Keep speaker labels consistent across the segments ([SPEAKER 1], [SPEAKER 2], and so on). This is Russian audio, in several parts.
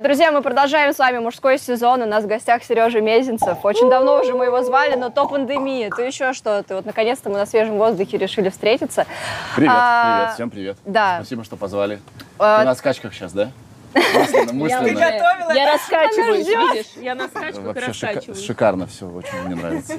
[SPEAKER 1] Друзья, мы продолжаем с вами мужской сезон. У нас в гостях Сережа Мезенцев. Очень давно уже мы его звали, но то пандемия, то еще что-то. Вот наконец-то мы на свежем воздухе решили встретиться.
[SPEAKER 2] Привет,
[SPEAKER 1] А,
[SPEAKER 2] привет, всем привет.
[SPEAKER 1] да.
[SPEAKER 2] Спасибо, что позвали.
[SPEAKER 1] А,
[SPEAKER 2] Ты на скачках сейчас, да? Мысленно,
[SPEAKER 1] э,
[SPEAKER 2] мысленно.
[SPEAKER 3] готовила
[SPEAKER 4] Я раскачиваюсь,
[SPEAKER 1] ждёт.
[SPEAKER 4] видишь? Я на скачках
[SPEAKER 2] Вообще шика-
[SPEAKER 4] раскачиваюсь.
[SPEAKER 2] шикарно все, очень мне нравится.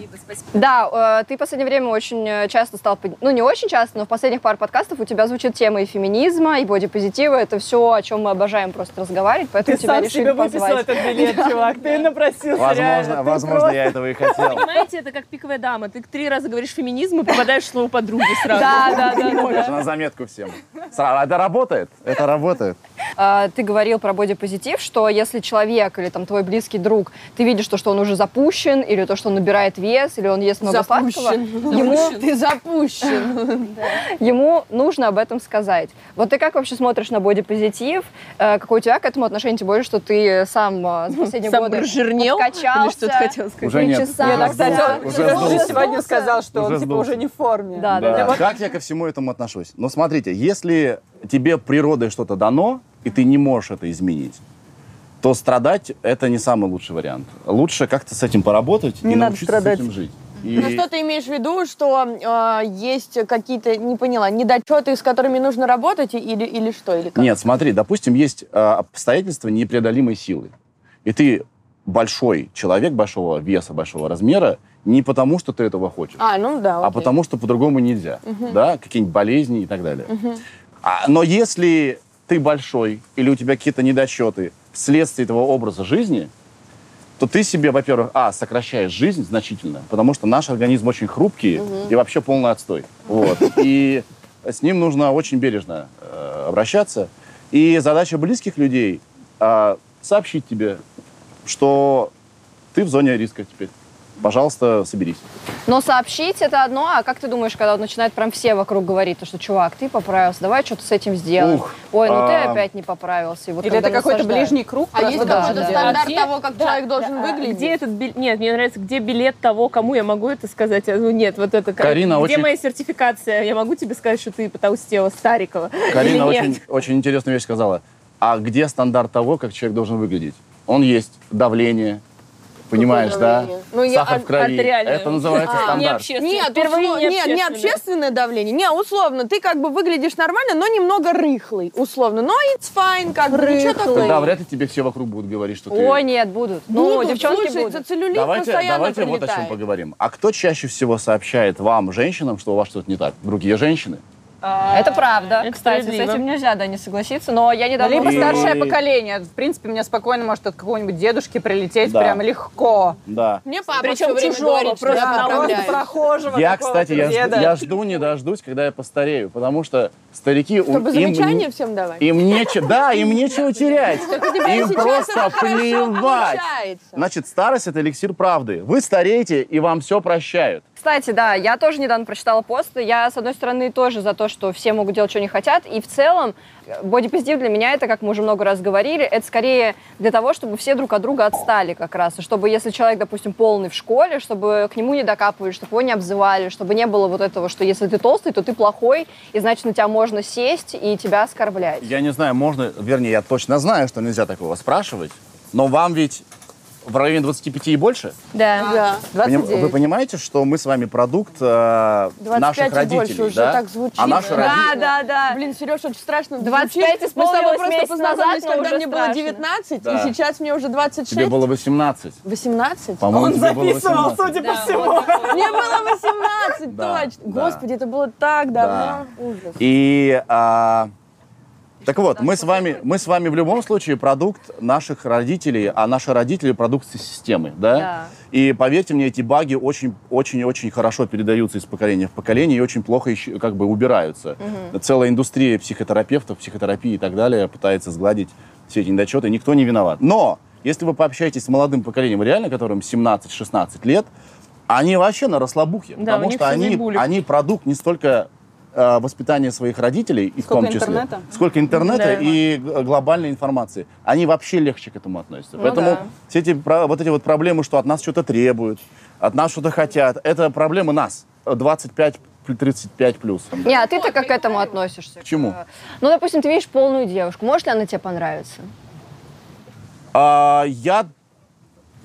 [SPEAKER 1] Да, э, ты в последнее время очень э, часто стал, под- ну не очень часто, но в последних пару подкастов у тебя звучит тема и феминизма, и бодипозитива. Это все, о чем мы обожаем просто разговаривать,
[SPEAKER 3] Ты
[SPEAKER 1] поэтому тебя
[SPEAKER 3] сам
[SPEAKER 1] решили
[SPEAKER 3] себе выписал
[SPEAKER 1] позвать.
[SPEAKER 3] этот билет, чувак. Ты напросился.
[SPEAKER 2] Возможно, а
[SPEAKER 3] реально, ты
[SPEAKER 2] возможно, я этого и хотел.
[SPEAKER 4] Понимаете, это как пиковая дама. Ты три раза говоришь феминизм и попадаешь в слово подруги сразу.
[SPEAKER 1] Да, да, да, да, да.
[SPEAKER 2] Это на заметку всем. Сра- Это работает, это работает.
[SPEAKER 1] А, Ты говорил про бодипозитив, что если человек или там твой близкий друг, ты видишь то, что он уже запущен, или то, что он набирает вес, или он ест много сладкого, ему
[SPEAKER 4] ты запущен.
[SPEAKER 1] ему нужно об этом сказать. Вот ты как вообще смотришь на бодипозитив? Э, Какое у тебя к этому отношение? Тем более, что ты сам э, за последние
[SPEAKER 4] Сам
[SPEAKER 1] годы
[SPEAKER 4] жирнел? Или
[SPEAKER 1] откачался.
[SPEAKER 4] что ты хотел сказать?
[SPEAKER 2] Уже нет.
[SPEAKER 1] Часа.
[SPEAKER 2] уже
[SPEAKER 3] Да, кстати,
[SPEAKER 2] сдулся,
[SPEAKER 3] он
[SPEAKER 2] уже
[SPEAKER 3] уже
[SPEAKER 2] сдулся.
[SPEAKER 3] сегодня сказал, что
[SPEAKER 2] Уже
[SPEAKER 3] он типа
[SPEAKER 2] сдулся.
[SPEAKER 3] уже не в форме.
[SPEAKER 1] Да, да,
[SPEAKER 2] Да.
[SPEAKER 1] да.
[SPEAKER 2] Как я ко всему этому отношусь? Ну, смотрите, если тебе природой что-то дано, и ты не можешь это изменить, то страдать это не самый лучший вариант. Лучше как-то с этим поработать
[SPEAKER 3] Не
[SPEAKER 2] и
[SPEAKER 3] надо
[SPEAKER 2] научиться
[SPEAKER 3] страдать.
[SPEAKER 2] с этим жить.
[SPEAKER 5] Ну
[SPEAKER 2] И-
[SPEAKER 5] что ты имеешь в виду, что э, есть какие-то, не поняла, недочеты, с которыми нужно работать и- или, или что, или как?
[SPEAKER 2] Нет, смотри, допустим, есть э, обстоятельства непреодолимой силы. И ты большой человек, большого веса, большого размера, не потому, что ты этого хочешь,
[SPEAKER 5] А, ну да.
[SPEAKER 2] а
[SPEAKER 5] окей.
[SPEAKER 2] потому, что по-другому нельзя. Да? Какие-нибудь болезни и так далее. А, но если ты большой или у тебя какие-то недочеты вследствие твоего образа жизни, то ты себе, во-первых, а, сокращаешь жизнь значительно, потому что наш организм очень хрупкий и вообще полный отстой. Вот. И с ним нужно очень бережно э, обращаться. И задача близких людей а, сообщить тебе, что ты в зоне риска теперь. Пожалуйста, соберись.
[SPEAKER 1] Но сообщить это одно, а как ты думаешь, когда вот начинают прям все вокруг говорить, то, что чувак, ты поправился, давай что-то с этим сделаем.
[SPEAKER 2] Ух,
[SPEAKER 1] Ой, ну ты
[SPEAKER 2] а.
[SPEAKER 1] опять не поправился. И вот
[SPEAKER 3] Или это
[SPEAKER 1] когда
[SPEAKER 3] какой-то
[SPEAKER 1] насаждают.
[SPEAKER 3] ближний круг?
[SPEAKER 5] А есть
[SPEAKER 3] просто,
[SPEAKER 1] да,
[SPEAKER 5] какой-то
[SPEAKER 1] да.
[SPEAKER 5] стандарт
[SPEAKER 4] А где-
[SPEAKER 5] того, как человек должен
[SPEAKER 4] А
[SPEAKER 5] выглядеть?
[SPEAKER 4] Где этот билет? Нет, мне нравится, где билет того, кому я могу это сказать? А, Ну нет, вот это... как-
[SPEAKER 2] Карина
[SPEAKER 4] где
[SPEAKER 2] очень-
[SPEAKER 4] моя сертификация? Я могу тебе сказать, что ты потолстела Старикова?
[SPEAKER 2] Карина
[SPEAKER 4] Или нет?
[SPEAKER 2] очень, очень интересную вещь сказала. А где стандарт того, как человек должен выглядеть? Он есть. Давление. Понимаешь, да?
[SPEAKER 5] давление? Ну, я
[SPEAKER 2] Сахар в
[SPEAKER 5] ар-
[SPEAKER 2] крови.
[SPEAKER 4] артериально.
[SPEAKER 2] Это называется
[SPEAKER 5] А,
[SPEAKER 4] Не
[SPEAKER 2] стандарт.
[SPEAKER 4] общественное.
[SPEAKER 5] Нет,
[SPEAKER 4] Впервые
[SPEAKER 5] услов- нет, не общественное давление. Не, условно, ты как бы выглядишь нормально, но немного рыхлый, условно. Но it's fine, как бы, ничего такого.
[SPEAKER 2] Тогда вряд ли тебе все вокруг будут говорить, что ты...
[SPEAKER 1] Ой, нет, будут. Ну,
[SPEAKER 5] Будут,
[SPEAKER 1] девчонки
[SPEAKER 5] слушай,
[SPEAKER 1] будут.
[SPEAKER 5] целлюлит
[SPEAKER 2] Давайте,
[SPEAKER 5] постоянно
[SPEAKER 2] давайте вот о чем
[SPEAKER 5] прилетает.
[SPEAKER 2] поговорим. А кто чаще всего сообщает вам, женщинам, что у вас что-то не так? Другие женщины?
[SPEAKER 1] Это правда.
[SPEAKER 4] Это
[SPEAKER 1] Кстати, с
[SPEAKER 4] справедливо.
[SPEAKER 1] этим нельзя, да, не согласиться. Но я
[SPEAKER 3] да.
[SPEAKER 1] недавно...
[SPEAKER 3] Либо
[SPEAKER 2] И-
[SPEAKER 3] старшее поколение. В принципе, мне спокойно может от какого-нибудь дедушки прилететь
[SPEAKER 2] Да.
[SPEAKER 3] прям легко.
[SPEAKER 2] Да.
[SPEAKER 5] Мне папа
[SPEAKER 4] Причем
[SPEAKER 5] всё время
[SPEAKER 4] чужого,
[SPEAKER 5] говорит, что
[SPEAKER 4] просто
[SPEAKER 5] я
[SPEAKER 4] на
[SPEAKER 3] просто
[SPEAKER 5] поправляюсь.
[SPEAKER 3] прохожего.
[SPEAKER 2] Я,
[SPEAKER 3] какого-то
[SPEAKER 2] кстати, я,
[SPEAKER 3] деда.
[SPEAKER 2] жду- я жду, не дождусь, когда я постарею, потому что старики... у-
[SPEAKER 5] Чтобы
[SPEAKER 2] им-
[SPEAKER 5] замечания всем давать.
[SPEAKER 2] Им нечего, да, им нечего терять. Им
[SPEAKER 5] сейчас
[SPEAKER 2] просто
[SPEAKER 5] это хорошо
[SPEAKER 2] плевать.
[SPEAKER 5] получается.
[SPEAKER 2] Значит, старость это эликсир правды. Вы стареете, и вам все прощают.
[SPEAKER 1] Кстати, да, я тоже недавно прочитала пост. Я, с одной стороны, тоже за то, что все могут делать, что они хотят. И в целом, э, бодипозитив для меня это, как мы уже много раз говорили, это скорее для того, чтобы все друг от друга отстали как раз. И чтобы, если человек, допустим, полный в школе, чтобы к нему не докапывались, чтобы его не обзывали, чтобы не было вот этого, что если ты толстый, то ты плохой, и значит, на тебя можно сесть и тебя оскорблять.
[SPEAKER 2] Я не знаю, можно, вернее, я точно знаю, что нельзя такого спрашивать, но вам ведь в районе 25 и больше.
[SPEAKER 4] Да.
[SPEAKER 5] Да.
[SPEAKER 2] Поним-
[SPEAKER 3] 29.
[SPEAKER 2] Вы понимаете, что мы с вами продукт э,
[SPEAKER 5] 25
[SPEAKER 2] наших
[SPEAKER 5] и
[SPEAKER 2] родителей,
[SPEAKER 5] больше уже
[SPEAKER 2] да?
[SPEAKER 5] так звучит.
[SPEAKER 2] А наши
[SPEAKER 5] Да.
[SPEAKER 2] родители...
[SPEAKER 1] да, да.
[SPEAKER 5] Блин, Сереж, очень страшно.
[SPEAKER 1] 25
[SPEAKER 5] звучит. Мы с тобой
[SPEAKER 1] исполнилось
[SPEAKER 5] просто
[SPEAKER 1] месяц
[SPEAKER 5] познакомились,
[SPEAKER 1] назад, но
[SPEAKER 5] когда
[SPEAKER 1] уже
[SPEAKER 5] мне было
[SPEAKER 1] страшно.
[SPEAKER 5] 19,
[SPEAKER 2] Да.
[SPEAKER 5] и сейчас мне уже 26.
[SPEAKER 2] Тебе было 18.
[SPEAKER 5] 18?
[SPEAKER 2] По-моему,
[SPEAKER 3] Он
[SPEAKER 2] тебе было
[SPEAKER 3] записывал,
[SPEAKER 2] 18.
[SPEAKER 3] судя по всему.
[SPEAKER 5] Мне было 18,
[SPEAKER 2] Да,
[SPEAKER 5] точно.
[SPEAKER 2] да.
[SPEAKER 5] Господи, это было так давно. Ужас.
[SPEAKER 2] И а, так вот, мы с вами, мы с вами в любом случае продукт наших родителей, а наши родители продукт системы, да?
[SPEAKER 1] Да.
[SPEAKER 2] И поверьте мне, эти баги очень, очень, очень хорошо передаются из поколения в поколение и очень плохо еще как бы убираются. Целая индустрия психотерапевтов, психотерапии и так далее пытается сгладить все эти недочеты. Никто не виноват. Но если вы пообщаетесь с молодым поколением, реально, которым 17-16 лет, они вообще на расслабухе,
[SPEAKER 4] Да, у
[SPEAKER 2] потому
[SPEAKER 4] них
[SPEAKER 2] что
[SPEAKER 4] всё
[SPEAKER 2] они,
[SPEAKER 4] наибулик.
[SPEAKER 2] они продукт не столько э, воспитания своих родителей, и
[SPEAKER 3] Сколько
[SPEAKER 2] в том числе,
[SPEAKER 3] интернета?
[SPEAKER 2] сколько интернета
[SPEAKER 4] Да.
[SPEAKER 2] и г- глобальной информации. Они вообще легче к этому относятся.
[SPEAKER 4] Ну
[SPEAKER 2] Поэтому
[SPEAKER 4] да.
[SPEAKER 2] все эти, про- вот эти вот проблемы, что от нас что-то требуют, от нас что-то хотят, это проблемы нас. 25, 35 плюс.
[SPEAKER 1] Не, а ты-то как к этому относишься?
[SPEAKER 2] К чему?
[SPEAKER 1] Ну, допустим, ты видишь полную девушку. Может ли она тебе понравиться?
[SPEAKER 2] А, я,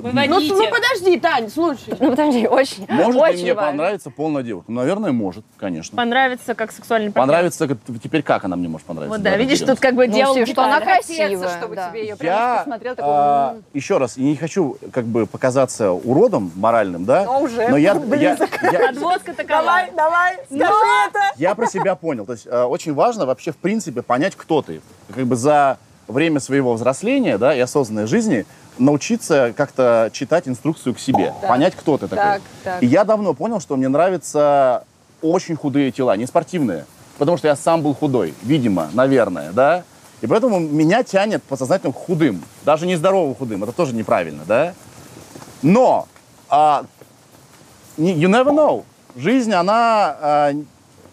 [SPEAKER 5] Ну, с- ну подожди, Тань, слушай.
[SPEAKER 1] Ну, подожди, очень,
[SPEAKER 2] может ли
[SPEAKER 1] очень
[SPEAKER 2] мне
[SPEAKER 1] важно.
[SPEAKER 2] понравится полная девушка? Ну, Наверное, может, конечно.
[SPEAKER 4] Понравится как сексуальный партнер.
[SPEAKER 2] Понравится, как- теперь как она мне может понравиться?
[SPEAKER 4] Вот да,
[SPEAKER 2] даже
[SPEAKER 4] видишь,
[SPEAKER 2] интересно.
[SPEAKER 4] тут как бы
[SPEAKER 1] Ну,
[SPEAKER 4] дело
[SPEAKER 1] все,
[SPEAKER 4] в
[SPEAKER 1] что она
[SPEAKER 4] деталях.
[SPEAKER 3] Хотеться,
[SPEAKER 1] красивая,
[SPEAKER 3] чтобы
[SPEAKER 1] да.
[SPEAKER 3] тебе ее прям
[SPEAKER 2] Я
[SPEAKER 3] посмотрел,
[SPEAKER 2] а,
[SPEAKER 3] такой... «М,
[SPEAKER 2] еще раз, я не хочу как бы показаться уродом моральным, да?
[SPEAKER 3] Но уже
[SPEAKER 2] я, я, я-
[SPEAKER 4] Подводка такова.
[SPEAKER 3] давай, скажи это!
[SPEAKER 2] я про себя понял. То есть э, очень важно вообще в принципе понять, кто ты. Как бы за время своего взросления, да, и осознанной жизни научиться как-то читать инструкцию к себе,
[SPEAKER 3] Так.
[SPEAKER 2] понять, кто ты такой.
[SPEAKER 3] Так, так.
[SPEAKER 2] И я давно понял, что мне нравятся очень худые тела, не спортивные, потому что я сам был худой, видимо, наверное, да. И поэтому меня тянет подсознательно к худым, даже нездоровым худым, это тоже неправильно, да. Но а, не- you never know. Жизнь, она а,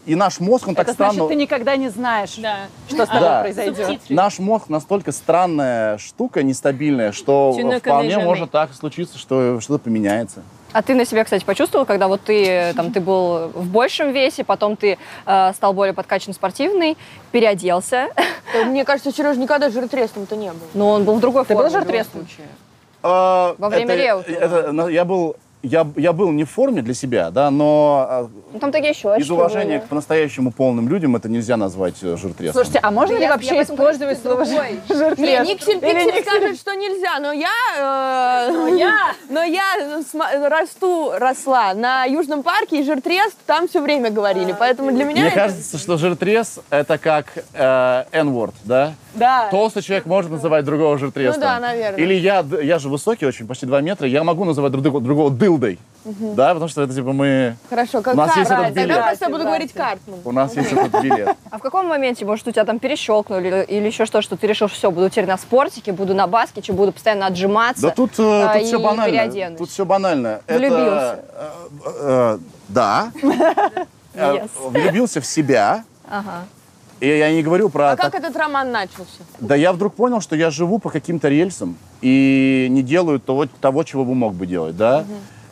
[SPEAKER 2] и наш мозг, он так
[SPEAKER 3] Это
[SPEAKER 2] странно.
[SPEAKER 3] значит, ты никогда не знаешь,
[SPEAKER 4] Да.
[SPEAKER 3] что с
[SPEAKER 2] Да.
[SPEAKER 3] тобой произойдет.
[SPEAKER 4] Субтитры.
[SPEAKER 2] Наш мозг настолько странная штука, нестабильная, что
[SPEAKER 4] Чунок
[SPEAKER 2] вполне
[SPEAKER 4] обиженный.
[SPEAKER 2] может так случиться, что что-то поменяется.
[SPEAKER 1] А ты на себя, кстати, почувствовал, когда вот ты э, там ты был в большем весе, потом ты э, стал более подкачан спортивный, переоделся,
[SPEAKER 5] Э, Мне кажется, Сережа никогда жиротреснутым-то не был.
[SPEAKER 1] но он был в другой
[SPEAKER 3] Ты
[SPEAKER 1] форме.
[SPEAKER 3] был
[SPEAKER 1] в любом
[SPEAKER 3] жертвестным?
[SPEAKER 1] случае.
[SPEAKER 2] Во
[SPEAKER 1] время Реутова.
[SPEAKER 2] я был, я, я был не в форме для себя, да, но
[SPEAKER 1] Ну там такие еще
[SPEAKER 2] э, из уважения к по-настоящему полным людям это нельзя назвать э, жиртресом.
[SPEAKER 3] Слушайте, а можно
[SPEAKER 1] Да
[SPEAKER 3] ли
[SPEAKER 1] я- я
[SPEAKER 3] вообще
[SPEAKER 1] поэтому говорю,
[SPEAKER 3] использовать
[SPEAKER 1] что ты
[SPEAKER 3] слово
[SPEAKER 1] другой.
[SPEAKER 3] жертвестность?
[SPEAKER 5] Не, Никсель Пиксель скажет, что нельзя, но я... э, Но я ну, сма- расту, росла на Южном парке, и жиртрест там все время говорили. Поэтому для меня
[SPEAKER 2] Мне
[SPEAKER 5] это...
[SPEAKER 2] кажется, что жиртрес это как э, N-word, да?
[SPEAKER 3] Да.
[SPEAKER 2] Толстый человек может называть другого жиртрестом.
[SPEAKER 5] Ну да, наверное.
[SPEAKER 2] Или я, д- я же высокий очень, почти 2 метра, я могу называть друг друга- другого дылдой. Да, потому что это типа мы...
[SPEAKER 5] Хорошо, как
[SPEAKER 2] У нас есть
[SPEAKER 5] Картман.
[SPEAKER 2] этот билет.
[SPEAKER 5] Тогда просто я буду
[SPEAKER 3] Братья,
[SPEAKER 5] говорить ну. Картман.
[SPEAKER 2] У нас есть этот билет.
[SPEAKER 1] А в каком моменте, может, у тебя там перещелкнули или, или еще что, что ты решил, все, буду теперь на спортике, буду на баскете, буду постоянно отжиматься?
[SPEAKER 2] Да тут,
[SPEAKER 1] а, и
[SPEAKER 2] все банально.
[SPEAKER 1] переоденусь.
[SPEAKER 2] Тут все банально. Это,
[SPEAKER 1] Влюбился.
[SPEAKER 2] э, э, э, да. Э,
[SPEAKER 1] Yes.
[SPEAKER 2] Влюбился в себя.
[SPEAKER 1] Ага.
[SPEAKER 2] И я не говорю про...
[SPEAKER 5] А как
[SPEAKER 2] так-
[SPEAKER 5] этот роман начался?
[SPEAKER 2] Да я вдруг понял, что я живу по каким-то рельсам и не делаю того, того чего бы мог бы делать, да.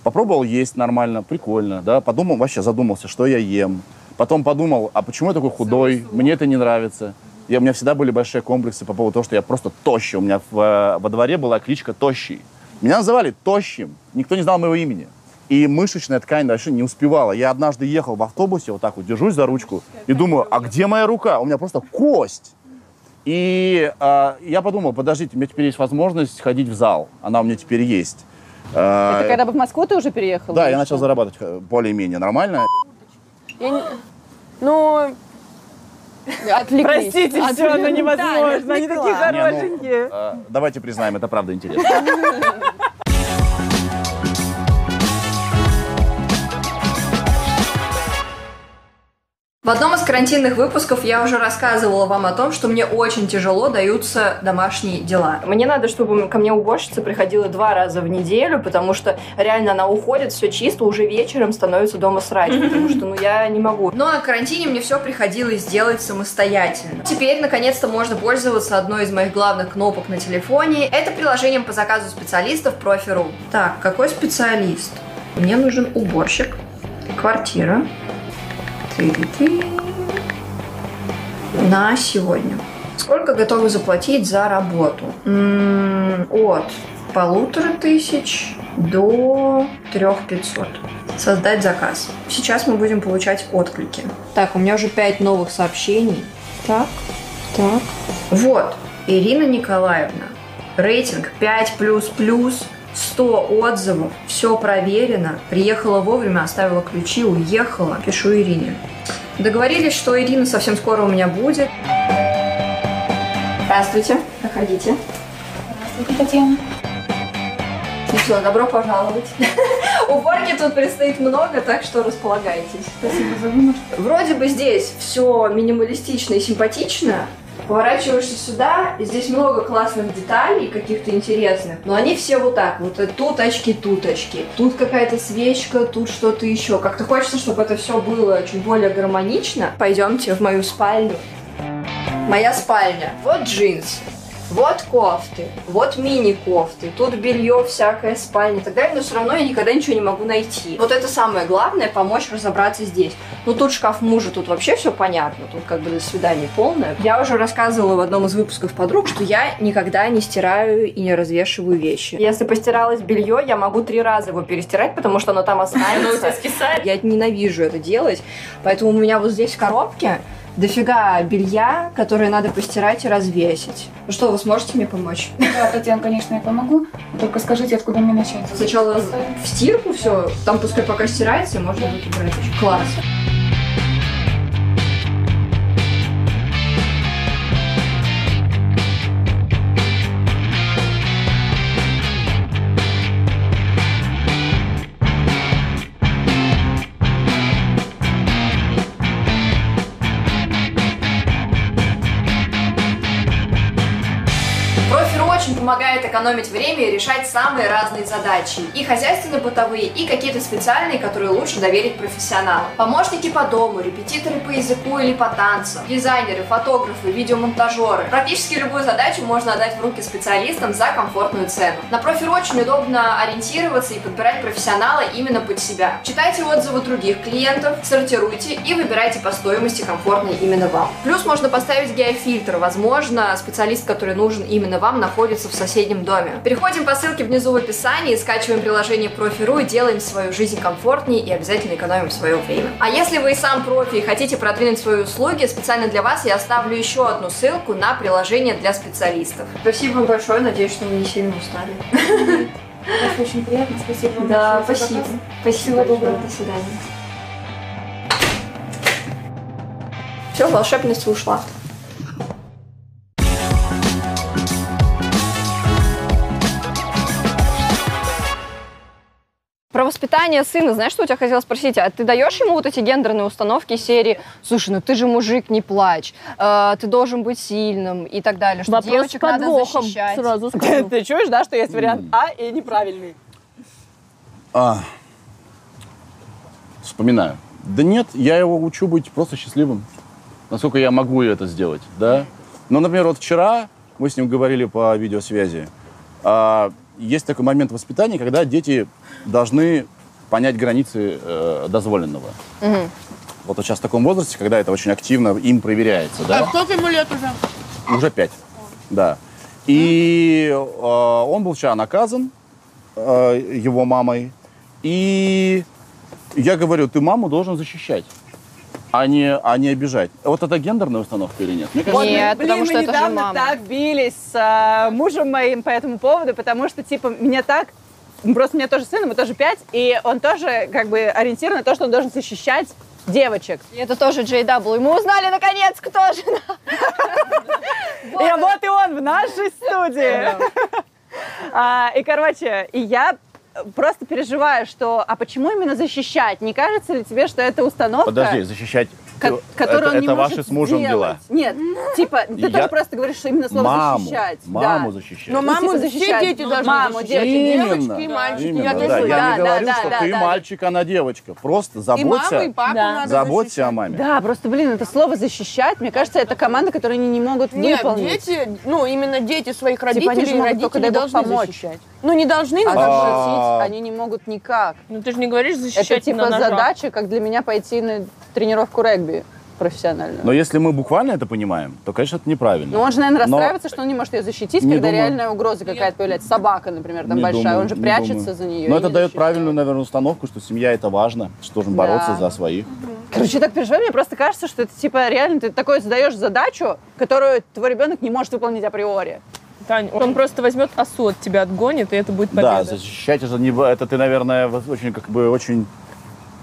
[SPEAKER 2] Попробовал есть нормально, прикольно, да. Подумал, вообще задумался, что я ем. Потом подумал, а почему я такой худой? Мне это не нравится. Я, у меня всегда были большие комплексы по поводу того, что я просто тощий. У меня в, э, во дворе была кличка Тощий. Меня называли Тощим. Никто не знал моего имени. И мышечная ткань дальше не успевала. Я однажды ехал в автобусе, вот так вот держусь за ручку и думаю, а где моя рука? У меня просто кость. И а, я подумал, подождите, у меня теперь есть возможность ходить в зал. Она у меня теперь есть. А,
[SPEAKER 3] Это когда бы в Москву ты уже переехала?
[SPEAKER 2] Да,
[SPEAKER 3] или
[SPEAKER 2] я начал
[SPEAKER 3] что?
[SPEAKER 2] зарабатывать э, более-менее нормально.
[SPEAKER 5] Я не- Ну... Отвлеклись.
[SPEAKER 3] Простите, все,
[SPEAKER 5] Отвлеклись.
[SPEAKER 3] оно
[SPEAKER 5] Да,
[SPEAKER 3] невозможно. Они
[SPEAKER 5] отвлекла.
[SPEAKER 3] такие
[SPEAKER 2] Не, ну,
[SPEAKER 3] хорошенькие.
[SPEAKER 2] э, давайте признаем, это правда интересно.
[SPEAKER 1] В одном из карантинных выпусков я уже рассказывала вам о том, что мне очень тяжело даются домашние дела. Мне надо, чтобы ко мне уборщица приходила два раза в неделю, потому что реально она уходит, все чисто, уже вечером становится дома срач, потому что ну я не могу. Но на карантине мне все приходилось делать самостоятельно. Теперь, наконец-то, можно пользоваться одной из моих главных кнопок на телефоне. Это приложением по заказу специалистов Профи.ру. Так, какой специалист? Мне нужен уборщик, квартира, ты-ты-ты. На сегодня. Сколько готовы заплатить за работу? М, От полутора тысяч до трех пятьсот. Создать заказ. Сейчас мы будем получать отклики. Так, у меня уже пять новых сообщений. Так, так. Вот, Ирина Николаевна. Рейтинг 5++, 100 отзывов, все проверено. Приехала вовремя, оставила ключи, уехала. Пишу Ирине. Договорились, что Ирина совсем скоро у меня будет. Здравствуйте, проходите. Здравствуйте, Татьяна. Ну что, добро пожаловать. Уборки тут предстоит много, так что располагайтесь. Спасибо за вынуждение. Вроде бы здесь все минималистично и симпатично, Поворачиваешься сюда, и здесь много классных деталей, каких-то интересных, но они все вот так, вот э, тут очки, тут очки, тут какая-то свечка, тут что-то еще. Как-то хочется, чтобы это все было чуть более гармонично. Пойдемте в мою спальню. Моя спальня. Вот джинсы. Вот кофты, вот мини-кофты, тут белье, всякое, спальня и так далее, но все равно я никогда ничего не могу найти. Вот это самое главное, помочь разобраться здесь. Ну тут шкаф мужа, тут вообще все понятно, тут как бы до свидания полное. Я уже рассказывала в одном из выпусков подруг, что я никогда не стираю и не развешиваю вещи. Если постиралось белье, я могу три раза его перестирать, потому что оно там останется. Я ненавижу это делать, поэтому у меня вот здесь в коробке дофига белья, которое надо постирать и развесить. Ну что, вы сможете мне помочь?
[SPEAKER 6] Да, Татьяна, конечно, я помогу. Только скажите, откуда мне начать?
[SPEAKER 1] Сначала в стирку все, там пускай пока стирается, можно будет убрать. Класс. Профиль очень помогает экономить время и решать самые разные задачи. И хозяйственно-бытовые, и какие-то специальные, которые лучше доверить профессионалам. Помощники по дому, репетиторы по языку или по танцам, дизайнеры, фотографы, видеомонтажеры. Практически любую задачу можно отдать в руки специалистам за комфортную цену. На профиль очень удобно ориентироваться и подбирать профессионала именно под себя. Читайте отзывы других клиентов, сортируйте и выбирайте по стоимости комфортный именно вам. Плюс можно поставить геофильтр. Возможно, специалист, который нужен именно вам, находится в соседнем доме. Переходим по ссылке внизу в описании, скачиваем приложение Профи.ру и делаем свою жизнь комфортнее и обязательно экономим свое время. А если вы и сам профи и хотите продвинуть свои услуги, специально для вас я оставлю еще одну ссылку на приложение для специалистов. Спасибо вам большое, надеюсь, что вы не сильно устали.
[SPEAKER 6] Это очень приятно, спасибо вам
[SPEAKER 1] Да,
[SPEAKER 6] большое за
[SPEAKER 1] спасибо.
[SPEAKER 6] заказ.
[SPEAKER 1] Спасибо
[SPEAKER 6] Всего доброго.
[SPEAKER 1] До свидания. Все, волшебность ушла. Про воспитание сына, знаешь, что у тебя хотела спросить? А ты даешь ему вот эти гендерные установки серии «Слушай, ну ты же мужик, не плачь, э, ты должен быть сильным» и так далее, что
[SPEAKER 4] Вопрос с
[SPEAKER 1] девочек надо
[SPEAKER 4] подвохом,
[SPEAKER 1] защищать?
[SPEAKER 4] сразу
[SPEAKER 3] Ты,
[SPEAKER 4] скажу.
[SPEAKER 3] ты чуешь, да, что есть вариант А и неправильный?
[SPEAKER 2] А, вспоминаю. Да нет, я его учу быть просто счастливым. Насколько я могу это сделать, да? Ну, например, вот вчера мы с ним говорили по видеосвязи. А, есть такой момент воспитания, когда дети должны понять границы э, дозволенного. Вот он сейчас в таком возрасте, когда это очень активно им проверяется, да?
[SPEAKER 5] А сколько ему лет уже?
[SPEAKER 2] Уже пять. Да. И э, он был вчера наказан э, его мамой. И я говорю, ты маму должен защищать, а не, а не обижать. Вот это гендерная установка или нет? Мне кажется,
[SPEAKER 3] Вот,
[SPEAKER 1] Нет,
[SPEAKER 3] блин,
[SPEAKER 1] потому
[SPEAKER 3] мы
[SPEAKER 1] что это же
[SPEAKER 3] недавно
[SPEAKER 1] мама.
[SPEAKER 3] так бились с а, мужем моим по этому поводу, потому что, типа, меня так... Просто у меня тоже сын, ему тоже пять, и он тоже, как бы, ориентирован на то, что он должен защищать девочек.
[SPEAKER 1] И это тоже JW. Мы узнали, наконец, кто же
[SPEAKER 3] И вот и он в нашей студии. А, И, короче, и я просто переживаю, что... А почему именно защищать? Не кажется ли тебе, что это установка...
[SPEAKER 2] Подожди, защищать
[SPEAKER 3] ко-
[SPEAKER 2] э,
[SPEAKER 3] которую
[SPEAKER 2] это,
[SPEAKER 3] он не
[SPEAKER 2] это ваши
[SPEAKER 3] может
[SPEAKER 2] с мужем
[SPEAKER 3] сделать.
[SPEAKER 2] дела.
[SPEAKER 3] Нет, типа, ты
[SPEAKER 2] Я-
[SPEAKER 3] тоже просто говоришь, что именно слово
[SPEAKER 2] Маму,
[SPEAKER 3] защищать. да.
[SPEAKER 2] маму защищать.
[SPEAKER 5] Но
[SPEAKER 3] Ну,
[SPEAKER 5] маму
[SPEAKER 3] типа,
[SPEAKER 5] все
[SPEAKER 3] защищать.
[SPEAKER 5] дети
[SPEAKER 3] Ну,
[SPEAKER 5] должны
[SPEAKER 3] маму,
[SPEAKER 5] защищать. И
[SPEAKER 2] Именно.
[SPEAKER 5] девочки, и мальчики.
[SPEAKER 2] Именно,
[SPEAKER 5] я
[SPEAKER 2] да.
[SPEAKER 5] тоже-
[SPEAKER 2] Я не
[SPEAKER 5] да,
[SPEAKER 2] говорю,
[SPEAKER 5] да,
[SPEAKER 2] что
[SPEAKER 5] да,
[SPEAKER 2] ты
[SPEAKER 5] да.
[SPEAKER 2] мальчик, она девочка. Просто
[SPEAKER 5] И маму, и
[SPEAKER 2] заботься,
[SPEAKER 5] папу
[SPEAKER 4] Да.
[SPEAKER 5] надо
[SPEAKER 2] заботься о
[SPEAKER 5] защищать.
[SPEAKER 2] маме.
[SPEAKER 3] Да, просто, блин, это слово «защищать», мне кажется, это команда, которую они не могут
[SPEAKER 5] Нет,
[SPEAKER 3] выполнить.
[SPEAKER 5] дети, ну именно дети своих
[SPEAKER 3] Типа, они
[SPEAKER 5] родителей,
[SPEAKER 3] же
[SPEAKER 5] и
[SPEAKER 3] могут только,
[SPEAKER 5] родители
[SPEAKER 3] дай бог,
[SPEAKER 5] должны
[SPEAKER 3] помочь.
[SPEAKER 5] защищать. Ну не должны, но
[SPEAKER 3] А
[SPEAKER 5] должны.
[SPEAKER 2] А.
[SPEAKER 3] защитить они не могут никак.
[SPEAKER 4] Ну ты же не говоришь защищать
[SPEAKER 3] Это
[SPEAKER 4] на
[SPEAKER 3] типа
[SPEAKER 4] ножах.
[SPEAKER 3] задача, как для меня пойти на тренировку регби профессиональную.
[SPEAKER 2] Но если мы буквально это понимаем, то, конечно, это неправильно.
[SPEAKER 3] Но он же, наверное,
[SPEAKER 2] Но-
[SPEAKER 3] расстраивается, что он не может ее защитить,
[SPEAKER 2] Не
[SPEAKER 3] когда
[SPEAKER 2] думаю.
[SPEAKER 3] реальная угроза какая-то появляется. Собака, например, там
[SPEAKER 2] Не
[SPEAKER 3] большая,
[SPEAKER 2] думаю,
[SPEAKER 3] он же
[SPEAKER 2] не
[SPEAKER 3] прячется
[SPEAKER 2] думаю.
[SPEAKER 3] за нее.
[SPEAKER 2] Но
[SPEAKER 3] и
[SPEAKER 2] это
[SPEAKER 3] не
[SPEAKER 2] дает
[SPEAKER 3] защищает.
[SPEAKER 2] правильную, наверное, установку, что семья это важно, что должен
[SPEAKER 3] Да.
[SPEAKER 2] бороться за своих.
[SPEAKER 3] Короче, я так переживаю, мне просто кажется, что это типа реально ты такое задаешь задачу, которую твой ребенок не может выполнить априори.
[SPEAKER 4] Тань, он просто возьмет осу от тебя отгонит, и это будет
[SPEAKER 2] Да,
[SPEAKER 4] победа.
[SPEAKER 2] защищать это не в- это ты, наверное, вот очень как бы очень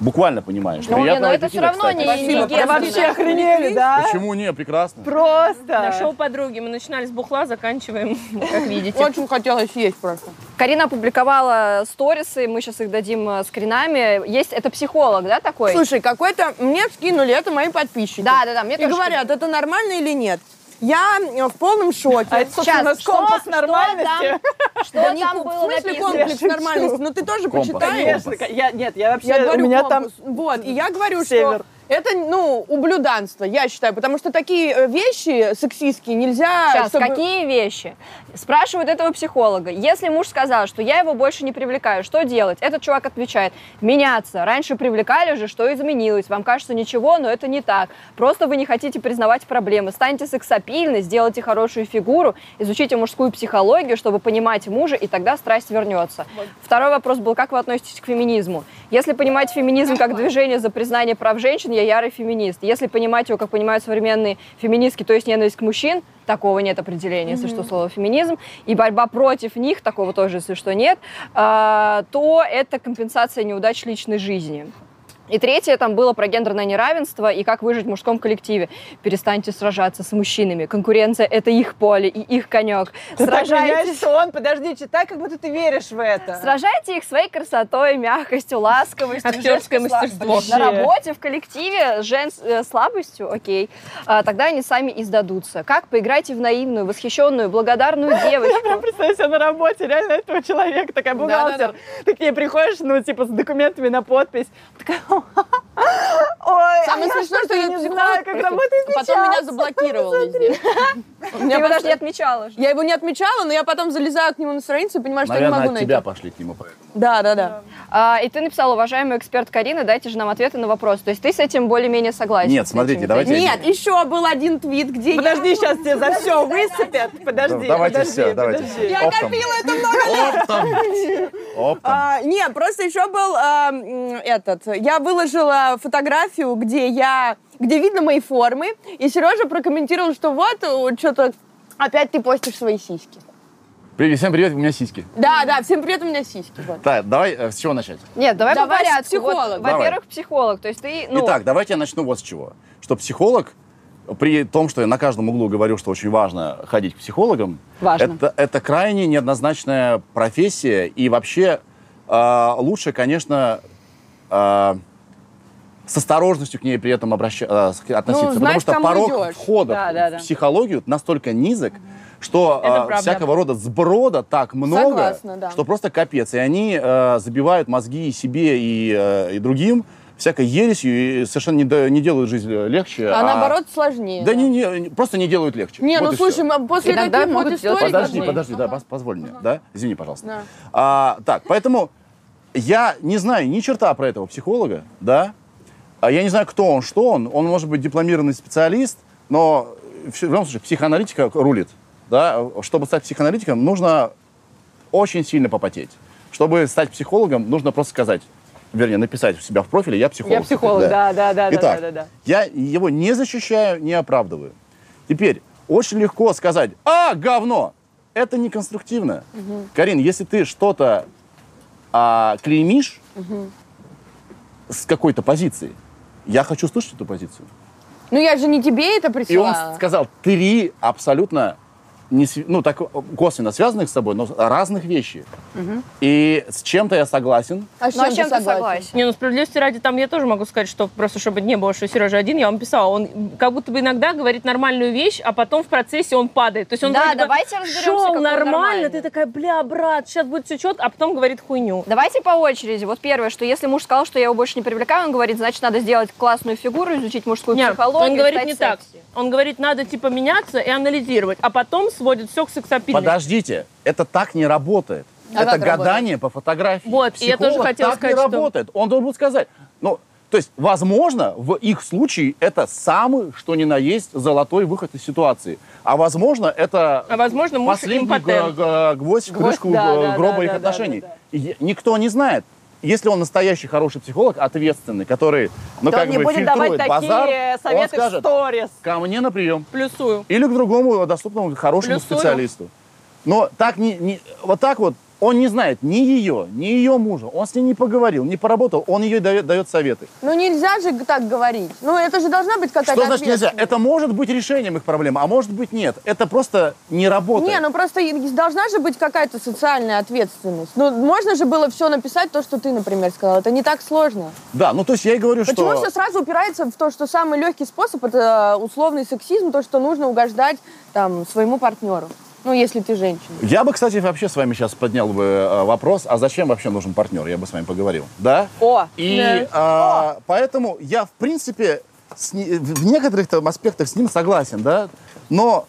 [SPEAKER 2] буквально понимаешь.
[SPEAKER 1] Ну, не,
[SPEAKER 2] Приятного
[SPEAKER 1] но это
[SPEAKER 2] аппетита,
[SPEAKER 1] все равно
[SPEAKER 2] кстати.
[SPEAKER 1] не, не
[SPEAKER 5] Спасибо,
[SPEAKER 1] гендерно.
[SPEAKER 3] Вообще охренели, да?
[SPEAKER 2] Почему не? Прекрасно.
[SPEAKER 3] Просто.
[SPEAKER 4] На шоу подруги мы начинали с бухла, заканчиваем, как
[SPEAKER 2] типа
[SPEAKER 4] видите.
[SPEAKER 5] Очень хотелось есть просто.
[SPEAKER 1] Карина опубликовала сторисы, мы сейчас их дадим э, скринами. Есть, это психолог, да, такой?
[SPEAKER 5] Слушай, какой-то мне скинули это мои подписчики.
[SPEAKER 1] да, да, да, мне
[SPEAKER 5] И
[SPEAKER 1] тоже
[SPEAKER 5] говорят, это нормально или нет? Я э, в полном шоке.
[SPEAKER 3] А это,
[SPEAKER 1] Сейчас,
[SPEAKER 3] собственно,
[SPEAKER 1] что-
[SPEAKER 3] компас
[SPEAKER 1] что
[SPEAKER 3] нормальности.
[SPEAKER 1] Что
[SPEAKER 5] Да не
[SPEAKER 1] там
[SPEAKER 5] ку-
[SPEAKER 1] было
[SPEAKER 5] в смысле
[SPEAKER 1] написано?
[SPEAKER 5] комплекс
[SPEAKER 3] Я шучу.
[SPEAKER 5] нормальности? Ну ты тоже
[SPEAKER 2] Компас.
[SPEAKER 5] почитай.
[SPEAKER 2] Конечно.
[SPEAKER 3] Я, нет, я вообще,
[SPEAKER 5] Я говорю,
[SPEAKER 3] у меня
[SPEAKER 5] компас. Вот, и я говорю,
[SPEAKER 3] Север.
[SPEAKER 5] что Это, ну, ублюданство, я считаю, потому что такие э, вещи сексистские нельзя...
[SPEAKER 1] Сейчас,
[SPEAKER 5] чтобы-
[SPEAKER 1] какие вещи? Спрашивают этого психолога. Если муж сказал, что я его больше не привлекаю, что делать? Этот чувак отвечает, меняться. Раньше привлекали же, что изменилось. Вам кажется ничего, но это не так. Просто вы не хотите признавать проблемы. Станьте сексапильны, сделайте хорошую фигуру, изучите мужскую психологию, чтобы понимать мужа, и тогда страсть вернется. Второй вопрос был, как вы относитесь к феминизму? Если понимать феминизм как движение за признание прав женщин, я ярый феминист. Если понимать его, как понимают современные феминистки, то есть ненависть к мужчин, такого нет определения, если что, слово феминизм, и борьба против них, такого тоже, если что, нет, а, то это компенсация неудач личной жизни. И третье там было про гендерное неравенство и как выжить в мужском коллективе. Перестаньте сражаться с мужчинами. Конкуренция — это их поле и их конек.
[SPEAKER 3] Ты так
[SPEAKER 1] Сражайтесь
[SPEAKER 3] меняешь тон, подожди, читай, как будто ты веришь в это.
[SPEAKER 1] А. Сражайте их своей красотой, мягкостью, ласковостью, женской
[SPEAKER 4] Актерское
[SPEAKER 1] сла-
[SPEAKER 4] мастерство.
[SPEAKER 1] Блин, На работе, в коллективе, жен... э, слабостью, окей. А, тогда они сами издадутся. Как поиграйте в наивную, восхищенную, благодарную девочку.
[SPEAKER 3] Представляешь, я на работе, реально этого человека, такая бухгалтер. Ты к ней приходишь, ну, типа, с документами на подпись. Такая, ой, а
[SPEAKER 5] Самое
[SPEAKER 3] я
[SPEAKER 5] смешное, что
[SPEAKER 3] что-то
[SPEAKER 5] я
[SPEAKER 3] не
[SPEAKER 5] психолог
[SPEAKER 3] знаю, как
[SPEAKER 5] просто. А
[SPEAKER 3] работает
[SPEAKER 5] Потом меня заблокировал везде. У
[SPEAKER 1] Ты
[SPEAKER 5] меня
[SPEAKER 1] его даже
[SPEAKER 5] просто-
[SPEAKER 1] не отмечала же.
[SPEAKER 5] Я его не отмечала, но я потом залезаю к нему на страницу и понимаю, что я не
[SPEAKER 2] Наверное,
[SPEAKER 5] могу
[SPEAKER 2] от тебя
[SPEAKER 5] найти.
[SPEAKER 2] пошли к нему поэтому.
[SPEAKER 5] Да, да, да.
[SPEAKER 1] А, и ты написала, уважаемый эксперт Карина, дайте же нам ответы на вопрос. То есть ты с этим более-менее согласен?
[SPEAKER 2] Нет,
[SPEAKER 1] с
[SPEAKER 2] смотрите,
[SPEAKER 1] этими
[SPEAKER 2] давайте-
[SPEAKER 1] тезисами?
[SPEAKER 5] Нет, еще был один твит, где я...
[SPEAKER 3] Подожди, сейчас тебе за все высыпят. Подожди,
[SPEAKER 2] Ну, давайте
[SPEAKER 3] подожди,
[SPEAKER 2] все, давайте
[SPEAKER 3] подожди.
[SPEAKER 2] все.
[SPEAKER 5] Я
[SPEAKER 2] Оптом.
[SPEAKER 5] копила это много лет.
[SPEAKER 2] Оптом. Оптом.
[SPEAKER 5] А, не, просто еще был а, м, этот. Я выложила фотографию, где я, где видно мои формы, и Сережа прокомментировал, что вот что-то опять ты постишь свои сиськи.
[SPEAKER 2] Привет, всем привет, у меня сиськи.
[SPEAKER 5] Да, да, всем привет, у меня сиськи. вот.
[SPEAKER 2] Так, давай э, с чего начать?
[SPEAKER 1] Нет, давай,
[SPEAKER 5] Давай
[SPEAKER 1] по
[SPEAKER 5] с
[SPEAKER 1] порядку. Вот,
[SPEAKER 5] психолога.
[SPEAKER 2] Давай.
[SPEAKER 1] Во-первых, психолог. То есть ты, ну,
[SPEAKER 2] Итак, давайте я начну вот с чего. Что психолог, при том, что я на каждом углу говорю, что очень важно ходить к психологам,
[SPEAKER 3] Важно.
[SPEAKER 2] Это, это крайне неоднозначная профессия. И вообще э, лучше, конечно, э, с осторожностью к ней при этом обраща- э, с- относиться.
[SPEAKER 5] знать,
[SPEAKER 2] потому что
[SPEAKER 5] к кому
[SPEAKER 2] порог
[SPEAKER 5] идешь.
[SPEAKER 2] входа
[SPEAKER 3] Да, да, да.
[SPEAKER 2] в психологию настолько низок, что
[SPEAKER 4] Это
[SPEAKER 2] э,
[SPEAKER 4] правда.
[SPEAKER 2] всякого рода сброда так много,
[SPEAKER 5] Согласна, да.
[SPEAKER 2] что просто капец. И они э, забивают мозги и себе, и, э, и другим всякой ересью, и совершенно не, да- не делают жизнь э, легче.
[SPEAKER 5] А, наоборот сложнее.
[SPEAKER 2] Да, Не, не- просто не делают легче.
[SPEAKER 5] Не,
[SPEAKER 2] Вот
[SPEAKER 5] ну
[SPEAKER 2] и всё.
[SPEAKER 5] слушай, мы после
[SPEAKER 1] Иногда
[SPEAKER 5] таких вот
[SPEAKER 1] могут сделать
[SPEAKER 5] историй...
[SPEAKER 2] Подожди,
[SPEAKER 5] как бы-
[SPEAKER 2] подожди, да, пос- позволь мне, да? Извини, пожалуйста.
[SPEAKER 5] Да.
[SPEAKER 2] А, так, поэтому я не знаю ни черта про этого психолога, да? А Я не знаю, кто он, что он. Он может быть дипломированный специалист, но в щ- в любом случае психоаналитика рулит, да? Чтобы стать психоаналитиком, нужно очень сильно попотеть. Чтобы стать психологом, нужно просто сказать, вернее, написать у себя в профиле «я психолог».
[SPEAKER 3] Я психолог, да, да, да, да,
[SPEAKER 2] Итак,
[SPEAKER 3] да, да, да.
[SPEAKER 2] я его не защищаю, не оправдываю. Теперь, очень легко сказать, а, говно, это не конструктивно. Карин, если ты что-то а, клеймишь с какой-то позиции, я хочу слышать эту позицию.
[SPEAKER 5] Ну я же не тебе это
[SPEAKER 2] И он
[SPEAKER 5] присылала.
[SPEAKER 2] сказал три абсолютно не, св- ну, так косвенно связанных с собой, но разных вещи. И с чем-то я согласен.
[SPEAKER 5] А с
[SPEAKER 1] ну, а с чем ты
[SPEAKER 5] согласен?
[SPEAKER 1] согласен?
[SPEAKER 4] Не, ну справедливости ради, там я тоже могу сказать, что просто чтобы не было, что Сережа один, я вам писала, он как будто бы иногда говорит нормальную вещь, а потом в процессе он падает. То есть он
[SPEAKER 1] Да,
[SPEAKER 4] вроде бы
[SPEAKER 1] давайте разберемся,
[SPEAKER 4] шел
[SPEAKER 1] какой
[SPEAKER 4] нормально,
[SPEAKER 1] нормальный.
[SPEAKER 4] ты такая, бля, брат, сейчас будет все четко, а потом говорит хуйню.
[SPEAKER 1] Давайте по очереди. Вот первое, что если муж сказал, что я его больше не привлекаю, он говорит, значит, надо сделать классную фигуру, изучить мужскую
[SPEAKER 4] Не,
[SPEAKER 1] психологию.
[SPEAKER 4] он говорит
[SPEAKER 1] стать
[SPEAKER 4] не так.
[SPEAKER 1] секси.
[SPEAKER 4] Он говорит, надо типа меняться и анализировать, а потом сводит все к сексапильности.
[SPEAKER 2] Подождите, это так не работает.
[SPEAKER 5] А
[SPEAKER 2] это
[SPEAKER 5] как работает?
[SPEAKER 2] гадание по фотографии.
[SPEAKER 4] Вот, и я тоже
[SPEAKER 2] Психолог
[SPEAKER 4] хотела
[SPEAKER 2] так
[SPEAKER 4] сказать,
[SPEAKER 2] не
[SPEAKER 4] что-
[SPEAKER 2] работает. Он должен был сказать. Ну, то есть, возможно, в их случае это самый, что ни на есть, золотой выход из ситуации. А возможно, это
[SPEAKER 4] А возможно, муж
[SPEAKER 2] последний г-
[SPEAKER 4] импотент.
[SPEAKER 2] г- гвоздь в крышку
[SPEAKER 3] да,
[SPEAKER 2] г-
[SPEAKER 3] да,
[SPEAKER 2] гроба
[SPEAKER 3] да,
[SPEAKER 2] их
[SPEAKER 3] да, да,
[SPEAKER 2] отношений.
[SPEAKER 3] да,
[SPEAKER 2] И е- Никто не знает. Если он настоящий хороший психолог, ответственный, который, ну,
[SPEAKER 3] То
[SPEAKER 2] как
[SPEAKER 3] он не
[SPEAKER 2] бы,
[SPEAKER 3] будет давать
[SPEAKER 2] фильтрует базар,
[SPEAKER 3] такие
[SPEAKER 2] он
[SPEAKER 3] советы в
[SPEAKER 2] скажет,
[SPEAKER 3] сторис.
[SPEAKER 2] ко мне на прием.
[SPEAKER 4] Плюсую.
[SPEAKER 2] Или к другому доступному хорошему
[SPEAKER 4] Плюсую.
[SPEAKER 2] специалисту. Но так не, не- вот так вот он не знает ни ее, ни ее мужа. Он с ней не поговорил, не поработал. Он ей дает, дает советы.
[SPEAKER 5] Ну нельзя же так говорить. Ну это же должна быть какая-то
[SPEAKER 2] Что значит нельзя?
[SPEAKER 5] ответственность.
[SPEAKER 2] Это может быть решением их проблемы, а может быть нет. Это просто не работает.
[SPEAKER 5] Не, ну просто и- должна же быть какая-то социальная ответственность. Ну, можно же было все написать, то, что ты, например, сказал. Это не так сложно.
[SPEAKER 2] Да, ну то есть я и говорю,
[SPEAKER 5] Почему
[SPEAKER 2] что...
[SPEAKER 5] все сразу упирается в то, что самый легкий способ это э, условный сексизм, то, что нужно угождать там своему партнеру. Ну, если ты женщина.
[SPEAKER 2] Я бы, кстати, вообще с вами сейчас поднял бы э, вопрос, а зачем вообще нужен партнер? Я бы с вами поговорил, да?
[SPEAKER 3] О,
[SPEAKER 2] И а, поэтому я, в принципе, с ни- в некоторых там аспектах с ним согласен, да, но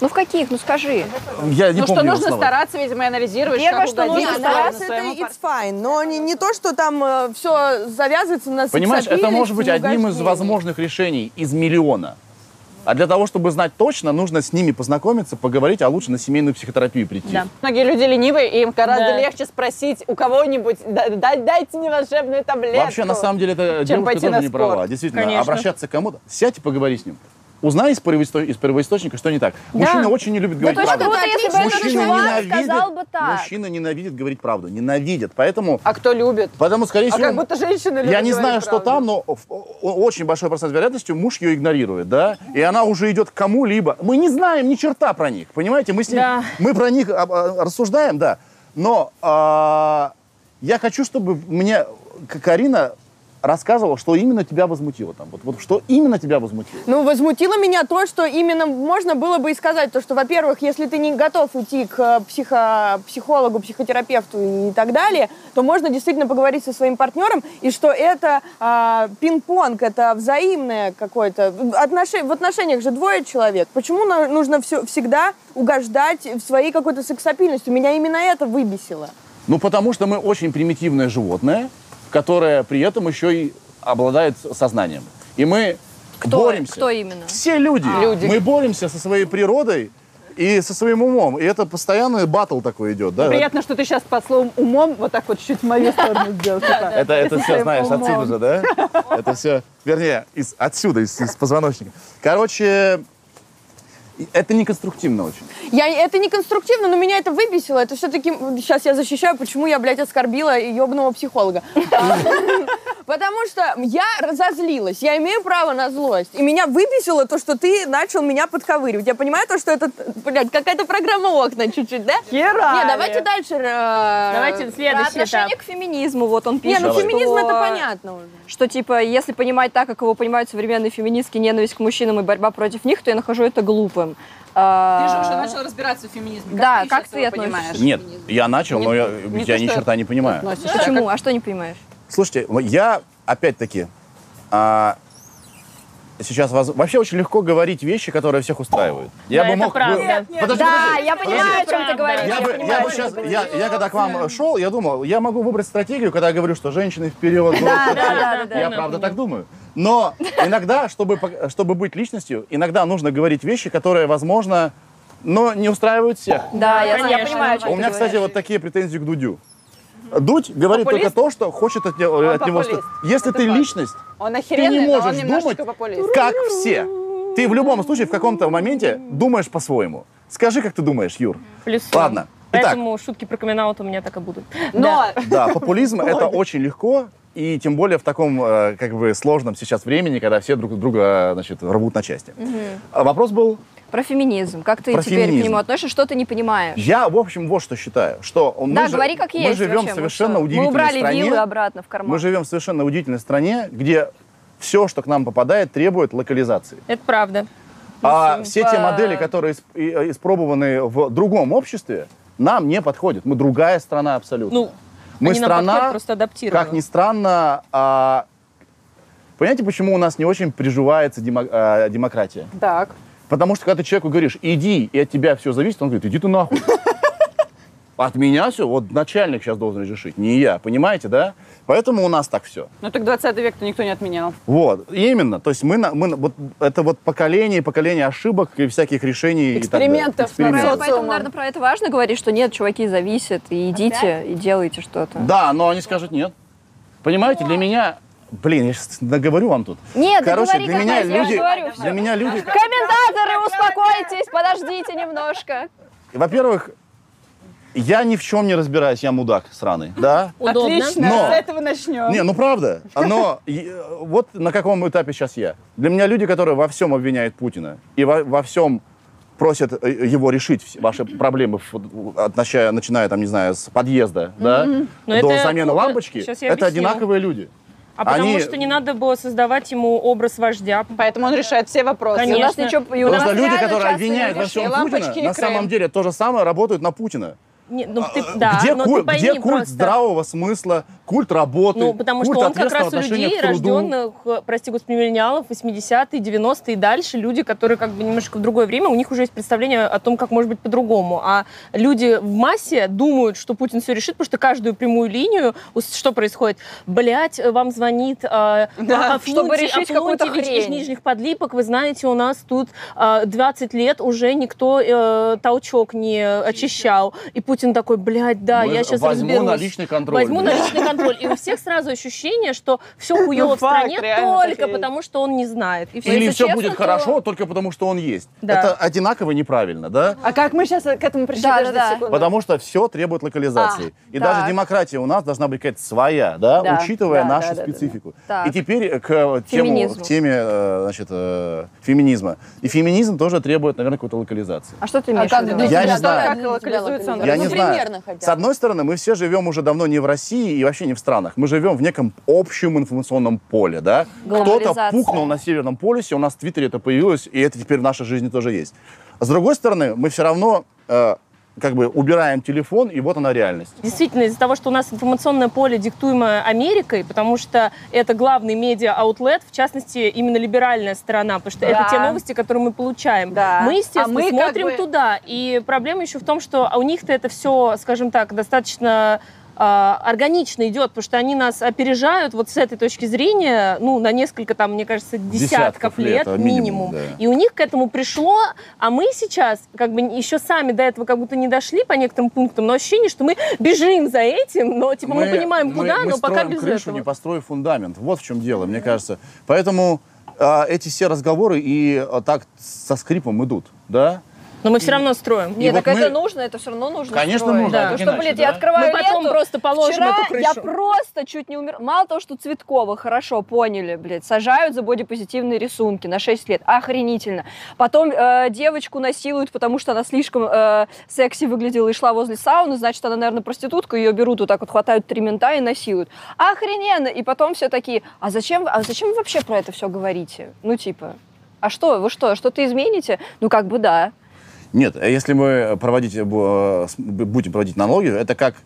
[SPEAKER 1] Ну в каких? Ну скажи.
[SPEAKER 2] я не помню
[SPEAKER 3] Ну что
[SPEAKER 2] его
[SPEAKER 3] нужно
[SPEAKER 2] слова.
[SPEAKER 3] стараться, видимо, и анализировать,
[SPEAKER 1] Первое,
[SPEAKER 3] как
[SPEAKER 1] что
[SPEAKER 3] угодить
[SPEAKER 1] нужно
[SPEAKER 5] Не,
[SPEAKER 1] ставлю
[SPEAKER 5] раз
[SPEAKER 3] постоянно
[SPEAKER 5] это
[SPEAKER 3] своему
[SPEAKER 5] it's fine, но не, не то, что там все завязывается на
[SPEAKER 2] Понимаешь, это
[SPEAKER 5] сексапильность,
[SPEAKER 2] может быть одним из
[SPEAKER 5] неугождение.
[SPEAKER 2] возможных решений из миллиона. А для того, чтобы знать точно, нужно с ними познакомиться, поговорить, а лучше на семейную психотерапию прийти.
[SPEAKER 4] Да.
[SPEAKER 3] Многие люди ленивые, и им гораздо
[SPEAKER 4] Да.
[SPEAKER 3] легче спросить у кого-нибудь, «Да- да- дайте мне волшебную таблетку.
[SPEAKER 2] Вообще, на самом деле, эта
[SPEAKER 3] Чем
[SPEAKER 2] девушка
[SPEAKER 3] пойти
[SPEAKER 2] тоже
[SPEAKER 3] на
[SPEAKER 2] не
[SPEAKER 3] спорт?
[SPEAKER 2] права. Действительно,
[SPEAKER 4] Конечно.
[SPEAKER 2] обращаться к кому-то, сядь и поговори с ним. Узнай из, первоисто- из первоисточника, что не так. Мужчина очень не любит говорить
[SPEAKER 1] точно
[SPEAKER 2] правду.
[SPEAKER 1] круто, если бы этот
[SPEAKER 2] Мужчина
[SPEAKER 1] чувак
[SPEAKER 2] ненавидит,
[SPEAKER 1] сказал бы так.
[SPEAKER 2] мужчина ненавидит говорить правду. Ненавидит. Поэтому,
[SPEAKER 3] А кто любит?
[SPEAKER 2] потому, скорее
[SPEAKER 3] А
[SPEAKER 2] всего,
[SPEAKER 3] как будто женщина любит
[SPEAKER 2] я не знаю,
[SPEAKER 3] говорить
[SPEAKER 2] что
[SPEAKER 3] правду.
[SPEAKER 2] там, но в- о- очень большой процент вероятностью муж ее игнорирует, да? И она уже идет к кому-либо. Мы не знаем ни черта про них, понимаете? Мы, с ним,
[SPEAKER 4] Да.
[SPEAKER 2] мы про них а, а, рассуждаем, да. Но а, я хочу, чтобы мне К- Карина рассказывала, что именно тебя возмутило там. Вот, вот что именно тебя возмутило.
[SPEAKER 5] Ну, возмутило меня то, что именно можно было бы и сказать, то, что, во-первых, если ты не готов идти к э, психо- психологу, психотерапевту и так далее, то можно действительно поговорить со своим партнером, и что это а, пинг-понг, это взаимное какое-то. Отноше- В отношениях же двое человек. Почему на- нужно все, всегда угождать в своей какой-то сексапильности? Меня именно это выбесило.
[SPEAKER 2] Ну, потому что мы очень примитивное животное, которое при этом еще и обладает сознанием. И мы боремся.
[SPEAKER 1] Кто именно?
[SPEAKER 2] Все люди.
[SPEAKER 3] Люди.
[SPEAKER 2] Мы боремся со своей природой и со своим умом. И это постоянный батл такой идет, да?
[SPEAKER 3] Приятно, что ты сейчас под словом умом вот так вот чуть в мою сторону сделал. типа.
[SPEAKER 2] Это, это
[SPEAKER 3] Со
[SPEAKER 2] все,
[SPEAKER 3] своим
[SPEAKER 2] знаешь,
[SPEAKER 3] умом.
[SPEAKER 2] отсюда же, да? Это все, вернее, из, отсюда, из, из позвоночника. Короче, это не конструктивно очень.
[SPEAKER 5] Я, это не конструктивно, но меня это выбесило. Это все-таки... Сейчас я защищаю, почему я, блядь, оскорбила ебаного психолога. А, Потому что я разозлилась, я имею право на злость. И меня выбесило то, что ты начал меня подковыривать. Я понимаю то, что это, блядь, какая-то программа окна чуть-чуть, да?
[SPEAKER 3] Хера!
[SPEAKER 5] Не, давайте дальше.
[SPEAKER 4] Давайте
[SPEAKER 5] Давайте
[SPEAKER 1] Про
[SPEAKER 4] следующий этап.
[SPEAKER 1] отношение к феминизму, вот он
[SPEAKER 5] Не,
[SPEAKER 1] пишет.
[SPEAKER 5] ну
[SPEAKER 2] Давай.
[SPEAKER 5] феминизм это
[SPEAKER 1] что-
[SPEAKER 5] понятно уже.
[SPEAKER 1] Что типа, если понимать так, как его понимают современные феминистки, ненависть к мужчинам и борьба против них, то я нахожу это глупым.
[SPEAKER 3] Ты же
[SPEAKER 1] А,
[SPEAKER 3] уже начал разбираться в феминизме.
[SPEAKER 1] Да,
[SPEAKER 3] ты
[SPEAKER 1] как
[SPEAKER 3] щас
[SPEAKER 1] ты
[SPEAKER 3] его
[SPEAKER 1] относишься?
[SPEAKER 3] понимаешь?
[SPEAKER 2] Нет, я начал, но я,
[SPEAKER 3] Не- не
[SPEAKER 2] я
[SPEAKER 3] то,
[SPEAKER 2] ни
[SPEAKER 3] что
[SPEAKER 2] черта не понимаю.
[SPEAKER 3] Относишься.
[SPEAKER 1] Почему? А что не понимаешь?
[SPEAKER 2] Слушайте, ну, я опять-таки а, сейчас воз- вообще очень легко говорить вещи, которые всех устраивают. Я
[SPEAKER 4] Да,
[SPEAKER 2] бы
[SPEAKER 4] это
[SPEAKER 2] мог. бы-
[SPEAKER 4] правда. Нет,
[SPEAKER 2] Подожди,
[SPEAKER 1] Да,
[SPEAKER 2] подожди.
[SPEAKER 1] я понимаю, о чем ты
[SPEAKER 4] Правда.
[SPEAKER 1] говоришь.
[SPEAKER 2] Я, бы, я, бы сейчас, я, я когда к вам э, шел, я думал, я могу выбрать стратегию, когда я говорю, что женщины вперед.
[SPEAKER 1] Да, да, да, да, да.
[SPEAKER 2] Я правда так думаю. Но иногда, чтобы, пок- чтобы быть личностью, иногда нужно говорить вещи, которые, возможно, но не устраивают всех.
[SPEAKER 1] Да, я, я
[SPEAKER 4] Конечно.
[SPEAKER 1] понимаю, о чем
[SPEAKER 2] У
[SPEAKER 1] ты
[SPEAKER 2] меня, кстати,
[SPEAKER 1] говоришь.
[SPEAKER 2] вот такие претензии к Дудю. Дудь говорит
[SPEAKER 3] Популист?
[SPEAKER 2] только то, что хочет от него.
[SPEAKER 3] Он
[SPEAKER 2] от него
[SPEAKER 3] популист.
[SPEAKER 2] что- Если
[SPEAKER 3] Это
[SPEAKER 2] ты
[SPEAKER 3] факт.
[SPEAKER 2] личность,
[SPEAKER 3] Он
[SPEAKER 2] ты
[SPEAKER 3] охеренный,
[SPEAKER 2] не
[SPEAKER 3] но он
[SPEAKER 2] можешь думать,
[SPEAKER 3] немножечко популист.
[SPEAKER 2] как все. Ты в любом случае в каком-то моменте думаешь по-своему. Скажи, как ты думаешь, Юр.
[SPEAKER 4] Плюс.
[SPEAKER 2] Ладно. Итак.
[SPEAKER 4] Поэтому шутки про камин у меня так и будут.
[SPEAKER 3] Но
[SPEAKER 2] Да, популизм это очень легко, и тем более в таком э, как бы сложном сейчас времени, когда все друг друга значит, рвут на части. А Вопрос был,
[SPEAKER 1] Про феминизм. Как ты
[SPEAKER 2] Про
[SPEAKER 1] теперь к
[SPEAKER 2] феминизм.
[SPEAKER 1] нему относишься? Что ты не понимаешь?
[SPEAKER 2] я в общем вот что считаю, что мы,
[SPEAKER 1] да,
[SPEAKER 2] жи-
[SPEAKER 1] говори как
[SPEAKER 2] мы
[SPEAKER 1] есть.
[SPEAKER 2] живем
[SPEAKER 1] вообще,
[SPEAKER 2] в совершенно
[SPEAKER 1] мы что?
[SPEAKER 2] удивительной
[SPEAKER 1] Мы убрали
[SPEAKER 2] стране,
[SPEAKER 1] вилы обратно в карман.
[SPEAKER 2] мы живем в совершенно удивительной стране, где все, что к нам попадает, требует локализации.
[SPEAKER 4] Это правда.
[SPEAKER 2] А все те
[SPEAKER 1] Типа-
[SPEAKER 2] модели, которые исп- и- э, испробованы в другом обществе, нам не подходят. Мы другая страна абсолютно.
[SPEAKER 4] Ну,
[SPEAKER 2] мы
[SPEAKER 4] они нам
[SPEAKER 2] страна,
[SPEAKER 4] подходят, просто адаптированы.
[SPEAKER 2] как ни странно, а, понимаете, почему у нас не очень приживается демо- а, демократия?
[SPEAKER 3] так.
[SPEAKER 2] Потому что когда ты человеку говоришь, иди, и от тебя все зависит, он говорит, иди ты нахуй. От меня все, вот начальник сейчас должен решить, не я, понимаете, да? Поэтому у нас так все.
[SPEAKER 3] Ну так 20 век-то никто не отменял.
[SPEAKER 2] Вот, именно. То есть мы, на- мы на- вот, это вот поколение, и поколение ошибок и всяких решений. и так далее.
[SPEAKER 3] Экспериментов,
[SPEAKER 1] Правильно,
[SPEAKER 2] Экспериментов.
[SPEAKER 3] социумом.
[SPEAKER 1] Поэтому, наверное, про это важно говорить, что нет, чуваки, зависит, и идите, и делайте что-то.
[SPEAKER 2] Да, но они скажут нет. Понимаете, для меня... Блин, я сейчас наговорю вам тут.
[SPEAKER 1] Нет, ты
[SPEAKER 2] Короче,
[SPEAKER 1] говори,
[SPEAKER 2] для
[SPEAKER 1] как
[SPEAKER 2] меня
[SPEAKER 1] есть, я
[SPEAKER 2] люди...
[SPEAKER 1] говорю, всё.
[SPEAKER 2] для меня люди...
[SPEAKER 1] Комментаторы, успокойтесь, подождите немножко.
[SPEAKER 2] Во-первых, я ни в чем не разбираюсь, я мудак сраный, да?
[SPEAKER 4] Удобно.
[SPEAKER 3] Отлично,
[SPEAKER 2] Но-
[SPEAKER 3] с этого начнем.
[SPEAKER 4] А?
[SPEAKER 2] Не, ну правда. Но и, э, вот на каком этапе сейчас я. Для меня люди, которые во всем обвиняют Путина и во, во всем просят э, его решить все ваши проблемы, ф- от- нача- начиная, там, не знаю, с подъезда, да,
[SPEAKER 4] Но
[SPEAKER 2] до
[SPEAKER 4] это-
[SPEAKER 2] замены
[SPEAKER 4] э,
[SPEAKER 2] лампочки,
[SPEAKER 4] щас я
[SPEAKER 2] это
[SPEAKER 4] объясню.
[SPEAKER 2] одинаковые люди.
[SPEAKER 4] А потому
[SPEAKER 2] Они-
[SPEAKER 4] что не надо было создавать ему образ вождя.
[SPEAKER 3] Поэтому он решает все вопросы.
[SPEAKER 1] И у нас
[SPEAKER 4] Конечно.
[SPEAKER 1] ничего... и у нас
[SPEAKER 2] Просто люди,
[SPEAKER 1] реально
[SPEAKER 2] которые
[SPEAKER 1] часто
[SPEAKER 2] обвиняют
[SPEAKER 1] люди-
[SPEAKER 2] во
[SPEAKER 3] решили.
[SPEAKER 2] всем
[SPEAKER 3] Лампочки
[SPEAKER 2] Путина,
[SPEAKER 3] и
[SPEAKER 2] на
[SPEAKER 3] крем.
[SPEAKER 2] самом деле то же самое работают на Путина.
[SPEAKER 4] не- ну, ты, да,
[SPEAKER 2] А, где
[SPEAKER 4] но
[SPEAKER 2] куль-
[SPEAKER 4] ты пойми
[SPEAKER 2] где культ
[SPEAKER 4] просто.
[SPEAKER 2] здравого смысла, культ работы,
[SPEAKER 4] Ну, потому
[SPEAKER 2] культ
[SPEAKER 4] что он как
[SPEAKER 2] ответственного
[SPEAKER 4] раз у
[SPEAKER 2] отношения
[SPEAKER 4] людей,
[SPEAKER 2] к труду?
[SPEAKER 4] рожденных, э, прости господи, миллениалов, 80-е, 90-е и дальше, люди, которые как бы немножко в другое время, у них уже есть представление о том, как может быть по-другому. А люди в массе думают, что Путин все решит, потому что каждую прямую линию, у- что происходит? Блять, вам звонит э,
[SPEAKER 3] Да,
[SPEAKER 4] Афнутий-
[SPEAKER 1] чтобы решить какую-то
[SPEAKER 4] Афнутьевич из
[SPEAKER 1] хрень.
[SPEAKER 4] Нижних Подлипок, вы знаете, у нас тут э, 20 лет уже никто э, толчок не э, очищал. И Путин такой, блядь, да,
[SPEAKER 2] Вы-
[SPEAKER 4] я сейчас
[SPEAKER 2] возьму
[SPEAKER 4] разберусь.
[SPEAKER 2] на личный контроль.
[SPEAKER 4] Возьму на личный контроль. И у всех сразу ощущение, что все хуево в
[SPEAKER 3] Ну, факт,
[SPEAKER 4] стране
[SPEAKER 3] реально
[SPEAKER 4] только
[SPEAKER 3] так и есть.
[SPEAKER 4] потому, что он не знает. И всё.
[SPEAKER 2] Или
[SPEAKER 1] если
[SPEAKER 2] все
[SPEAKER 1] честно,
[SPEAKER 2] будет
[SPEAKER 1] то-
[SPEAKER 2] хорошо только потому, что он есть.
[SPEAKER 4] Да.
[SPEAKER 2] Это одинаково неправильно, да?
[SPEAKER 3] А как мы сейчас к этому пришли?
[SPEAKER 1] Да,
[SPEAKER 3] Подожди
[SPEAKER 1] да, да.
[SPEAKER 3] секунду.
[SPEAKER 2] Потому что все требует локализации. и
[SPEAKER 1] так.
[SPEAKER 2] даже демократия у нас должна быть какая-то своя, да,
[SPEAKER 3] Да,
[SPEAKER 2] учитывая
[SPEAKER 3] да,
[SPEAKER 2] нашу
[SPEAKER 3] да, да, да,
[SPEAKER 2] специфику.
[SPEAKER 1] да.
[SPEAKER 2] И теперь к э, тему,
[SPEAKER 1] Феминизму.
[SPEAKER 2] к теме э, значит, э, феминизма. И феминизм тоже требует, наверное, какой-то локализации.
[SPEAKER 1] А что ты имеешь в виду?
[SPEAKER 2] Я не
[SPEAKER 5] тебя-
[SPEAKER 2] знаю.
[SPEAKER 5] как локализуется
[SPEAKER 2] Я
[SPEAKER 5] Ну,
[SPEAKER 2] не
[SPEAKER 5] примерно
[SPEAKER 2] знаю.
[SPEAKER 5] хотя бы.
[SPEAKER 2] С одной стороны, мы все живем уже давно не в России и вообще не в странах. Мы живем в неком общем информационном поле, да? Кто-то
[SPEAKER 1] Глобализация.
[SPEAKER 2] пукнул на Северном полюсе, у нас в Твиттере это появилось, и это теперь в нашей жизни тоже есть. С другой стороны, мы все равно э, как бы убираем телефон, и вот она реальность.
[SPEAKER 4] Действительно, из-за того, что у нас информационное поле диктуемо Америкой, потому что это главный медиа-аутлет, в частности, именно либеральная сторона, потому что это
[SPEAKER 3] Да.
[SPEAKER 4] те новости, которые мы получаем.
[SPEAKER 3] Да.
[SPEAKER 4] Мы, естественно,
[SPEAKER 3] А мы как
[SPEAKER 4] смотрим
[SPEAKER 3] бы-
[SPEAKER 4] туда. И проблема еще в том, что у них-то это все, скажем так, достаточно а, органично идет, потому что они нас опережают вот с этой точки зрения, ну, на несколько там, мне кажется, десятков,
[SPEAKER 2] Десятков лет,
[SPEAKER 4] лет,
[SPEAKER 2] а, минимум,
[SPEAKER 4] минимум.
[SPEAKER 2] да.
[SPEAKER 4] И у них к этому пришло, а мы сейчас как бы еще сами до этого как будто не дошли по некоторым пунктам, но ощущение, что мы бежим за этим, но типа мы, понимаем куда,
[SPEAKER 2] мы
[SPEAKER 4] но пока
[SPEAKER 2] строим
[SPEAKER 4] без
[SPEAKER 2] крышу,
[SPEAKER 4] этого.
[SPEAKER 2] не построив фундамент. Вот в чем дело, мне кажется. Поэтому э, эти все разговоры и э, так со скрипом идут, да?
[SPEAKER 4] Но мы все равно строим.
[SPEAKER 1] Нет,
[SPEAKER 2] И вот
[SPEAKER 1] так это
[SPEAKER 2] мы-
[SPEAKER 1] нужно, это все равно нужно.
[SPEAKER 2] Конечно,
[SPEAKER 1] строить.
[SPEAKER 2] нужно, а
[SPEAKER 1] Потому
[SPEAKER 2] как
[SPEAKER 1] Ну, что,
[SPEAKER 2] иначе,
[SPEAKER 1] блин,
[SPEAKER 2] да?
[SPEAKER 1] я
[SPEAKER 4] Мы
[SPEAKER 1] открываю
[SPEAKER 4] потом
[SPEAKER 1] ленту,
[SPEAKER 4] просто положим
[SPEAKER 1] Вчера
[SPEAKER 4] эту крышу.
[SPEAKER 1] я просто чуть не умер. Мало того, что Цветкова, хорошо, поняли, блядь, сажают за бодипозитивные рисунки на 6 лет. Охренительно. Потом э, девочку насилуют, потому что она слишком э, секси выглядела и шла возле сауны, значит, она, наверное, проститутка, ее берут вот так вот, хватают три мента и насилуют. Охрененно! И потом все такие, а зачем, а зачем вы вообще про это все говорите? Ну, типа, а что, вы что, что-то измените? Ну, как бы да.
[SPEAKER 2] Нет, а если мы проводить, э, бу- э, с- б- будем проводить аналогию, это как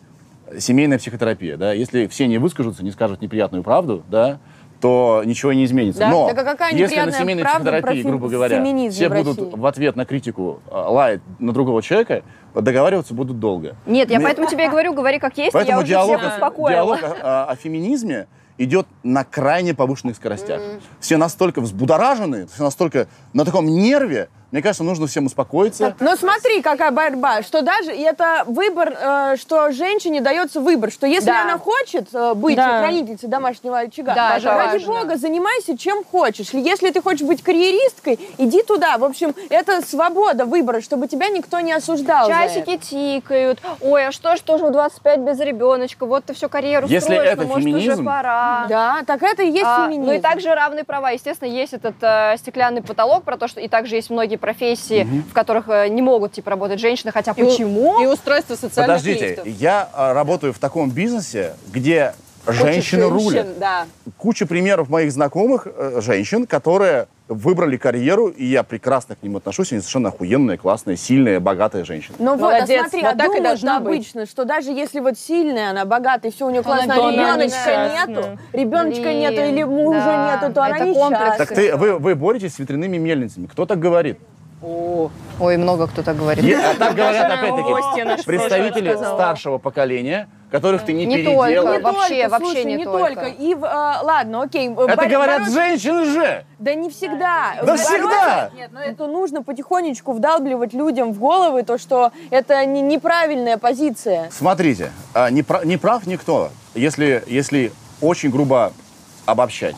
[SPEAKER 2] семейная психотерапия, да? Если все не выскажутся, не скажут неприятную правду, да, то ничего не изменится.
[SPEAKER 5] Да?
[SPEAKER 2] Но
[SPEAKER 5] Так а какая
[SPEAKER 2] если на
[SPEAKER 5] неприятная
[SPEAKER 2] семейной
[SPEAKER 5] правда про
[SPEAKER 2] психотерапии,
[SPEAKER 5] фем-
[SPEAKER 2] грубо говоря,
[SPEAKER 5] феминизм
[SPEAKER 2] все
[SPEAKER 5] в
[SPEAKER 2] будут
[SPEAKER 5] России?
[SPEAKER 2] в ответ на критику э, лаять на другого человека, договариваться будут долго.
[SPEAKER 5] Ну,
[SPEAKER 1] Нет, я
[SPEAKER 2] Мне-
[SPEAKER 1] поэтому тебе и говорю, говори как есть, и я
[SPEAKER 2] Поэтому
[SPEAKER 1] уже
[SPEAKER 2] диалог,
[SPEAKER 1] всех
[SPEAKER 2] о-
[SPEAKER 1] успокоила.
[SPEAKER 2] диалог о, о- о феминизме идет на крайне повышенных скоростях. Все настолько взбудоражены, все настолько на таком нерве. Мне кажется, нужно всем успокоиться.
[SPEAKER 5] Но смотри, какая борьба, что даже и это выбор, э, что женщине дается выбор, что если
[SPEAKER 3] Да.
[SPEAKER 5] она хочет э, быть
[SPEAKER 4] Да.
[SPEAKER 5] хранительницей домашнего очага,
[SPEAKER 1] Да,
[SPEAKER 5] то,
[SPEAKER 1] это
[SPEAKER 5] ради
[SPEAKER 1] важно.
[SPEAKER 5] бога, занимайся чем хочешь. Если ты хочешь быть карьеристкой, иди туда. В общем, это свобода выбора, чтобы тебя никто не осуждал. за это.
[SPEAKER 1] Часики тикают. Ой, а что ж тоже в 25 без ребеночка? Вот ты всю карьеру
[SPEAKER 2] Если
[SPEAKER 1] строишь,
[SPEAKER 2] это
[SPEAKER 1] ну, может,
[SPEAKER 2] феминизм,
[SPEAKER 1] уже пора.
[SPEAKER 5] Да, так это и есть
[SPEAKER 1] А,
[SPEAKER 5] феминизм.
[SPEAKER 1] ну и также равные права. Естественно, есть этот э, стеклянный потолок про то, что и также есть многие профессии, в которых э, не могут типа работать женщины, хотя
[SPEAKER 3] у-
[SPEAKER 1] почему?
[SPEAKER 3] И устройство социальных
[SPEAKER 2] Подождите,
[SPEAKER 3] лифтов.
[SPEAKER 2] я а, работаю в таком бизнесе, где женщины
[SPEAKER 3] Очень
[SPEAKER 2] рулят.
[SPEAKER 3] женщин, Да.
[SPEAKER 2] Куча примеров моих знакомых э, женщин, которые выбрали карьеру, и я прекрасно к ним отношусь. Они совершенно охуенные, классные, сильные, богатые женщины.
[SPEAKER 5] Ну вот, а
[SPEAKER 3] Молодец,
[SPEAKER 5] смотри,
[SPEAKER 3] вот
[SPEAKER 5] а
[SPEAKER 3] так и
[SPEAKER 5] думают
[SPEAKER 3] должна
[SPEAKER 5] же
[SPEAKER 3] быть.
[SPEAKER 5] обычно, что даже если вот сильная она, богатая, все, у нее классно,
[SPEAKER 4] то
[SPEAKER 5] а
[SPEAKER 4] она
[SPEAKER 5] ребеночка
[SPEAKER 4] несчастная.
[SPEAKER 5] нету, ребеночка
[SPEAKER 1] Блин,
[SPEAKER 5] нету или мужа
[SPEAKER 1] да,
[SPEAKER 5] нету, то она
[SPEAKER 1] это
[SPEAKER 5] несчастная.
[SPEAKER 1] комплекс.
[SPEAKER 2] Так ты, вы, вы боретесь с ветряными мельницами. Кто так говорит?
[SPEAKER 3] О,
[SPEAKER 1] Ой, много кто так говорит.
[SPEAKER 2] Е- а так говорят
[SPEAKER 4] Даже гостья
[SPEAKER 2] опять-таки
[SPEAKER 4] наша
[SPEAKER 2] представители
[SPEAKER 4] прошлая сказала.
[SPEAKER 2] старшего поколения, которых ты не,
[SPEAKER 1] Не
[SPEAKER 2] переделал.
[SPEAKER 1] только, Э, Вообще,
[SPEAKER 5] только,
[SPEAKER 1] вообще
[SPEAKER 5] слушай,
[SPEAKER 1] не
[SPEAKER 5] не
[SPEAKER 1] только.
[SPEAKER 5] И в, э, ладно, окей.
[SPEAKER 2] Это говорят женщины же!
[SPEAKER 5] Да не всегда.
[SPEAKER 2] Да
[SPEAKER 5] Бороться-
[SPEAKER 2] всегда!
[SPEAKER 5] Нет, но это нужно потихонечку вдалбливать людям в головы то, что это не- неправильная позиция.
[SPEAKER 2] Смотрите, а, не, пра- не прав никто, если, если очень грубо обобщать.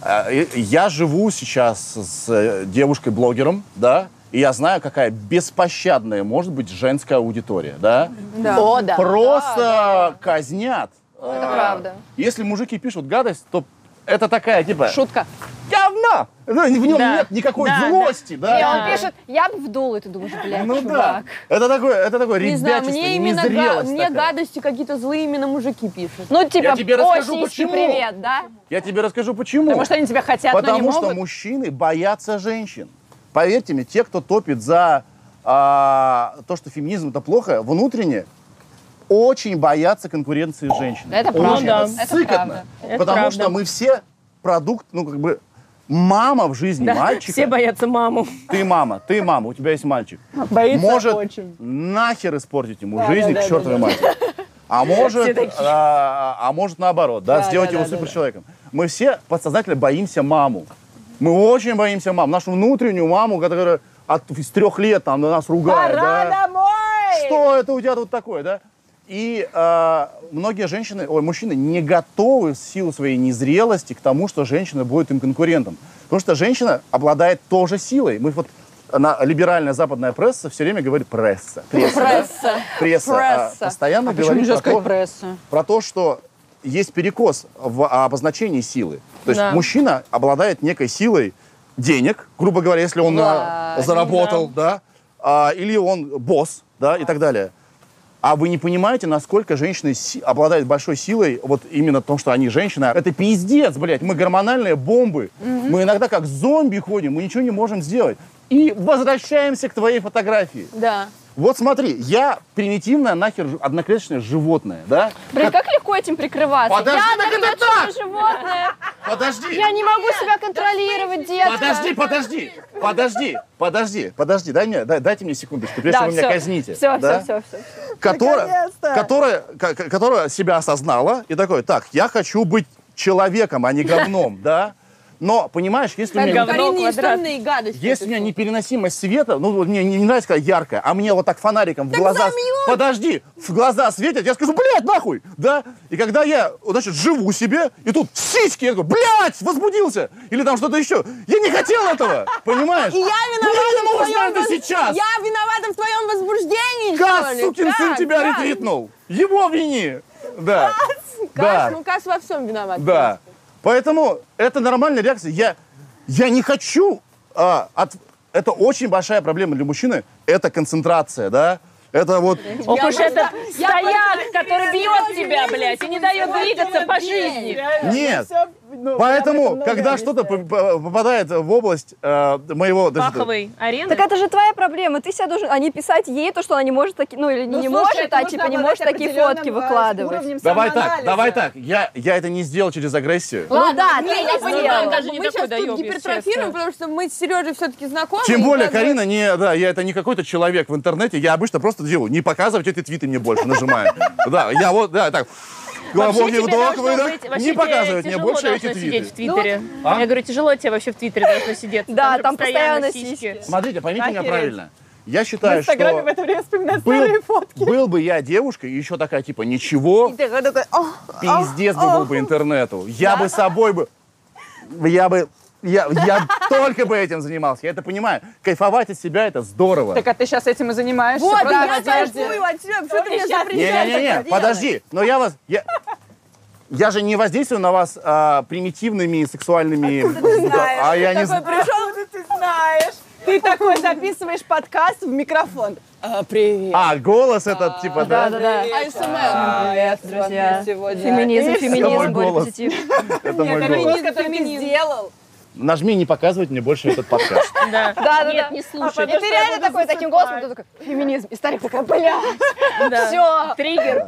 [SPEAKER 2] А, и- Я живу сейчас с э, девушкой-блогером, да, и я знаю, какая беспощадная может быть женская аудитория, да.
[SPEAKER 3] О, да.
[SPEAKER 2] Просто казнят. А,
[SPEAKER 1] Это правда.
[SPEAKER 2] Если мужики пишут гадость, то это такая, типа,
[SPEAKER 3] Шутка.
[SPEAKER 2] говна! Ну, В нем
[SPEAKER 4] Да.
[SPEAKER 2] нет никакой
[SPEAKER 4] Да, да.
[SPEAKER 2] злости, да.
[SPEAKER 1] И он пишет, я бы вдул, и ты думаешь, блядь,
[SPEAKER 2] Ну да.
[SPEAKER 1] чувак.
[SPEAKER 2] Это такое, это такое
[SPEAKER 5] Не знаю,
[SPEAKER 2] ребячество,
[SPEAKER 5] мне именно га-
[SPEAKER 2] незрелость
[SPEAKER 5] мне
[SPEAKER 2] такая.
[SPEAKER 5] гадости какие-то злые именно мужики пишут.
[SPEAKER 1] Ну, типа,
[SPEAKER 2] тебе
[SPEAKER 1] о,
[SPEAKER 2] расскажу,
[SPEAKER 1] сиськи,
[SPEAKER 2] почему.
[SPEAKER 1] привет, да?
[SPEAKER 2] Я тебе расскажу, почему.
[SPEAKER 3] Потому что они тебя хотят, но
[SPEAKER 2] Потому
[SPEAKER 3] не
[SPEAKER 2] что
[SPEAKER 3] могут.
[SPEAKER 2] мужчины боятся женщин. Поверьте мне, те, кто топит за а, то, что феминизм это плохо, внутренне очень боятся конкуренции женщин.
[SPEAKER 1] Это правда.
[SPEAKER 2] Очень.
[SPEAKER 4] Ну да.
[SPEAKER 1] Это
[SPEAKER 2] сыкотно.
[SPEAKER 1] правда.
[SPEAKER 4] Это
[SPEAKER 2] потому
[SPEAKER 4] правда.
[SPEAKER 2] что мы все продукт, ну как бы мама в жизни мальчика.
[SPEAKER 4] Все боятся маму.
[SPEAKER 2] Ты мама, ты мама, у тебя есть мальчик.
[SPEAKER 3] Боится
[SPEAKER 2] может
[SPEAKER 3] очень.
[SPEAKER 2] нахер испортить ему
[SPEAKER 3] Да,
[SPEAKER 2] жизнь
[SPEAKER 3] да,
[SPEAKER 2] к
[SPEAKER 3] да,
[SPEAKER 2] чертовой
[SPEAKER 3] да,
[SPEAKER 2] матери. А
[SPEAKER 4] Все
[SPEAKER 2] может,
[SPEAKER 4] такие.
[SPEAKER 2] а, а может наоборот, да,
[SPEAKER 3] Да,
[SPEAKER 2] сделать
[SPEAKER 3] да,
[SPEAKER 2] его
[SPEAKER 3] да, да,
[SPEAKER 2] суперчеловеком. Мы все подсознательно боимся маму. Мы очень боимся маму, нашу внутреннюю маму, которая от, с трех лет там на нас ругает.
[SPEAKER 3] Пора
[SPEAKER 2] да.
[SPEAKER 3] домой!
[SPEAKER 2] Что это у тебя тут такое, да? И а, многие женщины, ой, мужчины не готовы в силу своей незрелости к тому, что женщина будет им конкурентом. Потому что женщина обладает тоже силой. Мы вот она, либеральная западная пресса все время говорит пресса. Пресса. да?
[SPEAKER 3] Пресса.
[SPEAKER 2] Пресса, а,
[SPEAKER 3] Пресса.
[SPEAKER 2] постоянно
[SPEAKER 3] А почему
[SPEAKER 2] говорит
[SPEAKER 3] нельзя
[SPEAKER 2] про
[SPEAKER 3] сказать
[SPEAKER 2] то,
[SPEAKER 3] пресса?
[SPEAKER 2] про то, что есть перекос в обозначении силы. То есть
[SPEAKER 4] Да.
[SPEAKER 2] мужчина обладает некой силой денег, грубо говоря, если он
[SPEAKER 3] Да,
[SPEAKER 2] а, заработал, да, а, или он босс, да, и так далее. А вы не понимаете, насколько женщины си- обладают большой силой, вот именно в том, что они женщины. Это пиздец, блядь, мы гормональные бомбы. Мы иногда как зомби ходим, мы ничего не можем сделать. И возвращаемся к твоей фотографии.
[SPEAKER 5] Да.
[SPEAKER 2] Вот смотри, я примитивное нахер ж- одноклеточное животное, да?
[SPEAKER 1] Блин, как легко этим прикрываться.
[SPEAKER 2] Подожди,
[SPEAKER 1] А я,
[SPEAKER 2] так это
[SPEAKER 1] наверное,
[SPEAKER 2] так!
[SPEAKER 1] тоже животное.
[SPEAKER 2] Подожди!
[SPEAKER 1] Я не могу себя контролировать, детка.
[SPEAKER 2] Подожди, подожди, подожди, подожди, подожди, дай мне, дай- дайте мне секундочку, прежде чем вы меня казните.
[SPEAKER 1] Все,
[SPEAKER 2] да?
[SPEAKER 1] все, все, все.
[SPEAKER 2] Которая,
[SPEAKER 3] Наконец-то!
[SPEAKER 2] которая, ко- ко- которая себя осознала и такой, так, я хочу быть человеком, а не говном, да? Но, понимаешь, если у меня...
[SPEAKER 4] говно
[SPEAKER 5] Коренные
[SPEAKER 4] квадрат.
[SPEAKER 5] странные гадости.
[SPEAKER 2] Если у меня непереносимость света, ну, вот мне не, не нравится, когда ярко, а мне вот так фонариком в глаза...
[SPEAKER 5] замьють!
[SPEAKER 2] Подожди, в глаза светят, я скажу, блядь, нахуй, да? И когда я, вот, значит, живу себе, и тут сиськи, я говорю, блядь, возбудился! Или там что-то еще. Я не хотел этого, понимаешь? Ну,
[SPEAKER 5] И я
[SPEAKER 2] Мне нужно
[SPEAKER 5] виновата в твоем
[SPEAKER 2] это
[SPEAKER 5] воз-
[SPEAKER 2] сейчас!
[SPEAKER 5] Я виновата в твоем возбуждении, что
[SPEAKER 2] Кас,
[SPEAKER 5] ли?
[SPEAKER 2] сукин сын,
[SPEAKER 5] Как?
[SPEAKER 2] тебя
[SPEAKER 5] Как?
[SPEAKER 2] ретвитнул! Его вини! Да,
[SPEAKER 5] Кас,
[SPEAKER 2] да,
[SPEAKER 5] ну Кас во всем виноват.
[SPEAKER 2] да. Поэтому это нормальная реакция. Я, я не хочу... а, от- это очень большая проблема для мужчины. Это концентрация, да? Это вот...
[SPEAKER 4] Ох уж этот
[SPEAKER 5] я
[SPEAKER 4] стояк, который бьет
[SPEAKER 5] я
[SPEAKER 4] тебя,
[SPEAKER 5] не
[SPEAKER 4] блядь, и не дает двигаться по жизни.
[SPEAKER 3] Реально,
[SPEAKER 2] Нет.
[SPEAKER 3] всё, ну, я об
[SPEAKER 2] Поэтому,
[SPEAKER 3] этом
[SPEAKER 2] когда
[SPEAKER 3] много
[SPEAKER 2] что-то
[SPEAKER 3] мечтаю.
[SPEAKER 2] по- по- попадает в область э, моего... даже-
[SPEAKER 4] Паховой арены.
[SPEAKER 1] Так а это же твоя проблема. Ты себя должен, а не писать ей то, что она не может такие, ну или
[SPEAKER 3] Ну,
[SPEAKER 1] не
[SPEAKER 3] слушай,
[SPEAKER 1] может,
[SPEAKER 3] это
[SPEAKER 1] а
[SPEAKER 3] нужно
[SPEAKER 1] типа не
[SPEAKER 3] обладать
[SPEAKER 1] может такие
[SPEAKER 3] определенным,
[SPEAKER 1] фотки
[SPEAKER 3] э,
[SPEAKER 1] выкладывать.
[SPEAKER 3] уровнем
[SPEAKER 2] Давай так,
[SPEAKER 3] самоанализа.
[SPEAKER 2] давай так. Я, я это не сделал через агрессию.
[SPEAKER 4] Ну,
[SPEAKER 1] Ладно, Ну да, ты
[SPEAKER 5] я
[SPEAKER 1] не
[SPEAKER 5] понимаю,
[SPEAKER 1] сделала.
[SPEAKER 5] как
[SPEAKER 4] Даже
[SPEAKER 5] бы
[SPEAKER 4] не
[SPEAKER 5] мы
[SPEAKER 4] такой
[SPEAKER 5] сейчас
[SPEAKER 4] доёб,
[SPEAKER 5] тут
[SPEAKER 4] если
[SPEAKER 5] гипертрофируем,
[SPEAKER 4] честно.
[SPEAKER 5] потому что мы с Сережей все-таки знакомы.
[SPEAKER 2] Тем
[SPEAKER 5] и
[SPEAKER 2] более,
[SPEAKER 5] как бы-
[SPEAKER 2] Карина, не, да, я это не какой-то человек в интернете, я обычно просто делаю, не показывать эти твиты мне больше, нажимаю. Да, я вот, да, так, глубокий
[SPEAKER 4] тебе
[SPEAKER 2] вдох,
[SPEAKER 4] должно
[SPEAKER 2] выдох,
[SPEAKER 4] быть- вообще
[SPEAKER 2] не
[SPEAKER 4] тебе
[SPEAKER 2] показывать мне
[SPEAKER 4] тяжело
[SPEAKER 2] больше
[SPEAKER 4] должно
[SPEAKER 2] эти
[SPEAKER 4] сидеть в
[SPEAKER 2] твиты.
[SPEAKER 4] Твиттере. Я говорю, тяжело тебе вообще в Твиттере должно сидеть.
[SPEAKER 1] Да,
[SPEAKER 4] же
[SPEAKER 1] там постоянно сиськи.
[SPEAKER 2] Смотрите, поймите меня
[SPEAKER 3] Охереть.
[SPEAKER 2] правильно. Я
[SPEAKER 3] В
[SPEAKER 2] считаю,
[SPEAKER 3] Инстаграме в
[SPEAKER 2] что
[SPEAKER 3] это время вспоминаю
[SPEAKER 2] был,
[SPEAKER 3] старые фотки.
[SPEAKER 2] был бы я девушкой, и еще такая, типа, ничего,
[SPEAKER 5] И ты такой, «Ох,
[SPEAKER 2] пиздец бы был бы интернету. Я бы собой бы... Я бы... Я, я только бы этим занимался, я это понимаю. Кайфовать от себя это здорово.
[SPEAKER 3] Так а ты сейчас этим и занимаешься.
[SPEAKER 5] Вот,
[SPEAKER 3] правда, в
[SPEAKER 5] я
[SPEAKER 3] одежде.
[SPEAKER 5] кайфую от тебя, что ты мне
[SPEAKER 3] сейчас
[SPEAKER 5] запрещаешь
[SPEAKER 2] Не-не-не,
[SPEAKER 5] это делать?
[SPEAKER 2] подожди, но я вас... Я, я же не воздействую на вас а, примитивными сексуальными...
[SPEAKER 5] знаешь?
[SPEAKER 2] а я не
[SPEAKER 5] Такой
[SPEAKER 2] знаю.
[SPEAKER 5] пришел, ты
[SPEAKER 3] знаешь. Ты такой записываешь подкаст в микрофон. А, привет.
[SPEAKER 2] А, голос этот, типа, да?
[SPEAKER 1] Да-да-да.
[SPEAKER 5] АСМР.
[SPEAKER 3] привет,
[SPEAKER 1] друзья.
[SPEAKER 3] сегодня.
[SPEAKER 1] Феминизм,
[SPEAKER 2] мой
[SPEAKER 1] феминизм, более
[SPEAKER 2] голос.
[SPEAKER 1] позитив.
[SPEAKER 2] Это мой голос.
[SPEAKER 3] Феминизм, который ты сделал.
[SPEAKER 2] Нажми не показывать мне больше этот подкаст.
[SPEAKER 1] Да,
[SPEAKER 4] Да.
[SPEAKER 1] да,
[SPEAKER 4] Нет,
[SPEAKER 1] да.
[SPEAKER 4] не
[SPEAKER 1] И
[SPEAKER 4] слушай.
[SPEAKER 1] ты реально такой, таким голосом, ты такой, феминизм. И старик такой, бля,
[SPEAKER 4] Все. Триггер.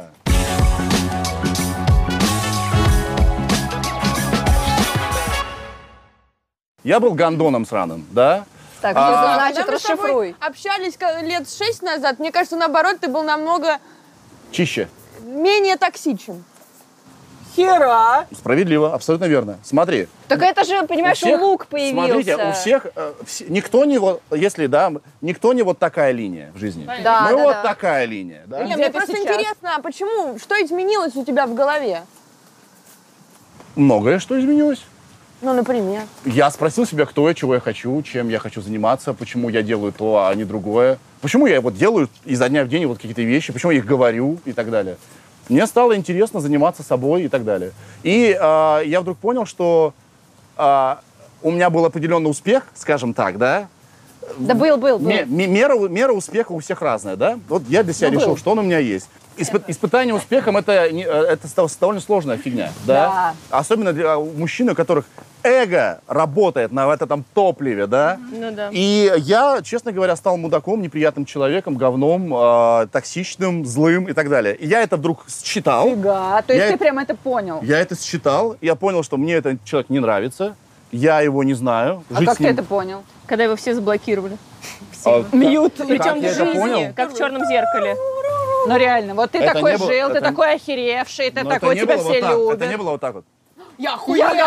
[SPEAKER 2] Я был гондоном сраным, да?
[SPEAKER 1] Так,
[SPEAKER 2] А.
[SPEAKER 1] что это
[SPEAKER 5] Когда
[SPEAKER 1] значит,
[SPEAKER 5] мы с тобой
[SPEAKER 1] расшифруй.
[SPEAKER 5] общались ка- лет шесть назад, мне кажется, наоборот, ты был намного
[SPEAKER 2] Чище.
[SPEAKER 5] менее токсичен.
[SPEAKER 3] Хера.
[SPEAKER 2] Справедливо, абсолютно верно. Смотри,
[SPEAKER 1] Так это же,
[SPEAKER 2] у
[SPEAKER 1] понимаешь,
[SPEAKER 2] всех-
[SPEAKER 1] лук появился.
[SPEAKER 2] Смотрите, у всех, э, все- никто не вот, если, да, никто не вот такая линия в жизни.
[SPEAKER 1] Да,
[SPEAKER 2] Мы
[SPEAKER 1] да,
[SPEAKER 2] вот
[SPEAKER 1] да.
[SPEAKER 2] такая линия, да?
[SPEAKER 5] Не,
[SPEAKER 3] Где
[SPEAKER 5] мне
[SPEAKER 3] ты
[SPEAKER 5] просто
[SPEAKER 3] сейчас?
[SPEAKER 5] интересно, а почему, что изменилось у тебя в голове?
[SPEAKER 2] Многое что изменилось.
[SPEAKER 5] Ну, например.
[SPEAKER 2] Я спросил себя, кто я, чего я хочу, чем я хочу заниматься, почему я делаю то, а не другое. Почему я вот делаю изо дня в день вот какие-то вещи, почему я их говорю и так далее. Мне стало интересно заниматься собой и так далее. И а, я вдруг понял, что а, у меня был определенный успех, скажем так, да,
[SPEAKER 1] Да был, был, был.
[SPEAKER 2] ме- ме- мера, у- мера успеха у всех разная, да? Вот я для себя
[SPEAKER 3] Ну,
[SPEAKER 2] решил, что он у меня есть. Испы- испытание успехом это, не- э, это став- довольно сложная фигня, да? Особенно для мужчин, у которых эго работает на вот этом топливе, да?
[SPEAKER 4] Ну да.
[SPEAKER 2] И я, честно говоря, стал мудаком, неприятным человеком, говном, э, токсичным, злым и так далее. И я это вдруг считал.
[SPEAKER 3] Фига. То есть
[SPEAKER 2] Я-
[SPEAKER 3] ты прям это понял.
[SPEAKER 2] Я это считал, я понял, что мне этот человек не нравится, я его не знаю.
[SPEAKER 3] А
[SPEAKER 2] жить
[SPEAKER 3] как
[SPEAKER 2] с
[SPEAKER 3] ты
[SPEAKER 2] ним-
[SPEAKER 3] это понял?
[SPEAKER 4] Когда его все заблокировали.
[SPEAKER 2] А,
[SPEAKER 3] Мьют.
[SPEAKER 4] Причем в
[SPEAKER 2] я это
[SPEAKER 4] жизни,
[SPEAKER 2] понял?
[SPEAKER 4] как в черном зеркале.
[SPEAKER 3] Ну реально, вот ты
[SPEAKER 2] Это
[SPEAKER 3] такой
[SPEAKER 2] не было-
[SPEAKER 3] жил, ты
[SPEAKER 2] это-
[SPEAKER 3] такой охеревший, ты
[SPEAKER 2] но
[SPEAKER 3] такой,
[SPEAKER 2] Ну, это не
[SPEAKER 3] тебя
[SPEAKER 2] было
[SPEAKER 3] все
[SPEAKER 2] вот так,
[SPEAKER 3] любят.
[SPEAKER 2] Это не было вот так вот.
[SPEAKER 3] Я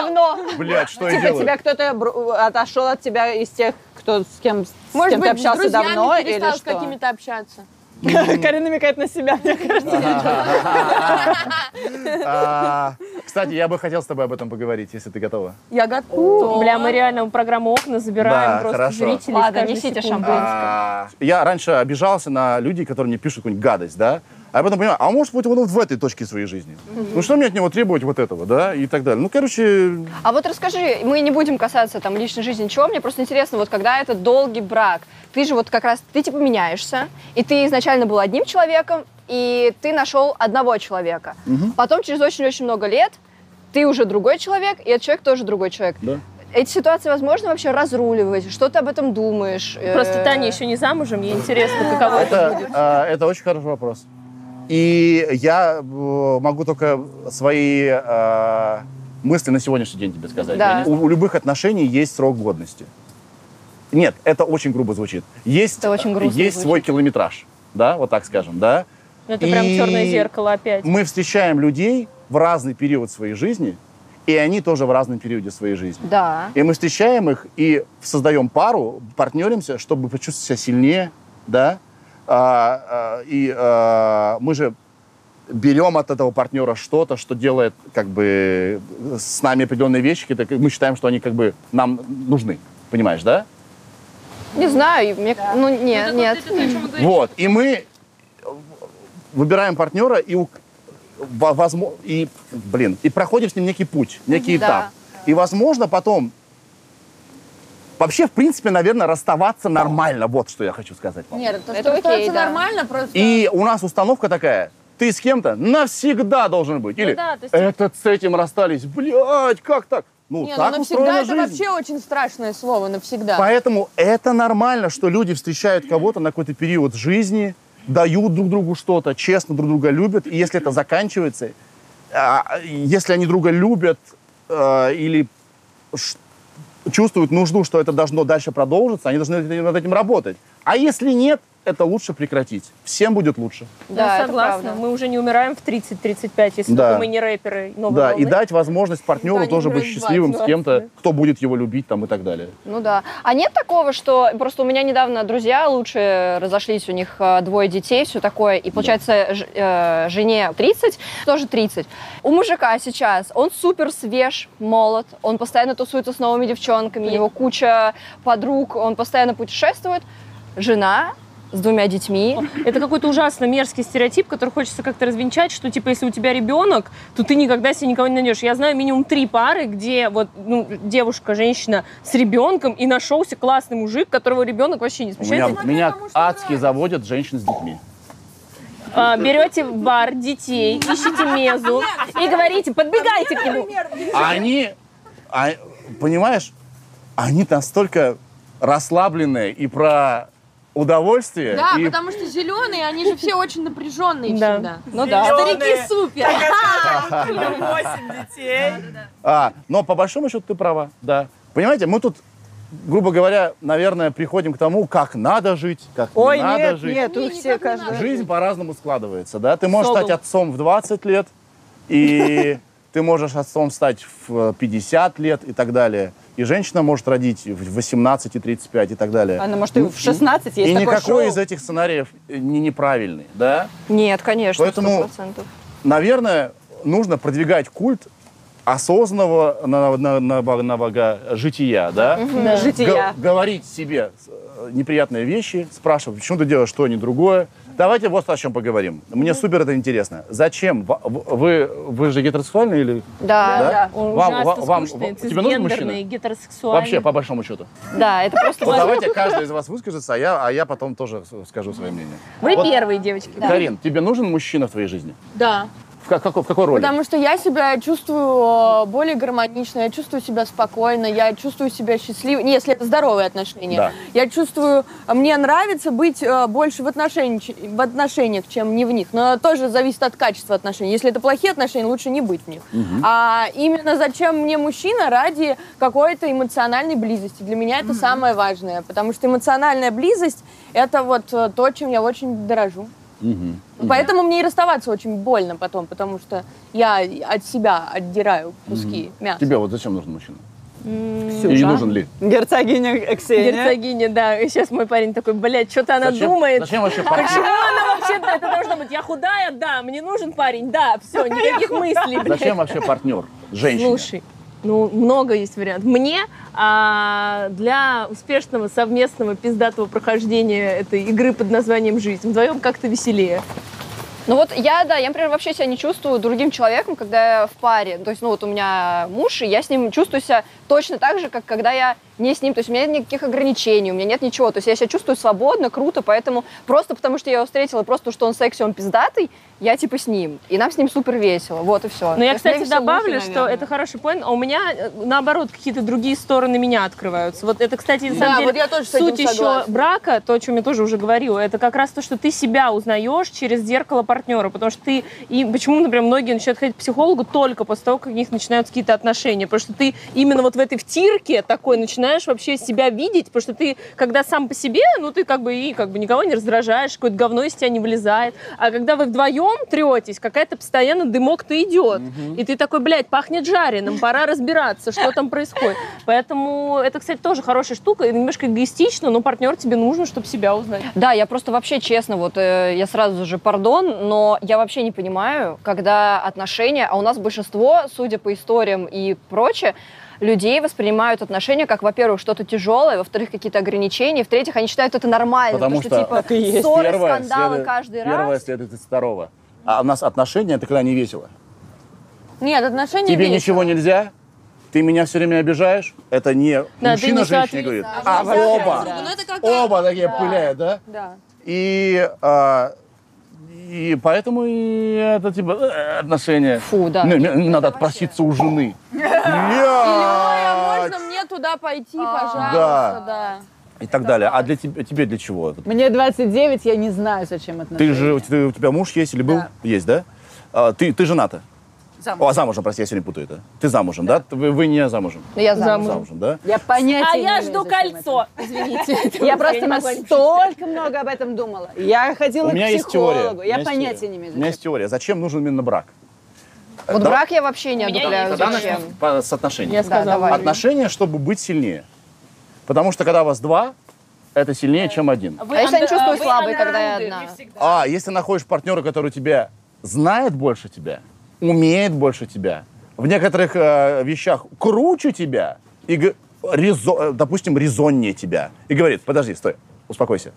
[SPEAKER 3] говно.
[SPEAKER 2] Блядь, что я
[SPEAKER 3] Типа
[SPEAKER 2] делаю?
[SPEAKER 3] тебя кто-то бру- отошел от тебя из тех, кто с кем, с
[SPEAKER 5] Может
[SPEAKER 3] кем ты
[SPEAKER 5] быть, с
[SPEAKER 3] общался
[SPEAKER 5] друзьями
[SPEAKER 3] давно или
[SPEAKER 5] перестал с
[SPEAKER 3] что?
[SPEAKER 5] какими-то общаться.
[SPEAKER 3] Карина намекает на себя, мне кажется.
[SPEAKER 2] А, Кстати, я бы хотел с тобой об этом поговорить, если ты готова.
[SPEAKER 5] Я готова.
[SPEAKER 4] Бля, мы реально программу «Окна» забираем
[SPEAKER 2] Да,
[SPEAKER 4] просто
[SPEAKER 2] хорошо.
[SPEAKER 4] зрителей.
[SPEAKER 1] Ладно,
[SPEAKER 4] с каждой
[SPEAKER 1] несите
[SPEAKER 4] секунды.
[SPEAKER 1] шампанское.
[SPEAKER 2] А, Я раньше обижался на людей, которые мне пишут какую-нибудь гадость, да? А я потом понимаю, а может быть, он вот в этой точке своей жизни. Ну что мне от него требовать вот этого, да, и так далее. Ну, короче,
[SPEAKER 1] А вот расскажи, мы не будем касаться там личной жизни ничего, мне просто интересно, вот когда это долгий брак, ты же вот как раз, ты типа меняешься, и ты изначально был одним человеком, и ты нашел одного человека. Потом через очень-очень много лет ты уже другой человек, и этот человек тоже другой человек.
[SPEAKER 2] Да.
[SPEAKER 1] Эти ситуации возможно вообще разруливать? Что ты об этом думаешь? Э,
[SPEAKER 4] Просто Таня еще не замужем, ей интересно, каково это
[SPEAKER 2] Это, а, это очень хороший вопрос. И я э, могу только свои э, мысли на сегодняшний день тебе сказать.
[SPEAKER 1] Да.
[SPEAKER 2] У, у любых отношений есть срок годности. Нет, это очень грубо звучит. Есть,
[SPEAKER 1] Это очень грустно Ну,
[SPEAKER 2] есть свой километраж, да, вот так скажем, да.
[SPEAKER 4] Ну, Это прям
[SPEAKER 2] И
[SPEAKER 4] черное зеркало опять.
[SPEAKER 2] Мы встречаем людей в разный период своей жизни, и они тоже в разном периоде своей жизни.
[SPEAKER 1] Да.
[SPEAKER 2] И мы встречаем их и создаем пару, партнеримся, чтобы почувствовать себя сильнее, да. А, а, и а, мы же берем от этого партнера что-то, что делает как бы с нами определенные вещи, какие-то, мы считаем, что они как бы нам нужны, понимаешь, да?
[SPEAKER 1] Не знаю, и мне- ну нет, нет.
[SPEAKER 2] Вот, и мы э, выбираем партнера и, у- во- возмо- и, блин, и проходим с ним некий путь, некий
[SPEAKER 1] Да.
[SPEAKER 2] этап. И, возможно, потом вообще, в принципе, наверное, расставаться нормально. Вот что я хочу сказать вам.
[SPEAKER 5] Нет, то,
[SPEAKER 1] Это
[SPEAKER 5] что
[SPEAKER 1] окей,
[SPEAKER 5] остается
[SPEAKER 1] да.
[SPEAKER 5] нормально, просто...
[SPEAKER 2] И у нас установка такая. Ты с кем-то навсегда должен быть. Или
[SPEAKER 4] да, то есть-
[SPEAKER 2] этот с этим расстались. Блядь, как так? Ну,
[SPEAKER 5] Не, ну
[SPEAKER 2] так устроена
[SPEAKER 5] навсегда это
[SPEAKER 2] жизнь.
[SPEAKER 5] вообще очень страшное слово, навсегда.
[SPEAKER 2] Поэтому это нормально, что люди встречают кого-то на какой-то период жизни, дают друг другу что-то, честно друг друга любят. И если это заканчивается, а, если они друга любят а, или ш- чувствуют нужду, что это должно дальше продолжиться, они должны над этим работать. А если нет, это лучше прекратить. Всем будет лучше.
[SPEAKER 1] Да,
[SPEAKER 4] я
[SPEAKER 1] это
[SPEAKER 4] Ну, согласна.
[SPEAKER 1] правда.
[SPEAKER 4] Мы уже не умираем в 30-35, если
[SPEAKER 2] Да.
[SPEAKER 4] только мы не рэперы новой
[SPEAKER 2] да, и
[SPEAKER 4] волны.
[SPEAKER 2] дать возможность партнеру
[SPEAKER 5] Да, не
[SPEAKER 2] тоже быть
[SPEAKER 5] врать,
[SPEAKER 2] счастливым
[SPEAKER 5] да.
[SPEAKER 2] с кем-то, кто будет его любить там и так далее.
[SPEAKER 1] Ну да. А нет такого, что просто у меня недавно друзья лучше разошлись, у них э, двое детей, все такое, и получается ж- э, жене 30, тоже 30. У мужика сейчас он супер свеж, молод, он постоянно тусуется с новыми девчонками, его куча подруг, он постоянно путешествует. Жена с двумя детьми.
[SPEAKER 4] Это какой-то ужасно мерзкий стереотип, который хочется как-то развенчать, что, типа, если у тебя ребенок, то ты никогда себе никого не найдешь. Я знаю минимум три пары, где вот ну, девушка, женщина с ребенком, и нашелся классный мужик, которого ребенок вообще не
[SPEAKER 2] У меня,
[SPEAKER 4] смущает.
[SPEAKER 2] меня адски заводят женщин с детьми.
[SPEAKER 4] А, берете в бар детей, ищите мезу и говорите, подбегайте к нему.
[SPEAKER 2] А они, а, понимаешь, они настолько расслабленные и про удовольствие.
[SPEAKER 5] Да,
[SPEAKER 2] и...
[SPEAKER 5] потому что зеленые, они же все очень напряженные
[SPEAKER 4] Да.
[SPEAKER 5] всегда.
[SPEAKER 1] Ну да.
[SPEAKER 5] Старики супер.
[SPEAKER 2] А, но по большому счету ты права, да. Понимаете, мы тут, грубо говоря, наверное, приходим к тому, как надо жить, как
[SPEAKER 3] Ой,
[SPEAKER 2] не надо
[SPEAKER 3] нет,
[SPEAKER 2] жить.
[SPEAKER 3] нет, у все каждый.
[SPEAKER 2] Жизнь по-разному складывается, да. Ты можешь
[SPEAKER 4] Согл.
[SPEAKER 2] стать отцом в 20 лет, и ты можешь отцом стать в э, 50 лет и так далее. И женщина может родить в 18 и 35 и так далее.
[SPEAKER 3] Она, может, и в 16 есть
[SPEAKER 2] И
[SPEAKER 3] такое
[SPEAKER 2] никакой
[SPEAKER 3] шоу.
[SPEAKER 2] из этих сценариев э, не неправильный, да?
[SPEAKER 1] Нет, конечно,
[SPEAKER 2] Поэтому-
[SPEAKER 1] 100%.
[SPEAKER 2] Наверное, нужно продвигать культ осознанного на, на, на, бо- на бога жития, да?
[SPEAKER 3] Да. Жития.
[SPEAKER 2] Г- говорить себе э, неприятные вещи, спрашивать, почему ты делаешь то, а не другое, Давайте вот о чем поговорим. Мне супер это интересно. Зачем? Ва- в- Вы, вы же гетеросексуальны или...
[SPEAKER 1] Да,
[SPEAKER 2] А, Да?
[SPEAKER 4] Он
[SPEAKER 2] Вам-
[SPEAKER 4] ужасно
[SPEAKER 2] ва- вам-
[SPEAKER 4] скучный,
[SPEAKER 2] ва- тебе нужен мужчина?
[SPEAKER 4] цисгендерный, гетеросексуальный.
[SPEAKER 2] Вообще, по большому счету.
[SPEAKER 1] да, это просто...
[SPEAKER 2] Вот
[SPEAKER 1] важно.
[SPEAKER 2] давайте каждый из вас выскажется, а я, а я потом тоже с- скажу свое мнение.
[SPEAKER 4] Вы
[SPEAKER 2] Вот,
[SPEAKER 4] первые, девочки.
[SPEAKER 2] Карин, тебе нужен мужчина в твоей жизни?
[SPEAKER 5] Да.
[SPEAKER 2] В, как- какой- в какой роли?
[SPEAKER 5] Потому что я себя чувствую э, более гармонично, я чувствую себя спокойно, я чувствую себя счастливой, не, если это здоровые отношения.
[SPEAKER 2] Да.
[SPEAKER 5] Я чувствую, мне нравится быть э, больше в, отношении, ч- в отношениях, чем не в них. Но тоже зависит от качества отношений. Если это плохие отношения, лучше не быть в них. А именно зачем мне мужчина ради какой-то эмоциональной близости? Для меня это самое важное, потому что эмоциональная близость это вот э, то, чем я очень дорожу.
[SPEAKER 2] Мгм.
[SPEAKER 5] Поэтому мне и расставаться очень больно потом, потому что я от себя
[SPEAKER 4] А
[SPEAKER 5] отдираю куски мяса.
[SPEAKER 2] Тебе вот зачем нужен мужчина? И нужен ли?
[SPEAKER 3] Герцогиня Ксения.
[SPEAKER 4] Герцогиня, да. И сейчас мой парень такой, блядь, что-то она
[SPEAKER 2] зачем,
[SPEAKER 4] думает.
[SPEAKER 2] Зачем вообще пар-
[SPEAKER 4] Почему Ну, она вообще, да, это должно быть, я худая, да, мне нужен парень, да, все, никаких мыслей, блядь.
[SPEAKER 2] Зачем вообще партнер? Женщине?
[SPEAKER 4] Слушай, ну, много есть вариантов. Мне а, для успешного совместного пиздатого прохождения этой игры под названием «Жизнь» вдвоем как-то веселее.
[SPEAKER 1] Ну вот я, да, я, например, вообще себя не чувствую другим человеком, когда я в паре. То есть, ну вот у меня муж, и я с ним чувствую себя точно так же, как когда я не с ним. То есть у меня нет никаких ограничений, у меня нет ничего. То есть я себя чувствую свободно, круто, поэтому просто потому, что я его встретила, и просто что он секси, он пиздатый, я типа с ним. И нам с ним супер весело. Вот и все.
[SPEAKER 4] Но Ну, я, кстати, добавлю, что это хороший поинт, а у меня, э, наоборот, какие-то другие стороны меня открываются. Вот это, кстати, на самом
[SPEAKER 5] Да,
[SPEAKER 4] деле,
[SPEAKER 5] вот я тоже с этим
[SPEAKER 4] суть еще
[SPEAKER 5] согласна.
[SPEAKER 4] брака, то, о чем я тоже уже говорила, это как раз то, что ты себя узнаешь через зеркало партнера, потому что ты, и почему, например, многие начинают ходить к психологу только после того, как у них начинаются какие-то отношения, потому что ты именно вот в этой втирке такой начинаешь вообще себя видеть, потому что ты, когда сам по себе, ну, ты как бы и как бы никого не раздражаешь, какое-то говно из тебя не вылезает, а когда вы вдвоем третесь, какая-то постоянно дымок-то идет, и ты такой, блядь, пахнет жареным, пора разбираться, что там происходит. Поэтому это, кстати, тоже хорошая штука, и немножко эгоистично, но партнер тебе нужен, чтобы себя узнать.
[SPEAKER 1] Да, я просто вообще честно, вот э, я сразу же, пардон, но я вообще не понимаю, когда отношения, а у нас большинство, судя по историям и прочее, людей воспринимают отношения как, во-первых, что-то тяжелое, во-вторых, какие-то ограничения, в-третьих, они считают это нормально,
[SPEAKER 2] Потому что
[SPEAKER 1] типа ссоры, скандалы
[SPEAKER 2] следует-
[SPEAKER 1] каждый
[SPEAKER 2] первое
[SPEAKER 1] раз.
[SPEAKER 2] следует из второго. А у нас отношения, это когда не весело.
[SPEAKER 5] Нет, отношения
[SPEAKER 2] Тебе
[SPEAKER 5] весело.
[SPEAKER 2] ничего нельзя, ты меня все время обижаешь. Это не
[SPEAKER 4] Да,
[SPEAKER 2] мужчина
[SPEAKER 4] ты не
[SPEAKER 2] женщине говорит, а
[SPEAKER 5] соответствуешь.
[SPEAKER 2] оба.
[SPEAKER 5] Да. Ну, это как-
[SPEAKER 2] Оба такие пыляют, да?
[SPEAKER 5] Да.
[SPEAKER 2] И, а, и поэтому и это типа э, отношения.
[SPEAKER 1] Фу, да.
[SPEAKER 2] Ну, мне надо отпроситься у жены.
[SPEAKER 5] Илья,
[SPEAKER 2] Блядь!
[SPEAKER 5] можно а ну, мне туда пойти,
[SPEAKER 2] Да.
[SPEAKER 5] пожалуйста, да.
[SPEAKER 2] И так далее. А для тебя, тебе для чего? это?
[SPEAKER 3] Мне 29, я не знаю, зачем отношения.
[SPEAKER 2] Ты же, у тебя- у тебя муж есть или был?
[SPEAKER 3] Да.
[SPEAKER 2] Есть, да? А, ты, ты жената? О, а замужем, прости, я сегодня путаю это. Ты замужем, да? Вы, вы не замужем.
[SPEAKER 1] Ну, я замужем.
[SPEAKER 2] Замужем, да?
[SPEAKER 3] Я понятия
[SPEAKER 4] А
[SPEAKER 3] не
[SPEAKER 4] я
[SPEAKER 3] имею,
[SPEAKER 4] жду
[SPEAKER 3] зачем
[SPEAKER 4] кольцо. Извините.
[SPEAKER 3] это. Я просто
[SPEAKER 4] не могла не
[SPEAKER 3] настолько много об этом думала. Я ходила
[SPEAKER 2] У меня
[SPEAKER 3] к
[SPEAKER 2] есть теория.
[SPEAKER 3] психологу.
[SPEAKER 2] У меня
[SPEAKER 3] Я
[SPEAKER 2] есть
[SPEAKER 3] понятия
[SPEAKER 2] теория.
[SPEAKER 3] не имею.
[SPEAKER 2] У меня есть
[SPEAKER 3] зачем.
[SPEAKER 2] теория. Зачем нужен именно брак?
[SPEAKER 1] Вот
[SPEAKER 2] Да.
[SPEAKER 1] брак я вообще не
[SPEAKER 4] меня
[SPEAKER 1] одобряю.
[SPEAKER 4] есть.
[SPEAKER 2] Тогда
[SPEAKER 1] Зачем? А
[SPEAKER 2] начнем по- с отношений.
[SPEAKER 4] Я сказала.
[SPEAKER 1] давай.
[SPEAKER 2] Отношения, чтобы быть сильнее. Потому что когда вас два, это сильнее, чем один.
[SPEAKER 1] А если я не чувствую слабой, когда я одна?
[SPEAKER 2] А если находишь партнера, который тебя знает больше тебя, умеет больше тебя, в некоторых э, вещах круче тебя, и, г- резо- э, допустим, резоннее тебя, и говорит, подожди, стой, успокойся.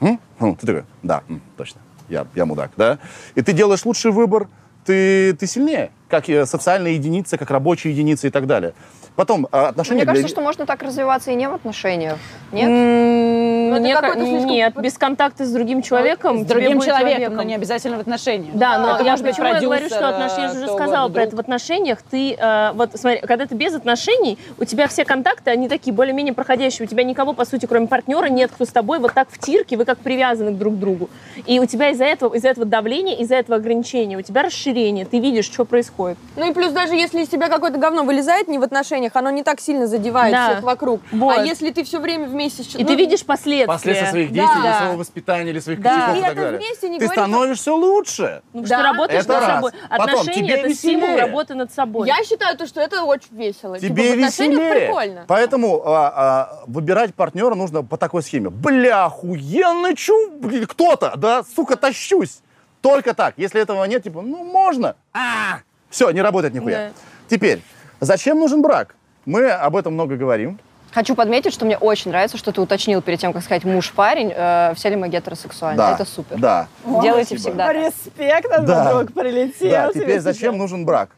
[SPEAKER 2] М? Хм, Ты такой, да, м, точно, я, я мудак, да? И ты делаешь лучший выбор, ты, ты сильнее, как э, социальная единица, как рабочая единица и так далее. Потом э,
[SPEAKER 1] Ну,
[SPEAKER 2] отношения...
[SPEAKER 1] Мне
[SPEAKER 2] для-
[SPEAKER 1] кажется, что можно так развиваться и не в отношениях. Нет?
[SPEAKER 4] М,
[SPEAKER 5] Ну, это
[SPEAKER 4] мне
[SPEAKER 5] какой-то
[SPEAKER 4] ка-
[SPEAKER 5] слишком-
[SPEAKER 4] Нет, без контакта с другим человеком.
[SPEAKER 3] С другим
[SPEAKER 4] тебе будет
[SPEAKER 3] человеком, но не обязательно в отношениях.
[SPEAKER 4] Да, но
[SPEAKER 3] Это
[SPEAKER 4] я
[SPEAKER 3] может быть
[SPEAKER 4] почему я говорю,
[SPEAKER 3] продюсер,
[SPEAKER 4] что отношения, я
[SPEAKER 3] э,
[SPEAKER 4] же уже
[SPEAKER 3] кто
[SPEAKER 4] сказала
[SPEAKER 3] угодно,
[SPEAKER 4] про
[SPEAKER 3] друг.
[SPEAKER 4] это, в отношениях ты, э, вот смотри, когда ты без отношений, у тебя все контакты, они такие более-менее проходящие, у тебя никого, по сути, кроме партнера нет, кто с тобой вот так в тирке, вы как привязаны друг к другу. И у тебя из-за этого, из-за этого давления, из-за этого ограничения, у тебя расширение, ты видишь, что происходит.
[SPEAKER 5] Ну и плюс даже если из тебя какое-то говно вылезает не в отношениях, оно не так сильно задевает
[SPEAKER 4] Да.
[SPEAKER 5] всех вокруг.
[SPEAKER 4] Вот.
[SPEAKER 5] А если ты все время вместе с ну,
[SPEAKER 4] И
[SPEAKER 5] человеком...
[SPEAKER 4] ты видишь последствия.
[SPEAKER 2] Последствия своих действий,
[SPEAKER 5] Да.
[SPEAKER 2] или своего воспитания, или своих
[SPEAKER 4] Да.
[SPEAKER 2] косяков
[SPEAKER 5] И
[SPEAKER 2] и так
[SPEAKER 5] это
[SPEAKER 2] далее.
[SPEAKER 5] вместе не
[SPEAKER 2] Ты
[SPEAKER 5] говорит о-
[SPEAKER 2] становишься лучше.
[SPEAKER 4] Ну,
[SPEAKER 5] Да.
[SPEAKER 4] Ты работаешь
[SPEAKER 2] Это
[SPEAKER 4] над
[SPEAKER 2] раз.
[SPEAKER 4] собой.
[SPEAKER 2] Потом
[SPEAKER 4] Отношения
[SPEAKER 2] тебе
[SPEAKER 4] это
[SPEAKER 2] веселее.
[SPEAKER 4] стимул работы над собой.
[SPEAKER 5] Я считаю, то, что это очень весело. Типа,
[SPEAKER 2] Тебе
[SPEAKER 5] в отношениях
[SPEAKER 2] веселее.
[SPEAKER 5] прикольно.
[SPEAKER 2] Поэтому а, а, выбирать партнера нужно по такой схеме. Бля, охуенно чу, блин, кто-то, да, сука, тащусь. Только так. Если этого нет, типа, ну, можно. А, все, не работает нихуя.
[SPEAKER 4] Да.
[SPEAKER 2] Теперь, зачем нужен брак? Мы об этом много говорим.
[SPEAKER 1] Хочу подметить, что мне очень нравится, что ты уточнил перед тем, как сказать муж-парень, э, все ли мы гетеросексуальны.
[SPEAKER 2] Да.
[SPEAKER 1] Это супер.
[SPEAKER 2] Да.
[SPEAKER 1] Делайте
[SPEAKER 2] Спасибо.
[SPEAKER 1] всегда. так.
[SPEAKER 3] Респект, от
[SPEAKER 2] Да.
[SPEAKER 3] друг прилетел.
[SPEAKER 2] Да,
[SPEAKER 3] тебе
[SPEAKER 2] теперь зачем
[SPEAKER 3] сейчас.
[SPEAKER 2] нужен брак?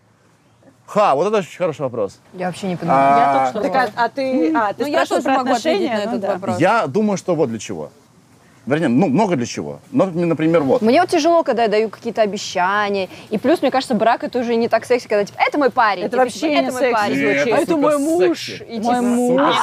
[SPEAKER 2] Ха, вот это очень хороший вопрос.
[SPEAKER 1] Я вообще не понимаю.
[SPEAKER 2] А,
[SPEAKER 4] только что
[SPEAKER 3] Так, а, а ты, а, ты
[SPEAKER 5] Ну, я
[SPEAKER 3] спрашивала
[SPEAKER 5] тоже
[SPEAKER 3] про
[SPEAKER 5] могу
[SPEAKER 3] отношения?
[SPEAKER 5] ответить на
[SPEAKER 3] Ну
[SPEAKER 5] этот
[SPEAKER 3] да.
[SPEAKER 5] вопрос.
[SPEAKER 2] Я думаю, что вот для чего. Вернее, ну, много для чего. Ну, например, вот.
[SPEAKER 1] Мне вот тяжело, когда я даю какие-то обещания. И плюс, мне кажется, брак это уже не так секси, когда типа, это мой парень.
[SPEAKER 3] Это
[SPEAKER 1] И ты,
[SPEAKER 3] вообще
[SPEAKER 1] типа,
[SPEAKER 3] не
[SPEAKER 1] это мой
[SPEAKER 3] секси.
[SPEAKER 1] парень.
[SPEAKER 2] Нет,
[SPEAKER 1] Звучит.
[SPEAKER 2] это
[SPEAKER 1] А это мой муж.
[SPEAKER 2] суперсекси.
[SPEAKER 1] И,
[SPEAKER 3] Мой
[SPEAKER 1] типа,
[SPEAKER 3] муж.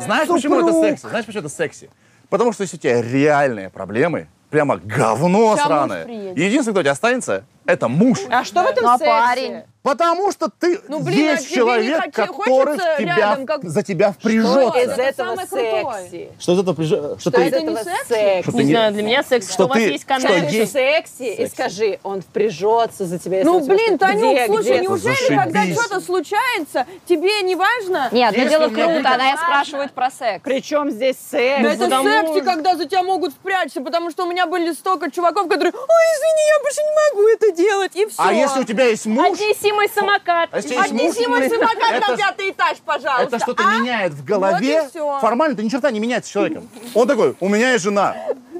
[SPEAKER 2] Знаешь, почему это секси? Знаешь, почему это секси? Потому что если у тебя реальные проблемы, прямо говно
[SPEAKER 5] Ща муж
[SPEAKER 2] сраное.
[SPEAKER 5] приедет.
[SPEAKER 2] Единственное, кто у тебя останется, это муж.
[SPEAKER 3] А что в этом
[SPEAKER 1] Ну, а
[SPEAKER 3] сексе?
[SPEAKER 1] парень?
[SPEAKER 2] Потому что ты
[SPEAKER 5] Ну, блин, а
[SPEAKER 2] есть
[SPEAKER 5] тебе не
[SPEAKER 2] человек,
[SPEAKER 5] хоти-
[SPEAKER 2] который в
[SPEAKER 5] хочется
[SPEAKER 2] тебя,
[SPEAKER 5] рядом, как-
[SPEAKER 2] за тебя
[SPEAKER 3] Что
[SPEAKER 2] впряжется.
[SPEAKER 3] из
[SPEAKER 5] Это
[SPEAKER 3] этого
[SPEAKER 5] самое крутое.
[SPEAKER 3] секси?
[SPEAKER 2] Что из этого прижи- Что
[SPEAKER 3] Что из
[SPEAKER 2] ты...
[SPEAKER 3] этого
[SPEAKER 5] секси?
[SPEAKER 3] секси?
[SPEAKER 2] Что
[SPEAKER 4] Не
[SPEAKER 2] ты-
[SPEAKER 4] знаю, для меня секс, что у вас
[SPEAKER 2] ты-
[SPEAKER 4] есть
[SPEAKER 2] что
[SPEAKER 4] канал.
[SPEAKER 3] Что
[SPEAKER 2] есть-
[SPEAKER 3] секси, и скажи, он впряжется за тебя. если
[SPEAKER 5] Ну,
[SPEAKER 3] у тебя
[SPEAKER 5] блин,
[SPEAKER 3] что-то-
[SPEAKER 5] Танюк,
[SPEAKER 3] Где,
[SPEAKER 5] слушай,
[SPEAKER 3] где?
[SPEAKER 5] неужели, когда
[SPEAKER 2] Зашибись.
[SPEAKER 5] что-то случается, тебе не важно?
[SPEAKER 1] Нет, одно
[SPEAKER 2] Если
[SPEAKER 1] дело
[SPEAKER 2] у меня
[SPEAKER 1] круто,
[SPEAKER 2] будет
[SPEAKER 1] она спрашивает про секс.
[SPEAKER 3] Причем здесь Ну, секс?
[SPEAKER 5] Да это
[SPEAKER 4] потому-
[SPEAKER 5] секси, когда за тебя могут впрячься, потому что у меня были столько чуваков, которые, ой, извини, я больше не могу это делать, и все.
[SPEAKER 2] А если у тебя есть муж,
[SPEAKER 4] Отнесимый самокат.
[SPEAKER 2] а если есть муж,
[SPEAKER 5] Отнеси мой
[SPEAKER 2] это-
[SPEAKER 5] самокат на
[SPEAKER 2] это-
[SPEAKER 5] пятый этаж, пожалуйста.
[SPEAKER 2] Это что-то
[SPEAKER 5] А?
[SPEAKER 2] меняет в голове.
[SPEAKER 5] Вот и всё.
[SPEAKER 2] Формально ты ни черта не меняется с человеком. Он такой, у меня есть жена.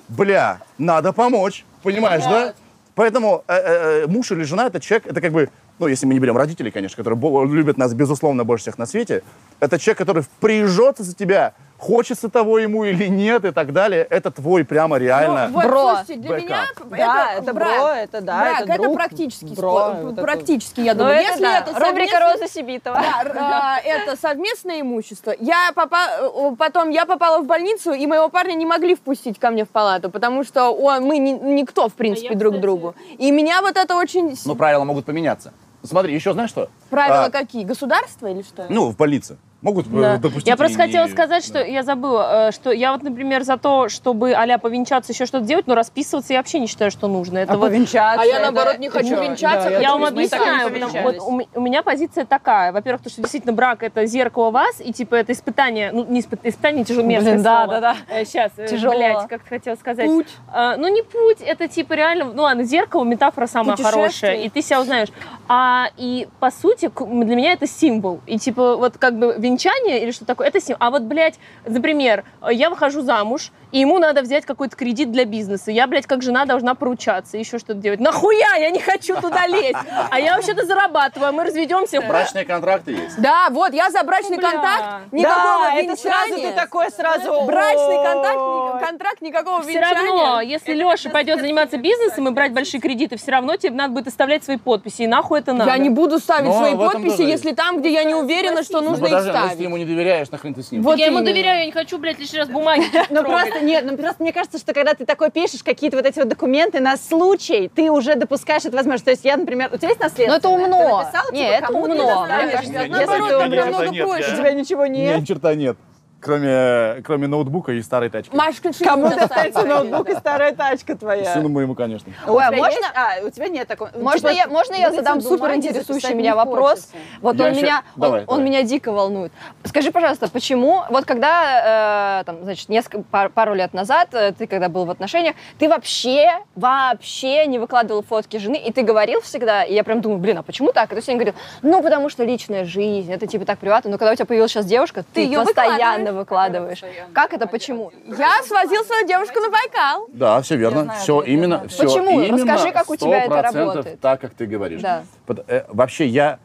[SPEAKER 2] Бля, надо помочь. Понимаешь, да? Поэтому э, э, э, муж или жена это человек, это как бы, ну, если мы не берем родителей, конечно, которые бо- любят нас, безусловно, больше всех на свете, это человек, который впряжется за тебя, хочется того ему или нет и так далее. Это твой прямо
[SPEAKER 4] Ну,
[SPEAKER 2] реально.
[SPEAKER 5] Вот,
[SPEAKER 1] Бро.
[SPEAKER 5] слушайте, для
[SPEAKER 2] Бэкап.
[SPEAKER 5] меня это,
[SPEAKER 3] Да, это бро,
[SPEAKER 5] брак.
[SPEAKER 3] это да,
[SPEAKER 5] Брак,
[SPEAKER 3] это
[SPEAKER 5] это,
[SPEAKER 3] друг,
[SPEAKER 5] практический
[SPEAKER 3] бро,
[SPEAKER 5] спо-
[SPEAKER 3] вот это
[SPEAKER 5] практически, я
[SPEAKER 1] Ну,
[SPEAKER 5] думаю.
[SPEAKER 1] это
[SPEAKER 5] Если
[SPEAKER 1] да.
[SPEAKER 5] это
[SPEAKER 1] Рубрика
[SPEAKER 5] совместный-
[SPEAKER 1] Роза Сибитова.
[SPEAKER 5] Да, э, это совместное имущество. Я попала, потом я попала в больницу, и моего парня не могли впустить ко мне в палату, потому что он, мы ни- никто, в принципе, друг другу. И меня вот это очень... с-
[SPEAKER 2] Но правила могут поменяться. Смотри, еще знаешь что?
[SPEAKER 5] Правила
[SPEAKER 2] А,
[SPEAKER 5] какие? Государство или что?
[SPEAKER 2] Ну, в больнице. Могут э,
[SPEAKER 4] Да.
[SPEAKER 2] допустить.
[SPEAKER 4] Я просто
[SPEAKER 2] и не-
[SPEAKER 4] хотела сказать,
[SPEAKER 2] Да.
[SPEAKER 4] что я забыла, э, что я вот, например, за то, чтобы а-ля повенчаться, еще что-то делать, но расписываться я вообще не считаю, что нужно. Это
[SPEAKER 3] А
[SPEAKER 4] вот
[SPEAKER 3] повенчаться?
[SPEAKER 5] А я,
[SPEAKER 3] это-
[SPEAKER 5] наоборот, не
[SPEAKER 3] а ты
[SPEAKER 5] хочу
[SPEAKER 3] чё?
[SPEAKER 5] венчаться,
[SPEAKER 3] Да,
[SPEAKER 5] хочу
[SPEAKER 4] Я
[SPEAKER 5] Это
[SPEAKER 4] вам
[SPEAKER 5] мы с таким
[SPEAKER 4] объясняю, потому- вот у, м- у меня позиция такая. Во-первых, то, что действительно брак это зеркало вас, и типа это испытание, ну не испы- испытание тяжелое
[SPEAKER 1] Блин, да, да,
[SPEAKER 4] Сейчас,
[SPEAKER 1] Тяжело.
[SPEAKER 4] Э, блядь, как ты хотела сказать.
[SPEAKER 5] Путь.
[SPEAKER 4] А, ну не путь, это типа реально, ну ладно, зеркало метафора самая
[SPEAKER 5] Путешествие.
[SPEAKER 4] хорошая, и ты себя узнаешь. А и по сути к- для меня это символ, и типа вот как бы венчание или что такое, это символ. А вот блядь, например, я выхожу замуж, и ему надо взять какой-то кредит для бизнеса. Я, блядь, как жена должна поручаться, еще что-то делать. Нахуя? Я не хочу туда лезть. А я вообще-то зарабатываю, а мы разведемся.
[SPEAKER 2] Брачные контракты есть.
[SPEAKER 5] Да, вот, я за брачный
[SPEAKER 4] Бля.
[SPEAKER 5] контракт, никакого
[SPEAKER 3] Да, это сразу
[SPEAKER 5] венчания.
[SPEAKER 3] ты такой сразу...
[SPEAKER 5] Брачный
[SPEAKER 3] «Ой».
[SPEAKER 5] контракт, ни- контракт, никакого
[SPEAKER 4] Все
[SPEAKER 5] венчания.
[SPEAKER 4] равно, если Леша пойдет заниматься бизнесом и брать большие кредиты, все равно тебе надо будет оставлять свои подписи. И нахуй это надо?
[SPEAKER 5] Я не буду ставить
[SPEAKER 2] Но
[SPEAKER 5] свои
[SPEAKER 2] в этом
[SPEAKER 5] подписи,
[SPEAKER 2] тоже есть.
[SPEAKER 5] если там, где я не уверена, что
[SPEAKER 2] Ну,
[SPEAKER 5] нужно их
[SPEAKER 2] подожди, ну, если ты
[SPEAKER 5] ставить.
[SPEAKER 2] ему не доверяешь, нахрен ты с ним?
[SPEAKER 5] Вот
[SPEAKER 4] я ему
[SPEAKER 5] именно.
[SPEAKER 4] доверяю, я не хочу, блядь, лишний раз бумаги
[SPEAKER 3] Ну
[SPEAKER 4] трогать.
[SPEAKER 3] просто нет, ну просто мне кажется, что когда ты такой пишешь какие-то вот эти вот документы на случай, ты уже допускаешь эту возможность. То есть я, например, у тебя есть наследство?
[SPEAKER 1] Но Ну, это умно.
[SPEAKER 3] Ты написал,
[SPEAKER 1] Не,
[SPEAKER 3] типа,
[SPEAKER 1] это
[SPEAKER 3] кому ты
[SPEAKER 1] умно.
[SPEAKER 3] доставишь?
[SPEAKER 1] Мне кажется,
[SPEAKER 3] Если
[SPEAKER 5] наоборот,
[SPEAKER 3] ты
[SPEAKER 5] это
[SPEAKER 3] умрёшь,
[SPEAKER 5] намного
[SPEAKER 3] у
[SPEAKER 5] проще.
[SPEAKER 3] тебя ничего нет.
[SPEAKER 2] черта нет. Кроме, кроме ноутбука и старой тачки.
[SPEAKER 5] Машка, шире
[SPEAKER 3] Кому
[SPEAKER 5] доставь,
[SPEAKER 3] достанется
[SPEAKER 5] парень.
[SPEAKER 3] ноутбук и старая тачка твоя?
[SPEAKER 2] моему, конечно.
[SPEAKER 3] А у
[SPEAKER 1] Ой, а
[SPEAKER 3] тебя
[SPEAKER 1] можно-
[SPEAKER 3] есть? А, у тебя нет такого.
[SPEAKER 1] Можно
[SPEAKER 3] Типа,
[SPEAKER 1] я, можно я
[SPEAKER 3] вот эти
[SPEAKER 1] задам
[SPEAKER 3] бумаги
[SPEAKER 1] супер интересующий
[SPEAKER 3] записать
[SPEAKER 1] меня
[SPEAKER 3] не
[SPEAKER 1] вопрос?
[SPEAKER 3] хочется.
[SPEAKER 1] Вот
[SPEAKER 2] Я
[SPEAKER 1] он,
[SPEAKER 2] щас-
[SPEAKER 1] меня, он-
[SPEAKER 2] давай,
[SPEAKER 1] он,
[SPEAKER 2] давай.
[SPEAKER 1] меня дико волнует. Скажи, пожалуйста, почему, вот когда, э, там, значит, несколько, пар- пару лет назад, э, ты когда был в отношениях, ты вообще, вообще не выкладывал фотки жены, и ты говорил всегда, и я прям думаю, блин, а почему так? И ты всегда говорил, ну, потому что личная жизнь, это типа так приватно, но когда у тебя появилась сейчас девушка, ты,
[SPEAKER 5] её
[SPEAKER 1] постоянно выкладываешь. Как это, почему?
[SPEAKER 5] Я свозил свою девушку на Байкал.
[SPEAKER 2] Да, все верно. все именно. Все
[SPEAKER 1] Почему? Расскажи, как у тебя это работает.
[SPEAKER 2] так, как ты говоришь.
[SPEAKER 1] Да.
[SPEAKER 2] Пот- э, Вообще, я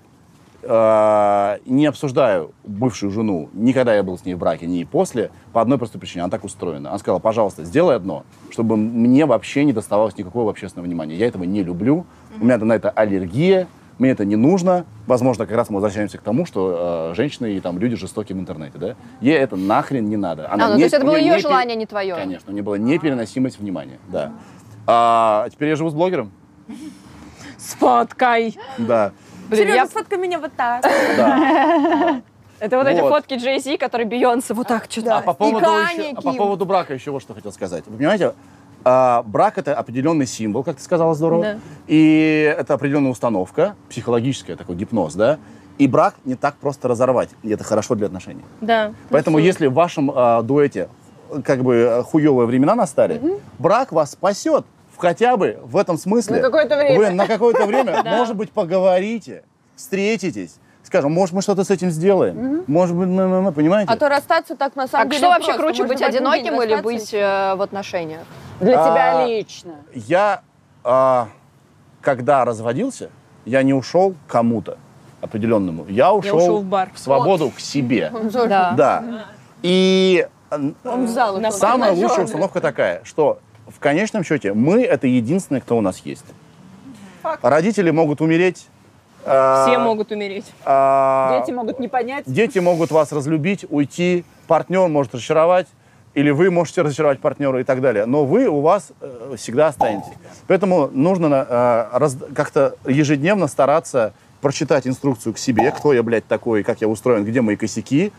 [SPEAKER 2] э, не обсуждаю бывшую жену, никогда я был с ней в браке, ни после, по одной простой причине. Она так устроена. Она сказала, пожалуйста, сделай одно, чтобы мне вообще не доставалось никакого общественного внимания. Я этого не люблю, у меня на это аллергия, мне это не нужно. Возможно, как раз мы возвращаемся к тому, что э, женщины и там люди жестокие в интернете, да? Ей это нахрен не надо. Она
[SPEAKER 1] А, ну,
[SPEAKER 2] не-
[SPEAKER 1] то есть это было
[SPEAKER 2] мне
[SPEAKER 1] ее
[SPEAKER 2] не пе-
[SPEAKER 1] желание, не твое?
[SPEAKER 2] Конечно, у нее была непереносимость внимания, да. А теперь я живу с блогером?
[SPEAKER 4] Сфоткай.
[SPEAKER 2] Да.
[SPEAKER 1] Блин,
[SPEAKER 5] Сережа,
[SPEAKER 1] я-
[SPEAKER 5] сфоткай меня вот так.
[SPEAKER 2] Да.
[SPEAKER 1] Это вот, эти
[SPEAKER 2] Вот.
[SPEAKER 1] фотки Джей Зи, которые Бейонсе вот так что-то.
[SPEAKER 2] А по, поводу
[SPEAKER 5] Кани,
[SPEAKER 2] еще- а по
[SPEAKER 5] Ким.
[SPEAKER 2] поводу брака еще вот что хотел сказать. Вы понимаете, а, брак это определенный символ, как ты сказала, здорово.
[SPEAKER 4] Да.
[SPEAKER 2] И это определенная установка, психологическая, такой гипноз, да. И брак не так просто разорвать. И это хорошо для отношений.
[SPEAKER 4] Да.
[SPEAKER 2] Поэтому, если в вашем а, дуэте э, как бы э, хуевые времена настали, брак вас спасет в- хотя бы в
[SPEAKER 1] Ну,
[SPEAKER 2] этом смысле.
[SPEAKER 3] На какое-то время.
[SPEAKER 2] Вы на какое-то время,
[SPEAKER 4] Да.
[SPEAKER 2] может быть, поговорите, встретитесь, скажем, может, мы что-то с этим сделаем. Может быть, мы, мы- мы, понимаете?
[SPEAKER 5] А то расстаться так на самом
[SPEAKER 1] Так
[SPEAKER 5] деле
[SPEAKER 1] что вообще
[SPEAKER 5] просто.
[SPEAKER 1] круче,
[SPEAKER 5] Можно
[SPEAKER 1] быть
[SPEAKER 5] каждый день
[SPEAKER 1] одиноким или
[SPEAKER 5] расстаться и
[SPEAKER 1] быть э, в отношениях?
[SPEAKER 3] Для
[SPEAKER 2] А.
[SPEAKER 3] тебя лично.
[SPEAKER 2] Я, а, когда разводился, я не ушел к кому-то определенному. Я ушел,
[SPEAKER 4] ушел в бар.
[SPEAKER 2] свободу к себе.
[SPEAKER 5] всё.
[SPEAKER 1] Да.
[SPEAKER 2] Да. И э,
[SPEAKER 5] Он в зал ушёл.
[SPEAKER 2] самая лучшая установка такая, что в конечном счете мы это единственное, кто у нас есть. Родители могут умереть. а,
[SPEAKER 4] Все могут умереть.
[SPEAKER 2] могут.
[SPEAKER 3] Дети могут не понять.
[SPEAKER 2] Дети могут вас разлюбить, уйти, партнер может разочаровать, или вы можете разочаровать партнера и так далее. Но вы у вас э, всегда останетесь. Поэтому нужно на- э, раз- как-то ежедневно стараться прочитать инструкцию к себе, кто я, блядь, такой, как я устроен, где мои косяки,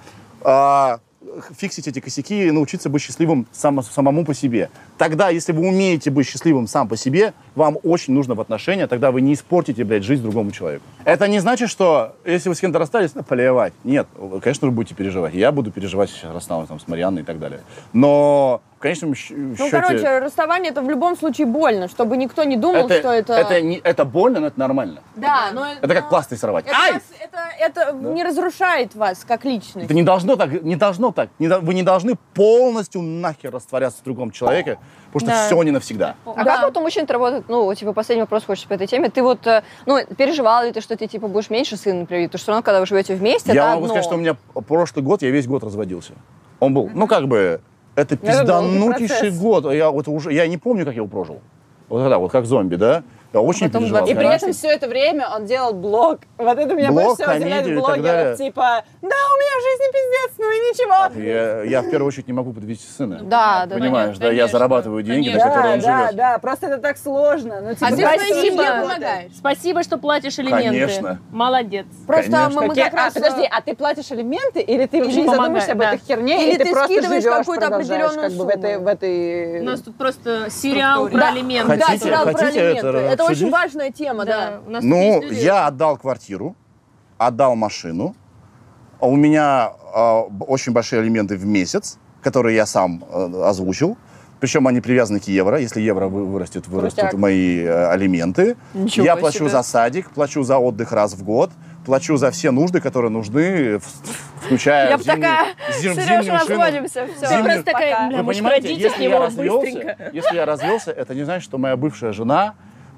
[SPEAKER 2] а, х- фиксить эти косяки и научиться быть счастливым само- самому по себе. Тогда, если вы умеете быть счастливым сам по себе, вам очень нужно в отношения, тогда вы не испортите, блядь, жизнь другому человеку. Это не значит, что если вы с кем-то расстались, ну, плевать. Нет, вы, конечно, вы будете переживать. Я буду переживать, сейчас рассталась там с Марианной и так далее. Но в конечном щ-
[SPEAKER 5] Ну,
[SPEAKER 2] счете...
[SPEAKER 5] короче, расставание это в любом случае больно, чтобы никто не думал, что это...
[SPEAKER 2] это, не- это больно, но это нормально.
[SPEAKER 5] Да, но...
[SPEAKER 2] Это как пластырь сорвать.
[SPEAKER 5] Это,
[SPEAKER 2] Ай!
[SPEAKER 5] вас- это, это не разрушает вас как личность.
[SPEAKER 2] Это не должно так, не должно так. Не до- вы не должны полностью нахер растворяться в другом человеке, потому что
[SPEAKER 4] Да.
[SPEAKER 2] все не навсегда.
[SPEAKER 1] А как вот у мужчин работает? Ну, типа, последний вопрос хочется по этой теме. Ты вот, э, ну, переживал ли ты, что ты, типа, будешь меньше сына, например? Потому что все равно, когда вы живете вместе,
[SPEAKER 2] я
[SPEAKER 1] это
[SPEAKER 2] могу
[SPEAKER 1] одно.
[SPEAKER 2] сказать, что у меня прошлый год, я весь год разводился. Он был, ну как бы, это
[SPEAKER 3] Это долгий
[SPEAKER 2] пизданутейший
[SPEAKER 3] процесс.
[SPEAKER 2] год. Я вот уже, я не помню, как я его прожил. Вот тогда, вот как зомби, да? Я очень
[SPEAKER 4] потом
[SPEAKER 2] переживал.
[SPEAKER 4] два-
[SPEAKER 3] И при
[SPEAKER 2] конечно.
[SPEAKER 3] этом все это время он делал блог. Вот это меня
[SPEAKER 2] Блог,
[SPEAKER 3] больше всего удивляет
[SPEAKER 2] комедию
[SPEAKER 3] в
[SPEAKER 2] и так далее.
[SPEAKER 3] блогерах. Типа, да, у меня в жизни пиздец, ну и ничего.
[SPEAKER 2] Я, я в первую очередь не могу подвести сына.
[SPEAKER 1] Да, да, да.
[SPEAKER 2] Понимаешь, да, я
[SPEAKER 4] конечно,
[SPEAKER 2] зарабатываю деньги,
[SPEAKER 4] конечно.
[SPEAKER 2] на которые
[SPEAKER 3] Да,
[SPEAKER 2] он
[SPEAKER 3] да,
[SPEAKER 2] живет.
[SPEAKER 3] да, просто это так сложно. Ну, типа,
[SPEAKER 5] А ты
[SPEAKER 3] спасибо.
[SPEAKER 5] своей семье помогаешь.
[SPEAKER 4] Спасибо, что платишь элементы.
[SPEAKER 2] Конечно.
[SPEAKER 4] Молодец.
[SPEAKER 5] Просто
[SPEAKER 2] Конечно.
[SPEAKER 5] мы, мы
[SPEAKER 3] Окей,
[SPEAKER 5] как раз...
[SPEAKER 3] а, подожди, а ты платишь элементы, или ты вообще не
[SPEAKER 4] помогаешь,
[SPEAKER 3] задумываешься об
[SPEAKER 4] да.
[SPEAKER 3] этой херне,
[SPEAKER 5] Или
[SPEAKER 3] и ты,
[SPEAKER 5] ты
[SPEAKER 3] просто
[SPEAKER 5] скидываешь
[SPEAKER 3] живешь,
[SPEAKER 5] какую-то
[SPEAKER 3] продолжаешь,
[SPEAKER 5] определенную
[SPEAKER 3] как бы в этой,
[SPEAKER 5] сумму. Ну,
[SPEAKER 3] в этой...
[SPEAKER 4] У нас тут просто сериал про элементы.
[SPEAKER 2] Хотите-
[SPEAKER 5] да, сериал про
[SPEAKER 2] хотите
[SPEAKER 5] элементы.
[SPEAKER 2] это
[SPEAKER 5] Это, очень
[SPEAKER 2] обсудить?
[SPEAKER 5] важная тема, да.
[SPEAKER 4] Да, у нас тут
[SPEAKER 2] Ну,
[SPEAKER 4] есть люди.
[SPEAKER 2] я отдал квартиру, отдал машину. А У меня а, б- очень большие элементы в месяц, которые я сам э, озвучил. Причем они привязаны к евро. Если евро вы- вырастет, вырастут
[SPEAKER 3] Крутяк.
[SPEAKER 2] мои э, алименты.
[SPEAKER 1] Ничего
[SPEAKER 2] я плачу
[SPEAKER 1] себе.
[SPEAKER 2] за садик, плачу за отдых раз в год, плачу за все нужды, которые нужны, в- включая
[SPEAKER 1] Я бы
[SPEAKER 2] зимнюю-
[SPEAKER 1] такая,
[SPEAKER 2] зим-
[SPEAKER 1] Сереж,
[SPEAKER 2] зимнюю шину».
[SPEAKER 1] разводимся,
[SPEAKER 4] Ты
[SPEAKER 2] Зимнюю-
[SPEAKER 1] все.
[SPEAKER 4] просто такая, бля,
[SPEAKER 2] Вы
[SPEAKER 4] может,
[SPEAKER 2] понимаете,
[SPEAKER 4] родите с
[SPEAKER 2] если я
[SPEAKER 4] него
[SPEAKER 2] развелся,
[SPEAKER 4] быстренько.
[SPEAKER 2] если я развелся, это не значит, что моя бывшая жена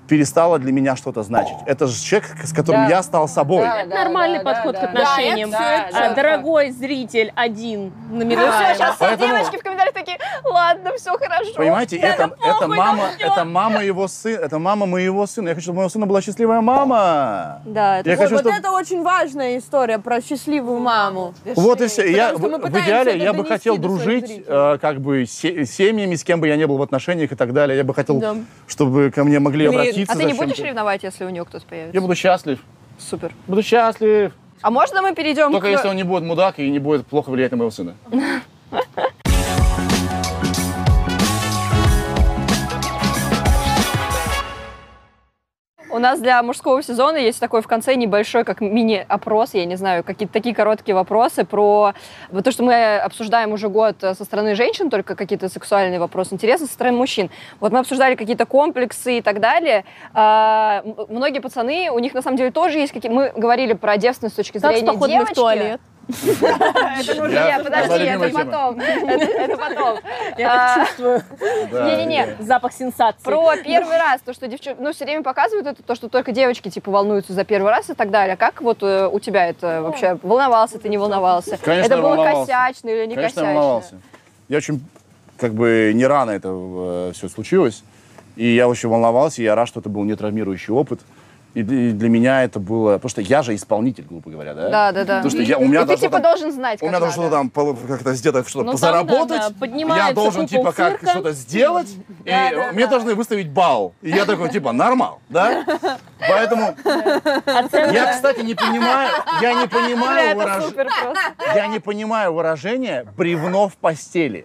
[SPEAKER 2] перестала для меня что-то значить. Это же человек, с которым
[SPEAKER 3] Да.
[SPEAKER 2] я стал собой.
[SPEAKER 3] Да, да,
[SPEAKER 4] Нормальный
[SPEAKER 3] да,
[SPEAKER 4] подход
[SPEAKER 3] да,
[SPEAKER 4] к
[SPEAKER 3] да.
[SPEAKER 4] отношениям.
[SPEAKER 5] Да, это всё,
[SPEAKER 4] А,
[SPEAKER 5] это
[SPEAKER 4] дорогой зритель один
[SPEAKER 1] Ну все,
[SPEAKER 4] намекаем.
[SPEAKER 1] сейчас все
[SPEAKER 2] Поэтому-
[SPEAKER 1] девочки в комментариях такие, ладно, все хорошо.
[SPEAKER 2] Понимаете,
[SPEAKER 1] Да,
[SPEAKER 2] это,
[SPEAKER 1] да похуй,
[SPEAKER 2] это
[SPEAKER 1] ну
[SPEAKER 2] мама,
[SPEAKER 1] всё.
[SPEAKER 2] это мама его сына, это мама моего сына. Я хочу, чтобы у моего сына была счастливая мама.
[SPEAKER 1] Да, это
[SPEAKER 2] Я
[SPEAKER 5] Ой,
[SPEAKER 2] хочу,
[SPEAKER 5] вот
[SPEAKER 2] чтобы
[SPEAKER 5] это очень важная история про счастливую маму.
[SPEAKER 2] вот и все. Я,
[SPEAKER 5] потому что мы
[SPEAKER 2] в
[SPEAKER 5] пытаемся
[SPEAKER 2] идеале
[SPEAKER 5] это
[SPEAKER 2] я бы
[SPEAKER 5] донести
[SPEAKER 2] хотел
[SPEAKER 5] до своих
[SPEAKER 2] дружить
[SPEAKER 5] зрителей.
[SPEAKER 2] э, как бы с се- с семьями, с кем бы я не был в отношениях и так далее. Я бы хотел,
[SPEAKER 4] Да.
[SPEAKER 2] чтобы ко мне могли
[SPEAKER 3] Блин,
[SPEAKER 2] обратиться.
[SPEAKER 1] А ты не
[SPEAKER 2] за
[SPEAKER 1] будешь
[SPEAKER 2] чем-то.
[SPEAKER 1] ревновать, если у нее кто-то появится?
[SPEAKER 2] Я буду счастлив.
[SPEAKER 1] Супер.
[SPEAKER 2] Буду счастлив.
[SPEAKER 1] А можно мы перейдем
[SPEAKER 2] Только
[SPEAKER 1] к...
[SPEAKER 2] если он не будет мудак и не будет плохо влиять на моего сына.
[SPEAKER 1] У нас для мужского сезона есть такой в конце небольшой, как мини-опрос, я не знаю, какие-то такие короткие вопросы про вот то, что мы обсуждаем уже год э, со стороны женщин, только какие-то сексуальные вопросы, интересно со стороны мужчин. Вот мы обсуждали какие-то комплексы и так далее. А, м- многие пацаны, у них на самом деле тоже есть какие... Мы говорили про девственность с точки
[SPEAKER 4] Как с
[SPEAKER 1] зрения
[SPEAKER 4] походами в
[SPEAKER 1] девочки.
[SPEAKER 4] туалет.
[SPEAKER 1] Я, подожди,
[SPEAKER 2] моя
[SPEAKER 1] это
[SPEAKER 2] любимая тема.
[SPEAKER 1] потом. Это это потом.
[SPEAKER 4] Я
[SPEAKER 1] А,
[SPEAKER 4] так чувствую.
[SPEAKER 2] Да,
[SPEAKER 1] Не-не-не,
[SPEAKER 4] Запах сенсации.
[SPEAKER 1] Про первый раз, то, что девчонки, ну, все время показывают это, то, что только девочки, типа, волнуются за первый раз и так далее. Как вот э, у тебя
[SPEAKER 5] Ну
[SPEAKER 1] это вообще? Волновался ты, не волновался?
[SPEAKER 2] Конечно,
[SPEAKER 1] это
[SPEAKER 2] я
[SPEAKER 1] было
[SPEAKER 2] волновался.
[SPEAKER 1] косячно или не
[SPEAKER 2] Конечно, я
[SPEAKER 1] косячно?
[SPEAKER 2] волновался. Я очень, как бы, не рано это все случилось. И я очень волновался, и я рад, что это был не травмирующий опыт. И для, и для меня это было... Потому что я же исполнитель, грубо говоря, да?
[SPEAKER 1] Да, да, да.
[SPEAKER 2] Потому что я, у меня
[SPEAKER 1] И ты,
[SPEAKER 2] должно
[SPEAKER 1] типа,
[SPEAKER 2] там-
[SPEAKER 1] должен знать,
[SPEAKER 2] у
[SPEAKER 1] как
[SPEAKER 2] меня должно
[SPEAKER 1] надо.
[SPEAKER 2] что-то там по- как-то где-то
[SPEAKER 4] Ну,
[SPEAKER 2] что-то
[SPEAKER 4] там,
[SPEAKER 2] заработать.
[SPEAKER 4] да, да, поднимается
[SPEAKER 2] я должен
[SPEAKER 4] кукол
[SPEAKER 2] типа как
[SPEAKER 4] цирка.
[SPEAKER 2] что-то сделать. И мне должны выставить балл. И я такой типа нормал, да? Поэтому я, кстати, не понимаю, я не понимаю
[SPEAKER 1] Бля, это
[SPEAKER 2] выраж-
[SPEAKER 1] супер просто.
[SPEAKER 2] я не понимаю выражение бревно в постели.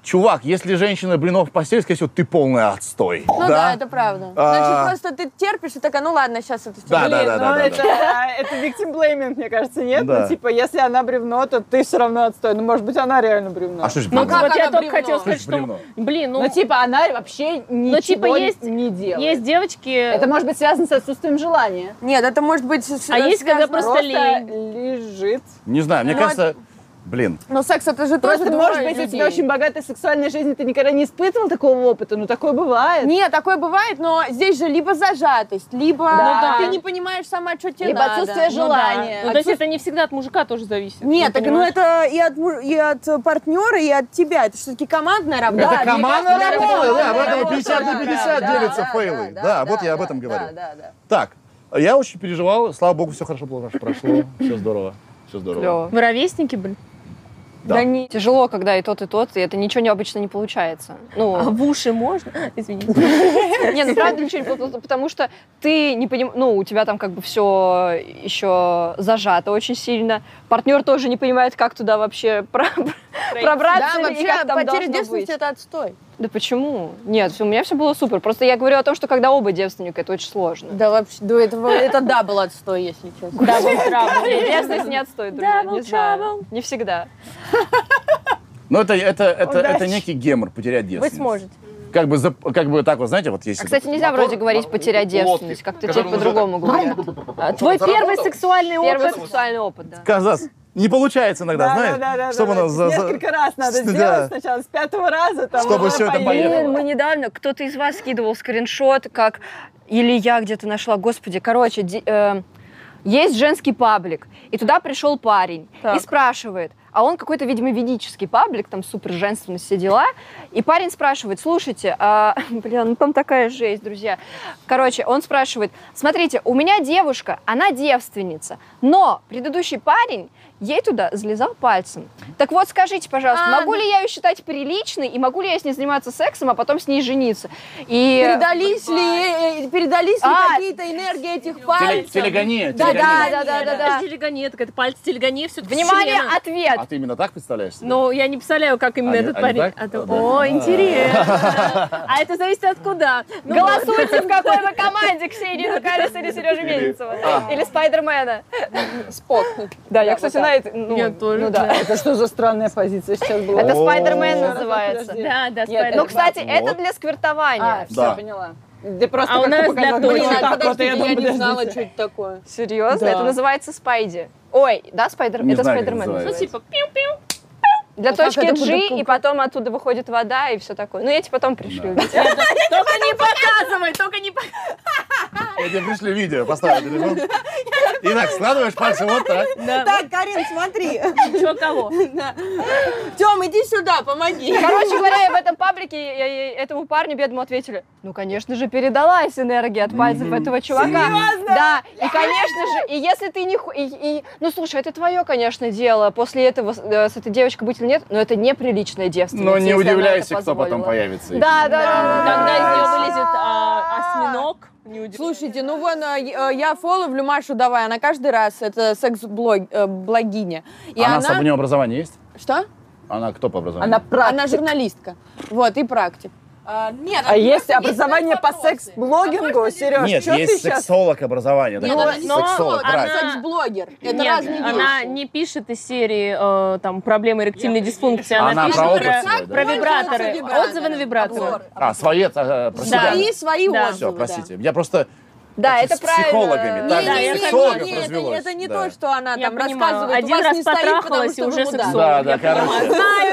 [SPEAKER 2] Чувак, если женщина блинов в постель, скорее всего, ты полный отстой.
[SPEAKER 5] Ну да, это правда.
[SPEAKER 2] А.
[SPEAKER 5] Значит, просто ты терпишь и такая, ну ладно, сейчас это все.
[SPEAKER 2] Да, да, да, да,
[SPEAKER 3] ну,
[SPEAKER 2] да,
[SPEAKER 3] это,
[SPEAKER 2] да.
[SPEAKER 3] это victim blaming, мне кажется, нет?
[SPEAKER 2] Да.
[SPEAKER 3] Ну, типа, если она бревно, то ты все равно отстой. Ну, может быть, она реально бревно.
[SPEAKER 2] А что же
[SPEAKER 4] Ну,
[SPEAKER 2] блин?
[SPEAKER 5] как
[SPEAKER 4] вот я
[SPEAKER 5] она
[SPEAKER 4] только
[SPEAKER 5] бревно?
[SPEAKER 4] хотела
[SPEAKER 2] Слышь,
[SPEAKER 4] сказать, что...
[SPEAKER 2] бревно.
[SPEAKER 4] Блин, ну,
[SPEAKER 3] Ну, типа, она вообще
[SPEAKER 5] ну,
[SPEAKER 3] ничего
[SPEAKER 4] типа, есть-
[SPEAKER 3] не делает.
[SPEAKER 4] есть девочки...
[SPEAKER 5] э,
[SPEAKER 4] ну,
[SPEAKER 3] Это может быть связано с отсутствием желания.
[SPEAKER 5] Нет, это может быть с-
[SPEAKER 4] А есть, когда
[SPEAKER 5] связано-
[SPEAKER 4] Просто
[SPEAKER 3] лежит.
[SPEAKER 2] Не знаю, мне
[SPEAKER 5] Ну,
[SPEAKER 2] кажется, блин,
[SPEAKER 5] Но секс это же
[SPEAKER 3] Просто,
[SPEAKER 5] тоже
[SPEAKER 3] может
[SPEAKER 5] двое
[SPEAKER 3] быть, у
[SPEAKER 5] людей.
[SPEAKER 3] тебя очень богатая сексуальная жизнь, и ты никогда не испытывал такого опыта, но такое бывает.
[SPEAKER 5] Нет, такое бывает, но здесь же либо зажатость, либо
[SPEAKER 3] Да.
[SPEAKER 5] ты не понимаешь сама, что тебе
[SPEAKER 3] Либо
[SPEAKER 5] надо.
[SPEAKER 3] отсутствие
[SPEAKER 5] Ну
[SPEAKER 3] желания.
[SPEAKER 4] Ну, то есть это не всегда от мужика тоже зависит.
[SPEAKER 5] Нет,
[SPEAKER 4] Ну,
[SPEAKER 5] так ну
[SPEAKER 4] понимаешь?
[SPEAKER 5] это и от, му- и от партнера, и от тебя. Это все-таки командная работа.
[SPEAKER 2] Это
[SPEAKER 5] Да,
[SPEAKER 2] командная
[SPEAKER 5] мне кажется,
[SPEAKER 2] работа, да,
[SPEAKER 5] командная
[SPEAKER 2] поэтому
[SPEAKER 5] работа,
[SPEAKER 2] 50 на
[SPEAKER 5] да,
[SPEAKER 2] 50
[SPEAKER 5] да,
[SPEAKER 2] делится
[SPEAKER 5] да,
[SPEAKER 2] фейлы. Да,
[SPEAKER 5] да, да,
[SPEAKER 2] вот я об
[SPEAKER 5] да,
[SPEAKER 2] этом
[SPEAKER 5] да,
[SPEAKER 2] говорю.
[SPEAKER 5] да, да.
[SPEAKER 2] Так, я очень переживал, слава богу, все хорошо было, прошло, все здорово, все здорово.
[SPEAKER 1] Клево.
[SPEAKER 4] Вы ровесники были?
[SPEAKER 2] Да.
[SPEAKER 1] Да не тяжело, когда и тот, и тот, и это ничего не, обычно не получается. Ну,
[SPEAKER 4] А в уши можно? Извините.
[SPEAKER 1] Не, ну правда ничего не получилось, потому что ты не понимаешь, ну, у тебя там как бы все еще зажато очень сильно. Партнер тоже не понимает, как туда вообще про- пробраться
[SPEAKER 5] Да,
[SPEAKER 1] и
[SPEAKER 5] вообще
[SPEAKER 1] как там
[SPEAKER 5] потеря
[SPEAKER 1] должно быть.
[SPEAKER 5] девственности это отстой.
[SPEAKER 1] Да почему? Нет, всё, у меня все было супер. Просто я говорю о том, что когда оба девственника, это очень сложно.
[SPEAKER 5] Да вообще, до этого это да был отстой, если честно.
[SPEAKER 1] Да, Девственность не отстоит, друзья, не знаю. Не всегда.
[SPEAKER 2] Но это, это, это, это
[SPEAKER 3] Удачи.
[SPEAKER 2] некий гемор, потерять
[SPEAKER 5] Вы
[SPEAKER 2] девственность.
[SPEAKER 5] сможете.
[SPEAKER 2] Как бы, за- как бы так вот, знаете, вот
[SPEAKER 1] А,
[SPEAKER 2] если...
[SPEAKER 1] кстати, нельзя
[SPEAKER 2] мотор-
[SPEAKER 1] вроде говорить «потерять девственность», как-то теперь по-другому говорят.
[SPEAKER 4] А, Твой первый сексуальный
[SPEAKER 1] Первый
[SPEAKER 4] опыт?
[SPEAKER 1] сексуальный опыт, да.
[SPEAKER 2] Казас, не получается иногда, знаешь, чтобы
[SPEAKER 3] да.
[SPEAKER 2] нас за- за-
[SPEAKER 3] Несколько раз надо
[SPEAKER 2] Да.
[SPEAKER 3] сделать сначала, с пятого раза. Там,
[SPEAKER 2] Чтобы
[SPEAKER 3] уже
[SPEAKER 2] всё это
[SPEAKER 3] поехало.
[SPEAKER 2] поехало.
[SPEAKER 1] Блин, мы недавно, кто-то из вас скидывал скриншот, как или я где-то нашла, господи, короче, ди- э, есть женский паблик, и туда пришел парень и
[SPEAKER 4] Так.
[SPEAKER 1] спрашивает, а он какой-то, видимо, ведический паблик, там супер женственность, все дела, и парень спрашивает, слушайте, а, блин, ну там такая жесть, друзья, короче, он спрашивает, смотрите, у меня девушка, она девственница, но предыдущий парень ей туда залезал пальцем. Так вот, скажите, пожалуйста,
[SPEAKER 5] А,
[SPEAKER 1] могу ли я ее считать приличной, и могу ли я с ней заниматься сексом, а потом с ней жениться? И...
[SPEAKER 5] Передались ли, э, передались ли
[SPEAKER 1] А,
[SPEAKER 5] какие-то энергии этих
[SPEAKER 2] Теле-
[SPEAKER 5] пальцев?
[SPEAKER 2] телегония,
[SPEAKER 5] Да,
[SPEAKER 2] телегония.
[SPEAKER 1] да, да, да, да.
[SPEAKER 4] Телегония, это какая-то пальцы телегония, все
[SPEAKER 1] Внимание,
[SPEAKER 2] А
[SPEAKER 1] ответ!
[SPEAKER 2] ты именно так представляешь себе?
[SPEAKER 4] Ну, я не представляю, как именно
[SPEAKER 2] Они-
[SPEAKER 4] этот
[SPEAKER 2] они
[SPEAKER 4] парень.
[SPEAKER 2] так?
[SPEAKER 4] А
[SPEAKER 2] А,
[SPEAKER 4] то-
[SPEAKER 2] да.
[SPEAKER 4] О, интересно. А это зависит от куда. Ну,
[SPEAKER 1] Голосуйте, в какой вы команде, Ксения Накарис или Сережа
[SPEAKER 2] А.
[SPEAKER 1] Мельницева? Или Спайдермена?
[SPEAKER 5] Спок.
[SPEAKER 1] Да, я,
[SPEAKER 3] вот
[SPEAKER 1] кстати,
[SPEAKER 3] так.
[SPEAKER 1] на это... ну,
[SPEAKER 4] Я тоже,
[SPEAKER 1] Ну да.
[SPEAKER 4] да.
[SPEAKER 3] Это что за странная позиция сейчас была?
[SPEAKER 1] Это
[SPEAKER 2] О.
[SPEAKER 1] Спайдермен называется.
[SPEAKER 3] Подожди.
[SPEAKER 4] Да, да,
[SPEAKER 3] Нет,
[SPEAKER 1] Ну,
[SPEAKER 4] Спайдермен.
[SPEAKER 1] кстати, это
[SPEAKER 2] Вот.
[SPEAKER 1] для
[SPEAKER 3] А,
[SPEAKER 1] сквертования.
[SPEAKER 3] все,
[SPEAKER 2] Да.
[SPEAKER 3] поняла. Да просто
[SPEAKER 4] А у
[SPEAKER 3] как-то
[SPEAKER 4] нас
[SPEAKER 3] показалось,
[SPEAKER 4] для
[SPEAKER 3] блин,
[SPEAKER 4] Тони.
[SPEAKER 3] вот так вот, и
[SPEAKER 5] я
[SPEAKER 3] думаю,
[SPEAKER 5] не
[SPEAKER 3] подождите.
[SPEAKER 5] знала, что это такое.
[SPEAKER 1] Серьезно?
[SPEAKER 3] Да.
[SPEAKER 1] Это называется Спайди. Ой, да, Спайдер?
[SPEAKER 2] Не
[SPEAKER 1] это
[SPEAKER 2] знаю, как
[SPEAKER 1] Спайдермен.
[SPEAKER 4] Ну,
[SPEAKER 2] называется.
[SPEAKER 1] называется.
[SPEAKER 4] типа, пиу-пиу.
[SPEAKER 1] Для
[SPEAKER 5] А как
[SPEAKER 1] точки
[SPEAKER 5] это
[SPEAKER 1] G,
[SPEAKER 5] будет?
[SPEAKER 1] и потом оттуда выходит вода и все такое. Ну, я тебе потом пришлю.
[SPEAKER 2] Да.
[SPEAKER 4] Только не показывай, только не показывай.
[SPEAKER 2] Я тебе пришлю видео, поставлю телефон. И так, складываешь пальцы вот так.
[SPEAKER 5] Так, Карин, смотри.
[SPEAKER 4] Чего кого?
[SPEAKER 5] Тём, иди сюда, помоги.
[SPEAKER 1] Короче говоря, и в этом паблике я- я- этому парню бедному ответили, ну, конечно же, передалась энергия от пальцев этого чувака. Да, и, конечно же, и если ты не... ху- и- и- ну, слушай, это твое, конечно, дело, после этого с, э, с этой девочкой быть или нет, но это неприличная девственность.
[SPEAKER 2] Но Ну, не удивляйся, кто потом появится.
[SPEAKER 1] Да, да, да. да,
[SPEAKER 4] Когда из
[SPEAKER 1] да.
[SPEAKER 4] нее вылезет а, осьминог, не удивляйся.
[SPEAKER 5] Слушайте, ну вон, а, я- а, я фоловлю Машу Давай, она каждый раз, это секс-блогиня. И
[SPEAKER 2] Она с у нее образование есть?
[SPEAKER 5] Что?
[SPEAKER 2] Она кто по образованию?
[SPEAKER 3] Она практик.
[SPEAKER 5] Она журналистка. Вот, и практик. А, нет,
[SPEAKER 3] А есть А
[SPEAKER 5] просто
[SPEAKER 3] образование по
[SPEAKER 5] вопросы. А
[SPEAKER 3] секс-блогингу, Сереж,
[SPEAKER 2] Нет,
[SPEAKER 3] что ты
[SPEAKER 2] есть
[SPEAKER 3] сейчас?
[SPEAKER 2] сексолог образование.
[SPEAKER 5] Ну,
[SPEAKER 2] такое,
[SPEAKER 5] но
[SPEAKER 2] сексолог, А,
[SPEAKER 5] она
[SPEAKER 2] правильно.
[SPEAKER 5] секс-блогер. Это
[SPEAKER 4] Нет,
[SPEAKER 5] разные
[SPEAKER 4] она
[SPEAKER 5] вещи.
[SPEAKER 4] не пишет из серии э, там проблемы эректильной дисфункции, она,
[SPEAKER 2] Она
[SPEAKER 4] пишет
[SPEAKER 2] про опыт
[SPEAKER 4] про,
[SPEAKER 2] свой, да?
[SPEAKER 4] про вибраторы,
[SPEAKER 5] Пользуются
[SPEAKER 4] отзывы на вибраторы.
[SPEAKER 5] Обзоры.
[SPEAKER 2] А, свои, э, э, про себя.
[SPEAKER 5] Свои, свои
[SPEAKER 4] Да.
[SPEAKER 5] отзывы,
[SPEAKER 2] Все,
[SPEAKER 5] да.
[SPEAKER 2] простите. Я просто
[SPEAKER 1] Да,
[SPEAKER 2] Как
[SPEAKER 1] это
[SPEAKER 2] с
[SPEAKER 1] правильно.
[SPEAKER 2] психологами, так?
[SPEAKER 5] Не,
[SPEAKER 4] Да,
[SPEAKER 5] не,
[SPEAKER 4] я
[SPEAKER 5] не,
[SPEAKER 4] согласна.
[SPEAKER 5] не, это, не- это не
[SPEAKER 2] Да.
[SPEAKER 5] то, что она
[SPEAKER 4] Я
[SPEAKER 5] там
[SPEAKER 4] понимаю.
[SPEAKER 5] рассказывает.
[SPEAKER 4] Один
[SPEAKER 5] у вас
[SPEAKER 4] раз
[SPEAKER 5] не стоит, потому
[SPEAKER 4] потрахалась,
[SPEAKER 5] что
[SPEAKER 4] и
[SPEAKER 5] вы
[SPEAKER 4] уже
[SPEAKER 5] мудак.
[SPEAKER 4] сексуал.
[SPEAKER 2] Да,
[SPEAKER 4] Я
[SPEAKER 2] да,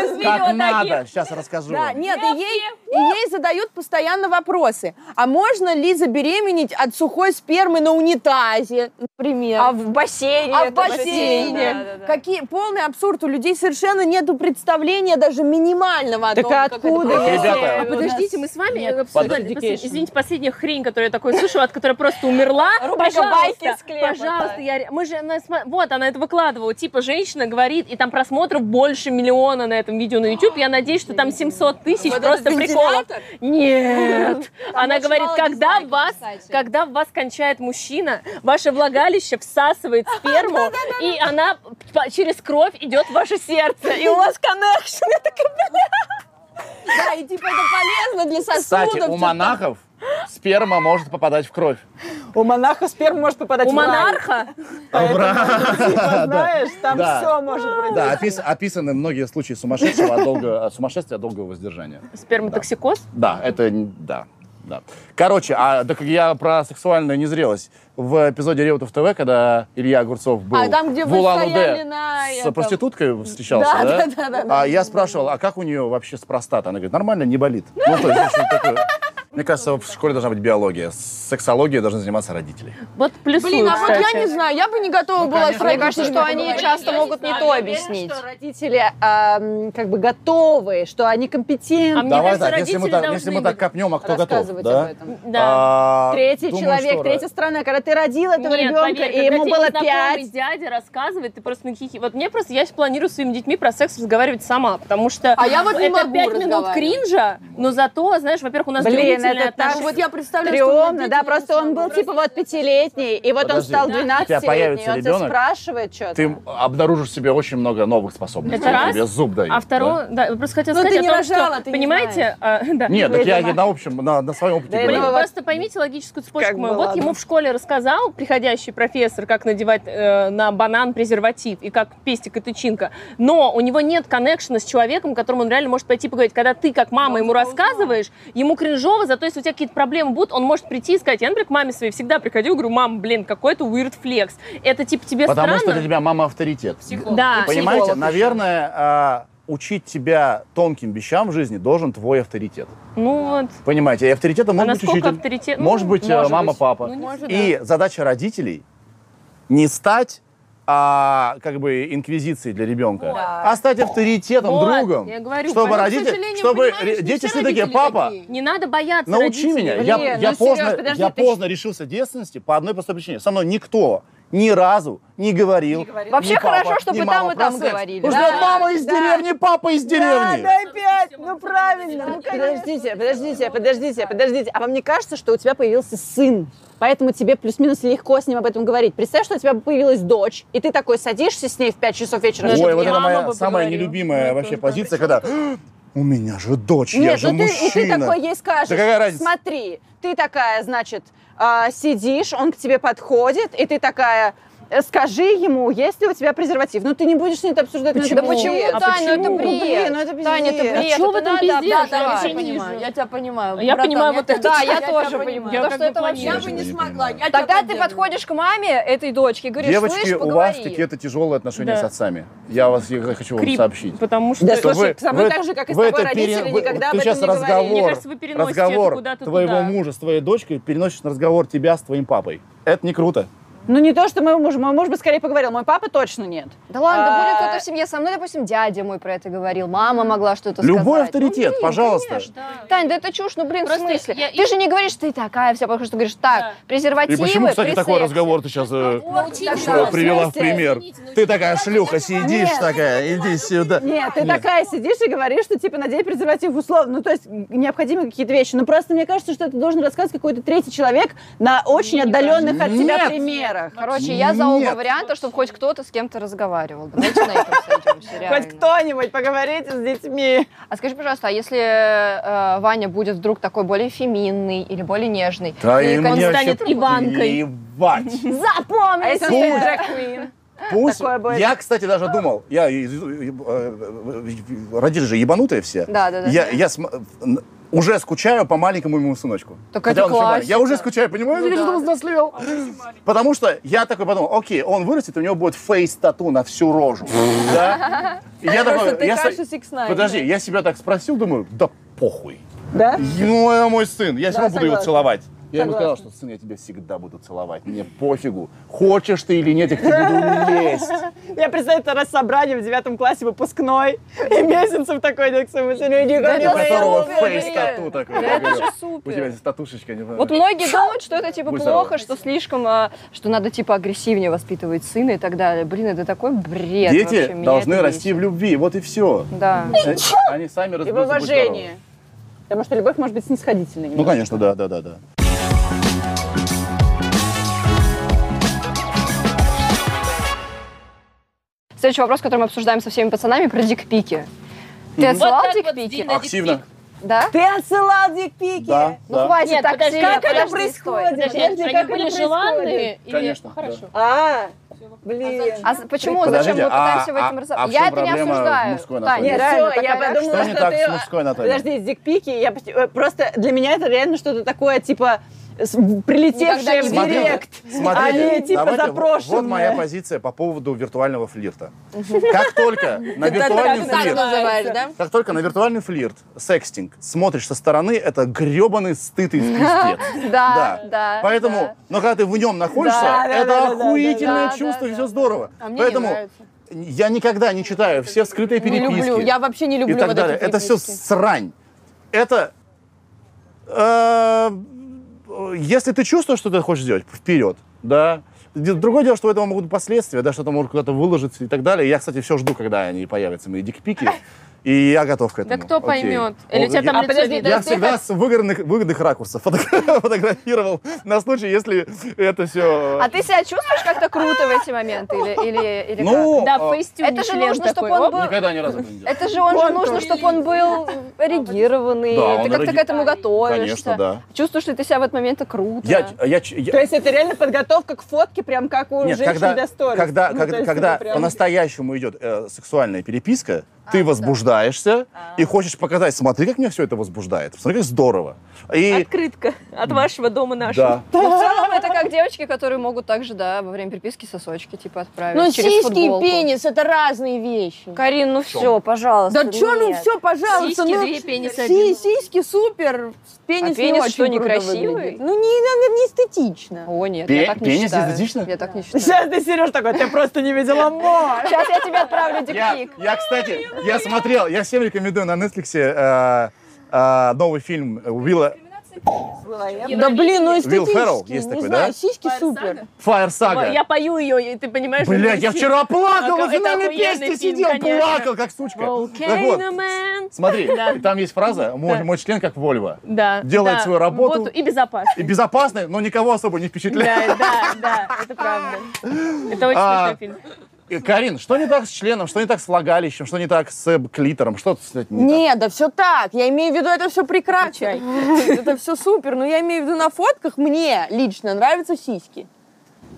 [SPEAKER 2] короче. Как надо. Сейчас расскажу.
[SPEAKER 5] Да,
[SPEAKER 2] вам.
[SPEAKER 5] нет, и ей, и ей задают постоянно вопросы. А можно ли забеременеть от сухой спермы на унитазе, например?
[SPEAKER 1] А в бассейне.
[SPEAKER 5] А в
[SPEAKER 1] это же
[SPEAKER 5] бассейне.
[SPEAKER 1] тема, да, да, да.
[SPEAKER 5] Какие полный абсурд. У людей совершенно нету представления даже минимального о
[SPEAKER 3] Так
[SPEAKER 5] том,
[SPEAKER 3] а
[SPEAKER 5] как это
[SPEAKER 3] откуда,
[SPEAKER 5] происходит.
[SPEAKER 2] если Ребята.
[SPEAKER 4] А подождите, мы с вами
[SPEAKER 3] Нет,
[SPEAKER 4] обсуждали,
[SPEAKER 3] под-
[SPEAKER 4] послед- извините, последняя хрень, которую я такой слышу, от которой просто умерла.
[SPEAKER 1] Рубрика
[SPEAKER 4] Пожалуйста,
[SPEAKER 1] «Байки из склепа»,
[SPEAKER 4] Пожалуйста,
[SPEAKER 1] да.
[SPEAKER 4] я... ре- Мы же... она сма- Вот, она это выкладывала. Типа, женщина говорит, и там просмотров больше миллиона на этом видео на YouTube. Я надеюсь, что там 700 тысяч
[SPEAKER 5] Вот
[SPEAKER 4] просто
[SPEAKER 5] этот
[SPEAKER 4] приколов.
[SPEAKER 5] вентилятор?
[SPEAKER 4] Нет. Она
[SPEAKER 5] очень
[SPEAKER 4] говорит,
[SPEAKER 5] мало
[SPEAKER 4] когда
[SPEAKER 5] дизлайков,
[SPEAKER 4] вас,
[SPEAKER 5] кстати.
[SPEAKER 4] когда в вас кончает мужчина, ваше влагалище всасывает сперму, и она по- через кровь идет в ваше сердце. И у вас коннекшн. Я такая,
[SPEAKER 5] Да, и типа это полезно для сосудов.
[SPEAKER 2] Кстати, у
[SPEAKER 5] типа.
[SPEAKER 2] монахов сперма может попадать в кровь.
[SPEAKER 3] У монаха сперма может попадать
[SPEAKER 4] У
[SPEAKER 3] в лань.
[SPEAKER 4] монарха?
[SPEAKER 3] Поэтому,
[SPEAKER 2] Да.
[SPEAKER 3] типа, знаешь, там
[SPEAKER 2] Да.
[SPEAKER 3] все может произойти.
[SPEAKER 2] Да, опис- описаны многие случаи сумасшедшего от долго- от сумасшествия от долгого воздержания.
[SPEAKER 4] Сперматоксикоз?
[SPEAKER 2] Да, это н- да. Да. Короче, а так я про сексуальную незрелость. В эпизоде Реутов ТВ, когда Илья Огурцов был
[SPEAKER 5] А, там, где
[SPEAKER 2] в
[SPEAKER 5] вы
[SPEAKER 2] Улан-Удэ
[SPEAKER 5] стояли на
[SPEAKER 2] с
[SPEAKER 5] этом.
[SPEAKER 2] проституткой встречался,
[SPEAKER 5] Да,
[SPEAKER 2] да?
[SPEAKER 5] да, да, да,
[SPEAKER 2] А я спрашивал, а как у нее вообще с простатой? Она говорит, нормально, не болит. Ну, то есть, что-то такое. Мне кажется, в школе должна быть биология. Сексология должна заниматься родители.
[SPEAKER 4] Вот плюсую,
[SPEAKER 5] Блин, а вот я
[SPEAKER 4] кстати.
[SPEAKER 5] не знаю, я бы не готова была с
[SPEAKER 1] Мне кажется,
[SPEAKER 5] родителями
[SPEAKER 1] что они
[SPEAKER 5] поговорить.
[SPEAKER 1] часто могут не то объяснить.
[SPEAKER 3] что родители а, м, как бы готовы, что они компетентны.
[SPEAKER 4] А мне
[SPEAKER 2] Давай
[SPEAKER 4] кажется,
[SPEAKER 2] так, если мы
[SPEAKER 4] родители
[SPEAKER 2] так,
[SPEAKER 4] должны
[SPEAKER 2] если мы так
[SPEAKER 4] бы
[SPEAKER 2] копнем, а кто готов?
[SPEAKER 3] рассказывать
[SPEAKER 2] Да?
[SPEAKER 3] об этом.
[SPEAKER 4] Да.
[SPEAKER 2] А,
[SPEAKER 3] Третий
[SPEAKER 2] думаю,
[SPEAKER 3] человек,
[SPEAKER 2] что
[SPEAKER 3] третья сторона, когда ты родил этого
[SPEAKER 4] Нет,
[SPEAKER 3] ребенка,
[SPEAKER 4] поверь,
[SPEAKER 3] и
[SPEAKER 4] когда
[SPEAKER 3] ему
[SPEAKER 4] тебе
[SPEAKER 3] было
[SPEAKER 4] незнакомый
[SPEAKER 3] пять.
[SPEAKER 4] дядя рассказывает, ты просто хихи. Вот мне просто, я планирую с своими детьми про секс разговаривать сама, потому что
[SPEAKER 5] А я вот не
[SPEAKER 4] это
[SPEAKER 5] могу
[SPEAKER 4] пять минут
[SPEAKER 5] разговаривать.
[SPEAKER 4] кринжа, но зато, знаешь, во-первых, у нас
[SPEAKER 3] Блин,
[SPEAKER 4] доверительные
[SPEAKER 3] это так
[SPEAKER 4] отношения.
[SPEAKER 5] Вот я представляю, что у меня
[SPEAKER 3] Стрёмно,
[SPEAKER 5] дети
[SPEAKER 3] да,
[SPEAKER 5] не
[SPEAKER 3] просто он
[SPEAKER 5] смогут
[SPEAKER 3] был типа вот пятилетний, и вот
[SPEAKER 2] Подожди,
[SPEAKER 3] он стал
[SPEAKER 2] у тебя
[SPEAKER 3] 12-летний,
[SPEAKER 2] появится
[SPEAKER 3] и он тебя
[SPEAKER 2] ребёнок,
[SPEAKER 3] спрашивает что-то.
[SPEAKER 2] ты обнаружишь в себе очень много новых способностей.
[SPEAKER 4] Это раз.
[SPEAKER 2] Тебе зуб дают.
[SPEAKER 4] А второе, да, я просто хотела
[SPEAKER 5] Ну,
[SPEAKER 4] сказать
[SPEAKER 5] ты
[SPEAKER 4] о том,
[SPEAKER 5] не рожала,
[SPEAKER 4] что,
[SPEAKER 5] ты не
[SPEAKER 4] понимаете, а, да.
[SPEAKER 2] да? Нет, так я,
[SPEAKER 3] Видимо.
[SPEAKER 2] на общем, на, на своем опыте
[SPEAKER 3] Да,
[SPEAKER 2] говорю.
[SPEAKER 4] Блин,
[SPEAKER 3] Ну, вот.
[SPEAKER 4] просто поймите логическую цепочку
[SPEAKER 3] Как бы
[SPEAKER 4] мою. вот
[SPEAKER 3] ладно.
[SPEAKER 4] ему в школе рассказал приходящий профессор, как надевать э, на банан презерватив и как пестик и тычинка. Но у него нет коннекшена с человеком, которому он реально может пойти поговорить. Когда ты, как мама, ему рассказываешь, ему кринжово, зато если у тебя какие-то проблемы будут, он может прийти и сказать, я, например, к маме своей всегда приходил, говорю, мам, блин, какой-то weird flex. Это типа тебе
[SPEAKER 2] Потому что
[SPEAKER 4] странно?
[SPEAKER 2] для тебя мама авторитет.
[SPEAKER 4] Да.
[SPEAKER 2] Понимаете, наверное, а, учить тебя тонким вещам в жизни должен твой авторитет.
[SPEAKER 4] Ну вот.
[SPEAKER 2] Понимаете, и авторитетом
[SPEAKER 4] А
[SPEAKER 2] может быть
[SPEAKER 4] насколько
[SPEAKER 2] учитель.
[SPEAKER 4] авторитет? Ну,
[SPEAKER 2] Может быть, э,
[SPEAKER 4] может
[SPEAKER 2] мама,
[SPEAKER 4] быть.
[SPEAKER 2] папа.
[SPEAKER 4] Ну, не Может,
[SPEAKER 2] и задача родителей не стать а, как бы инквизицией для ребенка, а стать авторитетом,
[SPEAKER 4] Вот,
[SPEAKER 2] другом,
[SPEAKER 4] я говорю,
[SPEAKER 2] чтобы
[SPEAKER 4] поэтому, к
[SPEAKER 2] родители,
[SPEAKER 4] сожалению,
[SPEAKER 2] чтобы
[SPEAKER 4] понимаешь,
[SPEAKER 2] ре-
[SPEAKER 4] не
[SPEAKER 2] дети
[SPEAKER 4] все
[SPEAKER 2] все такие,
[SPEAKER 4] родители
[SPEAKER 2] папа,
[SPEAKER 4] Не надо бояться
[SPEAKER 2] научи
[SPEAKER 4] родителей.
[SPEAKER 2] меня, я,
[SPEAKER 3] Блин,
[SPEAKER 2] я
[SPEAKER 3] ну,
[SPEAKER 2] поздно,
[SPEAKER 3] Серёж, подожди,
[SPEAKER 2] я
[SPEAKER 3] ты
[SPEAKER 2] поздно лишился девственности по одной простой причине. Со мной никто ни разу не говорил.
[SPEAKER 1] Вообще
[SPEAKER 2] ни папа, Ну,
[SPEAKER 1] хорошо, что
[SPEAKER 2] ни
[SPEAKER 1] вы
[SPEAKER 2] мама
[SPEAKER 1] там и
[SPEAKER 2] про
[SPEAKER 1] там
[SPEAKER 2] секс.
[SPEAKER 1] говорили.
[SPEAKER 2] Потому что мама из деревни, папа из
[SPEAKER 3] Да,
[SPEAKER 2] деревни.
[SPEAKER 3] дай пять, ну правильно. ну, подождите, подождите, подождите, подождите. А вам не кажется, что у тебя появился сын? Поэтому тебе плюс-минус легко с ним об этом говорить. Представь, что у тебя появилась дочь, и ты такой садишься с ней в 5 часов вечера.
[SPEAKER 4] Даже
[SPEAKER 2] Ой,
[SPEAKER 4] твоя
[SPEAKER 2] вот это
[SPEAKER 4] мама
[SPEAKER 2] моя
[SPEAKER 4] бы
[SPEAKER 2] самая
[SPEAKER 4] поговорила.
[SPEAKER 2] нелюбимая
[SPEAKER 4] Ну,
[SPEAKER 2] вообще
[SPEAKER 4] тоже
[SPEAKER 2] позиция, когда «А, у меня же дочь, я
[SPEAKER 3] Нет,
[SPEAKER 2] же
[SPEAKER 3] ну ты, и ты
[SPEAKER 2] мужчина.
[SPEAKER 3] такой ей скажешь,
[SPEAKER 2] Да какая разница?
[SPEAKER 3] смотри, ты такая, значит, а, сидишь, он к тебе подходит, и ты такая, «Э, скажи ему, есть ли у тебя презерватив. Ну ты не будешь с ней это обсуждать.
[SPEAKER 4] Почему?
[SPEAKER 3] Ну,
[SPEAKER 1] Да
[SPEAKER 3] это
[SPEAKER 1] почему,
[SPEAKER 3] бред.
[SPEAKER 4] А
[SPEAKER 1] Таня,
[SPEAKER 4] почему?
[SPEAKER 1] ну это бред.
[SPEAKER 3] Блин, ну это пиздец.
[SPEAKER 1] Таня, это
[SPEAKER 3] А
[SPEAKER 1] бред.
[SPEAKER 4] чё в
[SPEAKER 1] это
[SPEAKER 4] этом
[SPEAKER 1] надо
[SPEAKER 4] пиздец?
[SPEAKER 1] обсуждать.
[SPEAKER 4] Я
[SPEAKER 1] Да,
[SPEAKER 4] вообще
[SPEAKER 1] я
[SPEAKER 4] не
[SPEAKER 1] понимаю,
[SPEAKER 4] вижу.
[SPEAKER 1] я тебя понимаю.
[SPEAKER 4] Я понимаю
[SPEAKER 5] я
[SPEAKER 4] вот
[SPEAKER 5] тебя-
[SPEAKER 4] это.
[SPEAKER 1] Да,
[SPEAKER 5] Я
[SPEAKER 1] я
[SPEAKER 5] тебя
[SPEAKER 1] тоже
[SPEAKER 5] понимаю.
[SPEAKER 1] понимаю.
[SPEAKER 4] Я
[SPEAKER 1] Потому
[SPEAKER 4] как
[SPEAKER 1] что
[SPEAKER 4] бы
[SPEAKER 1] это вообще...
[SPEAKER 4] понимаю.
[SPEAKER 5] Я бы не
[SPEAKER 2] Конечно, не
[SPEAKER 5] смогла.
[SPEAKER 2] понимаю.
[SPEAKER 5] я
[SPEAKER 1] Тогда
[SPEAKER 5] тебя
[SPEAKER 1] ты
[SPEAKER 5] поддерживаю.
[SPEAKER 1] подходишь к маме этой дочки и говоришь,
[SPEAKER 2] Девочки,
[SPEAKER 1] слышь,
[SPEAKER 2] у вас
[SPEAKER 1] поговори.
[SPEAKER 2] такие это тяжелые отношения
[SPEAKER 4] Да.
[SPEAKER 2] с отцами. Я вас я хочу вам
[SPEAKER 4] Крип,
[SPEAKER 2] сообщить.
[SPEAKER 4] Потому что...
[SPEAKER 3] Да
[SPEAKER 2] Что
[SPEAKER 3] Слушай, со мной так же, как и с
[SPEAKER 2] вы
[SPEAKER 3] тобой,
[SPEAKER 2] это
[SPEAKER 3] родители
[SPEAKER 2] пере- вы-
[SPEAKER 3] никогда
[SPEAKER 2] ты
[SPEAKER 3] об
[SPEAKER 2] сейчас
[SPEAKER 3] этом не говорили.
[SPEAKER 2] разговор,
[SPEAKER 4] Мне кажется, вы переносите это
[SPEAKER 2] разговор
[SPEAKER 4] куда-то
[SPEAKER 2] твоего
[SPEAKER 4] туда.
[SPEAKER 2] мужа с твоей дочкой переносишь на разговор тебя с твоим папой. Это не круто.
[SPEAKER 3] Ну не то, что моего мужа. Мой муж бы скорее поговорил. Мой папа точно нет.
[SPEAKER 1] Да ладно, да будет
[SPEAKER 3] А,
[SPEAKER 1] кто-то в семье со мной, допустим, дядя мой про это говорил, мама могла что-то сказать.
[SPEAKER 2] Любой
[SPEAKER 1] Ну,
[SPEAKER 2] авторитет,
[SPEAKER 1] блин,
[SPEAKER 2] пожалуйста.
[SPEAKER 1] конечно. Тань, да это чушь, ну блин, в
[SPEAKER 4] Просто
[SPEAKER 1] смысле?
[SPEAKER 4] я-
[SPEAKER 1] Ты же не говоришь, ты такая вся, потому что ты говоришь, так,
[SPEAKER 4] Да.
[SPEAKER 1] презервативы,
[SPEAKER 2] И почему, кстати,
[SPEAKER 1] при
[SPEAKER 2] такой
[SPEAKER 1] сексе.
[SPEAKER 2] разговор ты сейчас
[SPEAKER 3] Ну,
[SPEAKER 2] э,
[SPEAKER 1] Научитесь.
[SPEAKER 2] э, привела в
[SPEAKER 3] Научитесь.
[SPEAKER 4] ну,
[SPEAKER 2] пример? Ты такая шлюха, сидишь
[SPEAKER 3] ну, Нет.
[SPEAKER 2] такая, иди сюда.
[SPEAKER 3] Нет, ты
[SPEAKER 2] Нет.
[SPEAKER 3] такая сидишь и говоришь, что типа надень презерватив условно. Ну, то есть м, необходимы какие-то вещи. Но просто мне кажется, что это должен рассказывать какой-то третий человек на очень отдаленных от тебя
[SPEAKER 2] Нет.
[SPEAKER 3] примерах.
[SPEAKER 1] Короче, я за оба
[SPEAKER 2] Нет.
[SPEAKER 1] варианта, чтобы хоть кто-то с кем-то разговаривал. Давайте на этом сойдемся, реально.
[SPEAKER 3] Хоть кто-нибудь поговорите с детьми.
[SPEAKER 1] А скажи, пожалуйста, а если э, Ваня будет вдруг такой более феминный или более нежный?
[SPEAKER 2] Да
[SPEAKER 1] ты,
[SPEAKER 2] и
[SPEAKER 1] конечно,
[SPEAKER 2] мне
[SPEAKER 4] станет
[SPEAKER 2] вообще
[SPEAKER 4] Иванкой.
[SPEAKER 2] плевать.
[SPEAKER 3] А если
[SPEAKER 2] Пусть.
[SPEAKER 3] он станет дрэквин?
[SPEAKER 2] Пусть.
[SPEAKER 3] Такое будет.
[SPEAKER 2] Я, кстати, даже думал, я из- э, э, родители же ебанутые все.
[SPEAKER 1] Да, да, да.
[SPEAKER 2] Я, я см- н- уже скучаю по маленькому моему сыночку.
[SPEAKER 1] Так
[SPEAKER 2] Хотя
[SPEAKER 1] это
[SPEAKER 2] он еще маленький.
[SPEAKER 1] классика.
[SPEAKER 2] Я уже скучаю, понимаешь?
[SPEAKER 1] Ну
[SPEAKER 2] я
[SPEAKER 1] да.
[SPEAKER 2] что взрослел. Потому что я такой подумал, окей, он вырастет, у него будет фейс-тату на всю рожу. Да? И Я
[SPEAKER 5] Просто
[SPEAKER 2] такой,
[SPEAKER 5] ты
[SPEAKER 2] я
[SPEAKER 5] кашу
[SPEAKER 2] со-
[SPEAKER 5] Six Nine.
[SPEAKER 2] подожди, я себя так спросил, думаю, да похуй.
[SPEAKER 3] Да?
[SPEAKER 2] Ну, это мой сын, я все равно буду его
[SPEAKER 3] согласна.
[SPEAKER 2] целовать. Я ему
[SPEAKER 3] Согласна.
[SPEAKER 2] сказал, что сын, я тебя всегда буду целовать. Мне пофигу, хочешь ты или нет, я к тебе буду лезть.
[SPEAKER 3] Я представляю, это раз собрание в девятом классе выпускной, и месяцев такой идет к своему сыну, иди ко мне,
[SPEAKER 2] У которого
[SPEAKER 3] поел.
[SPEAKER 2] фейс-тату такой.
[SPEAKER 1] Да это
[SPEAKER 2] Я говорю,
[SPEAKER 1] же супер.
[SPEAKER 2] У тебя здесь татушечка, не
[SPEAKER 1] Вот многие думают, что это типа
[SPEAKER 2] Будь
[SPEAKER 1] плохо,
[SPEAKER 2] здорова.
[SPEAKER 1] что слишком, э, что надо типа агрессивнее воспитывать сына и так далее. Блин, это такой бред. вообще,
[SPEAKER 2] Дети
[SPEAKER 1] меня
[SPEAKER 2] должны
[SPEAKER 1] это
[SPEAKER 2] расти в любви, вот и все.
[SPEAKER 1] бесит. Да.
[SPEAKER 2] Они сами
[SPEAKER 3] И в
[SPEAKER 2] разберутся. будь
[SPEAKER 3] уважении. Потому что любовь может быть снисходительной.
[SPEAKER 2] здорова. Ну, конечно, да, да, да, да.
[SPEAKER 1] Следующий вопрос, который мы обсуждаем со всеми пацанами, про дикпики. Ты
[SPEAKER 4] Вот
[SPEAKER 1] отсылал
[SPEAKER 4] так вот
[SPEAKER 1] дикпики?
[SPEAKER 4] сдвинуть.
[SPEAKER 2] Активно.
[SPEAKER 1] Да?
[SPEAKER 3] Ты отсылал дикпики?
[SPEAKER 2] Да,
[SPEAKER 1] Ну
[SPEAKER 2] да.
[SPEAKER 1] хватит
[SPEAKER 4] Нет,
[SPEAKER 1] так
[SPEAKER 4] подожди,
[SPEAKER 1] сильно,
[SPEAKER 4] как это
[SPEAKER 1] подожди,
[SPEAKER 3] происходит?
[SPEAKER 1] стой.
[SPEAKER 4] Подожди,
[SPEAKER 3] Подожди,
[SPEAKER 4] они
[SPEAKER 3] как
[SPEAKER 4] были
[SPEAKER 3] это
[SPEAKER 4] желанные? или-
[SPEAKER 2] Конечно,
[SPEAKER 4] Хорошо.
[SPEAKER 3] А, блин.
[SPEAKER 1] А с- почему?
[SPEAKER 2] Подождите,
[SPEAKER 1] Зачем мы
[SPEAKER 2] а-
[SPEAKER 1] пытаемся в этом
[SPEAKER 2] а- а в
[SPEAKER 1] разобраться?
[SPEAKER 2] чем
[SPEAKER 1] Я это не
[SPEAKER 2] проблема в
[SPEAKER 1] осуждаю.
[SPEAKER 2] мужской
[SPEAKER 1] Таня,
[SPEAKER 2] анатомии?
[SPEAKER 3] Нет,
[SPEAKER 1] всё,
[SPEAKER 3] реально,
[SPEAKER 1] я
[SPEAKER 3] такая
[SPEAKER 1] подумала,
[SPEAKER 2] Что не
[SPEAKER 3] что
[SPEAKER 2] так
[SPEAKER 3] ты-
[SPEAKER 2] с мужской Натальей?
[SPEAKER 3] Подожди, дикпики, я поч- э, просто для меня это реально что-то такое, типа с- прилетевшее в
[SPEAKER 2] Смотрите,
[SPEAKER 3] директ.
[SPEAKER 2] Смотрите,
[SPEAKER 3] Они типа
[SPEAKER 2] давайте,
[SPEAKER 3] запрошенные.
[SPEAKER 2] Вот моя позиция по поводу виртуального флирта. Как только на виртуальный
[SPEAKER 5] так так
[SPEAKER 2] флирт,
[SPEAKER 5] называешь, да?
[SPEAKER 2] как только на виртуальный флирт, секстинг, смотришь со стороны, это гребаный стыд и пиздец.
[SPEAKER 1] Да, да. да.
[SPEAKER 2] Поэтому, но когда ты в нем находишься,
[SPEAKER 3] Да, да,
[SPEAKER 2] это
[SPEAKER 3] да, да,
[SPEAKER 2] охуительное
[SPEAKER 1] да, да.
[SPEAKER 2] чувство,
[SPEAKER 1] Да,
[SPEAKER 2] и
[SPEAKER 1] да,
[SPEAKER 2] все здорово.
[SPEAKER 5] А мне не
[SPEAKER 2] Поэтому
[SPEAKER 5] нравится.
[SPEAKER 2] я никогда не читаю все вскрытые
[SPEAKER 5] Не
[SPEAKER 2] переписки
[SPEAKER 5] люблю. Я вообще не
[SPEAKER 2] и
[SPEAKER 5] люблю
[SPEAKER 2] так
[SPEAKER 5] вот
[SPEAKER 2] далее.
[SPEAKER 5] эти
[SPEAKER 2] Это все
[SPEAKER 5] переписки.
[SPEAKER 2] срань. Это... э, Если ты чувствуешь, что ты хочешь сделать, вперед, да. Д- Другое дело, что у этого могут быть последствия, да, что-то может куда-то выложиться и так далее. Я, кстати, все жду, когда они появятся, мои дикпики, и я готов к
[SPEAKER 4] Да
[SPEAKER 2] этому.
[SPEAKER 4] кто
[SPEAKER 2] Окей.
[SPEAKER 4] поймет? Или у тебя
[SPEAKER 2] Я-
[SPEAKER 4] там лицо
[SPEAKER 5] подожди,
[SPEAKER 4] видно?
[SPEAKER 2] я всегда с выгодных, выгодных ракурсов фото- фотографировал на случай, если это э, все...
[SPEAKER 1] А ты себя чувствуешь как-то круто в эти моменты? Или, или, или
[SPEAKER 2] ну,
[SPEAKER 4] Да,
[SPEAKER 2] а,
[SPEAKER 4] фейстюн
[SPEAKER 1] Это же
[SPEAKER 4] член
[SPEAKER 1] нужно, чтоб
[SPEAKER 4] такой,
[SPEAKER 1] он
[SPEAKER 4] оп.
[SPEAKER 1] был-
[SPEAKER 2] никогда ни разу это
[SPEAKER 1] как?
[SPEAKER 2] не делал.
[SPEAKER 1] Это же он же нужно, чтобы он был эрегированный.
[SPEAKER 2] Да,
[SPEAKER 1] ты
[SPEAKER 2] он
[SPEAKER 1] как-то
[SPEAKER 2] эреги-
[SPEAKER 1] к этому готовишься.
[SPEAKER 2] Конечно, да.
[SPEAKER 1] Чувствуешь ли ты себя в этот момент круто?
[SPEAKER 2] Я, я, я-
[SPEAKER 3] То есть это реально подготовка к фотке, прям как у
[SPEAKER 2] Нет,
[SPEAKER 3] женщин
[SPEAKER 2] когда,
[SPEAKER 3] для сторис.
[SPEAKER 2] когда,
[SPEAKER 3] Ну, то
[SPEAKER 2] когда,
[SPEAKER 3] есть
[SPEAKER 2] когда
[SPEAKER 3] это прям- А, ну
[SPEAKER 2] по-настоящему идет э, сексуальная переписка, ты возбуждаешься и хочешь показать, смотри, как меня все это возбуждает, смотри, как здорово.
[SPEAKER 3] А
[SPEAKER 2] И,
[SPEAKER 4] Открытка от вашего дома нашего.
[SPEAKER 2] да.
[SPEAKER 1] Ну, в целом, это как девочки, которые могут также, да, во время переписки сосочки, типа, отправить
[SPEAKER 5] Ну,
[SPEAKER 1] через
[SPEAKER 5] сиськи
[SPEAKER 1] футболку.
[SPEAKER 5] и пенис — это разные вещи.
[SPEAKER 1] Карин, ну все, пожалуйста.
[SPEAKER 5] Да чё, ну все, пожалуйста.
[SPEAKER 4] Сиськи
[SPEAKER 5] ну,
[SPEAKER 4] две, пенис
[SPEAKER 5] си-
[SPEAKER 4] один.
[SPEAKER 5] Сиськи супер, пенис,
[SPEAKER 1] А пенис
[SPEAKER 5] не
[SPEAKER 1] что,
[SPEAKER 5] очень круто
[SPEAKER 1] некрасивый?
[SPEAKER 5] выглядит. Ну, не, не эстетично.
[SPEAKER 1] О, нет,
[SPEAKER 2] Пе-
[SPEAKER 1] я так не
[SPEAKER 2] пенис
[SPEAKER 1] считаю.
[SPEAKER 2] эстетично?
[SPEAKER 1] Я так не считаю.
[SPEAKER 3] Сейчас ты, Сереж, такой, ты просто не видела мой.
[SPEAKER 1] Сейчас я тебе отправлю
[SPEAKER 2] Я,
[SPEAKER 1] дикпик.
[SPEAKER 2] я, кстати, я смотрел, я всем рекомендую на Netflix э, э, новый фильм Уилла
[SPEAKER 5] Да блин, ну
[SPEAKER 2] Уилл
[SPEAKER 5] эстетически,
[SPEAKER 2] Феррелл
[SPEAKER 5] не
[SPEAKER 2] есть такой,
[SPEAKER 5] знаю,
[SPEAKER 2] да?
[SPEAKER 5] сиськи супер.
[SPEAKER 2] Fire Saga.
[SPEAKER 4] Я пою ее, и ты понимаешь...
[SPEAKER 2] Блядь, я вчера плакал,
[SPEAKER 4] Это
[SPEAKER 2] на финальной
[SPEAKER 4] охуенный
[SPEAKER 2] песне
[SPEAKER 4] фильм,
[SPEAKER 2] сидел,
[SPEAKER 4] конечно.
[SPEAKER 2] плакал, как сучка. Так вот, смотри, там есть фраза «Мой мой член как Вольво».
[SPEAKER 4] Да.
[SPEAKER 2] Делает
[SPEAKER 4] да.
[SPEAKER 2] свою работу.
[SPEAKER 4] И безопасно.
[SPEAKER 2] И безопасный, но никого особо не впечатляет.
[SPEAKER 4] Да, да, да, это правда. Это очень
[SPEAKER 2] А.
[SPEAKER 4] смешной фильм.
[SPEAKER 2] И, Карин, что не так с членом, что не так с влагалищем, что не так с э, клитором, что кстати, не так?
[SPEAKER 5] Не, да все так. Я имею в виду, это все прекрасно. Это все супер. Но я имею в виду, на фотках мне лично нравятся сиськи.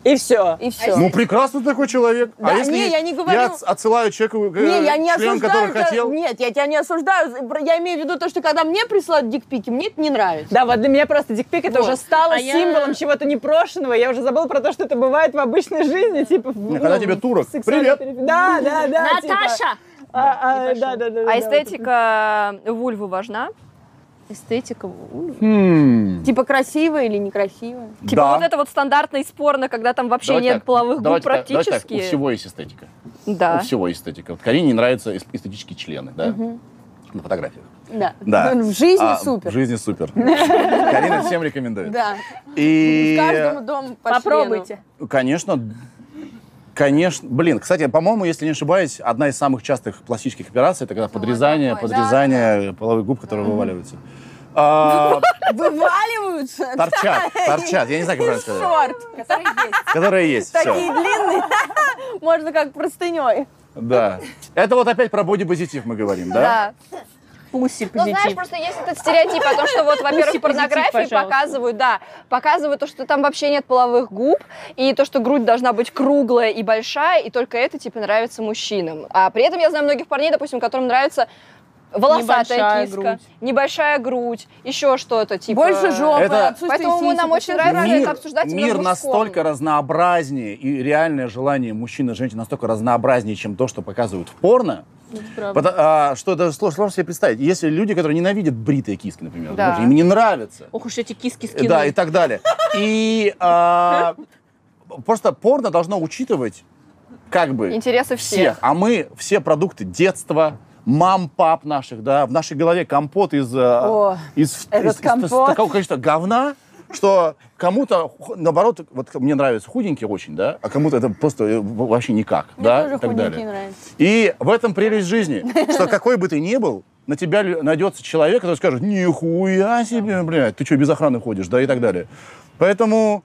[SPEAKER 3] И все.
[SPEAKER 5] И все.
[SPEAKER 2] Ну, прекрасный такой человек. А
[SPEAKER 5] Да, не, я не говорю-
[SPEAKER 2] Я отс- отсылаю человеку э,
[SPEAKER 5] Не, я не
[SPEAKER 2] член,
[SPEAKER 5] осуждаю.
[SPEAKER 2] который
[SPEAKER 5] это-
[SPEAKER 2] хотел.
[SPEAKER 5] Нет, я тебя не осуждаю. Про- Я имею в виду то, что когда мне присылают дикпики, мне это не нравится.
[SPEAKER 3] Да, вот для меня просто дикпик это
[SPEAKER 4] Вот.
[SPEAKER 3] уже стало
[SPEAKER 4] А я-
[SPEAKER 3] символом чего-то непрошенного. Я уже забыла про то, что это бывает в обычной жизни, типа. ну,
[SPEAKER 2] когда тебе турок.
[SPEAKER 3] в сексуальной
[SPEAKER 2] «Привет».
[SPEAKER 3] перепи- Да, да, да. типа.
[SPEAKER 4] Наташа!
[SPEAKER 3] А, а, да, да, да, да,
[SPEAKER 1] А
[SPEAKER 3] да,
[SPEAKER 1] эстетика вульвы важна?
[SPEAKER 4] Эстетика.
[SPEAKER 1] ну,
[SPEAKER 2] М,
[SPEAKER 5] Типа красивая или некрасивая.
[SPEAKER 1] Типа
[SPEAKER 2] да.
[SPEAKER 1] вот это вот стандартно и спорно, когда там вообще
[SPEAKER 2] Давайте
[SPEAKER 1] нет
[SPEAKER 2] так,
[SPEAKER 1] половых губ
[SPEAKER 2] давайте так, давайте
[SPEAKER 1] практически.
[SPEAKER 2] так, У всего есть эстетика. У
[SPEAKER 1] Да.
[SPEAKER 2] всего эстетика. Вот Карине не нравятся эс- эстетические члены, да? На фотографиях.
[SPEAKER 5] Да.
[SPEAKER 2] Да.
[SPEAKER 5] Ну, В жизни
[SPEAKER 2] А, В
[SPEAKER 5] супер.
[SPEAKER 2] жизни супер. Карина всем рекомендует.
[SPEAKER 5] Да.
[SPEAKER 2] И...
[SPEAKER 5] Каждому дому по
[SPEAKER 4] Попробуйте.
[SPEAKER 2] Конечно, конечно. Блин, кстати, по-моему, если не ошибаюсь, одна из самых частых пластических операций это когда подрезание, подрезание половых губ, которые вываливаются. А,
[SPEAKER 5] члену. Вываливаются.
[SPEAKER 2] торчат, торчат. Я не знаю, как правильно сказать. Которые есть. всё.
[SPEAKER 5] Такие длинные. Можно как простыней.
[SPEAKER 2] Да. Это вот опять про бодипозитив мы говорим, да?
[SPEAKER 1] Да.
[SPEAKER 4] Пуси
[SPEAKER 1] Ну, знаешь,
[SPEAKER 4] позитив.
[SPEAKER 1] просто есть этот стереотип о том, что вот, во-первых,
[SPEAKER 4] Пусть и
[SPEAKER 1] в
[SPEAKER 4] позитив,
[SPEAKER 1] порнографии
[SPEAKER 4] пожалуйста.
[SPEAKER 1] показывают, да, показывают то, что там вообще нет половых губ, и то, что грудь должна быть круглая и большая, и только это, типа, нравится мужчинам. А при этом я знаю многих парней, допустим, которым нравится волосатая
[SPEAKER 4] Небольшая
[SPEAKER 1] киска,
[SPEAKER 4] грудь.
[SPEAKER 1] небольшая грудь, еще что-то, типа...
[SPEAKER 5] Больше жопы,
[SPEAKER 2] А, это-
[SPEAKER 5] отсутствие
[SPEAKER 1] Поэтому
[SPEAKER 5] сисек,
[SPEAKER 1] нам
[SPEAKER 5] это
[SPEAKER 1] очень
[SPEAKER 5] всё
[SPEAKER 1] нравится
[SPEAKER 5] правильно.
[SPEAKER 1] это обсуждать именно
[SPEAKER 2] мир
[SPEAKER 1] в мужском.
[SPEAKER 2] настолько разнообразнее, и реальное желание мужчин и женщин настолько разнообразнее, чем то, что показывают в порно, Потому- а, что даже сложно, сложно себе представить. Есть люди, которые ненавидят бритые киски, например.
[SPEAKER 1] Да.
[SPEAKER 2] Им не нравится.
[SPEAKER 4] Ох уж эти киски
[SPEAKER 2] Да, и
[SPEAKER 4] скинули.
[SPEAKER 2] так далее. И а, просто порно должно учитывать как бы
[SPEAKER 1] Интересы всех.
[SPEAKER 2] А мы все продукты детства, мам, пап наших, да, в нашей голове компот из, э,
[SPEAKER 3] О,
[SPEAKER 2] из,
[SPEAKER 3] этот
[SPEAKER 2] из- из
[SPEAKER 3] компот.
[SPEAKER 2] такого количества говна, что кому-то, ху- наоборот, вот мне нравятся худенькие очень, да, а кому-то это просто э, в- вообще никак, да,
[SPEAKER 5] Мне
[SPEAKER 2] и
[SPEAKER 5] тоже
[SPEAKER 2] так
[SPEAKER 5] худенькие
[SPEAKER 2] далее.
[SPEAKER 5] нравятся.
[SPEAKER 2] И в этом прелесть жизни, что какой бы ты ни был, на тебя лю- найдется человек, который скажет, нихуя себе, блядь, ты что, без охраны ходишь, да, и так далее. Поэтому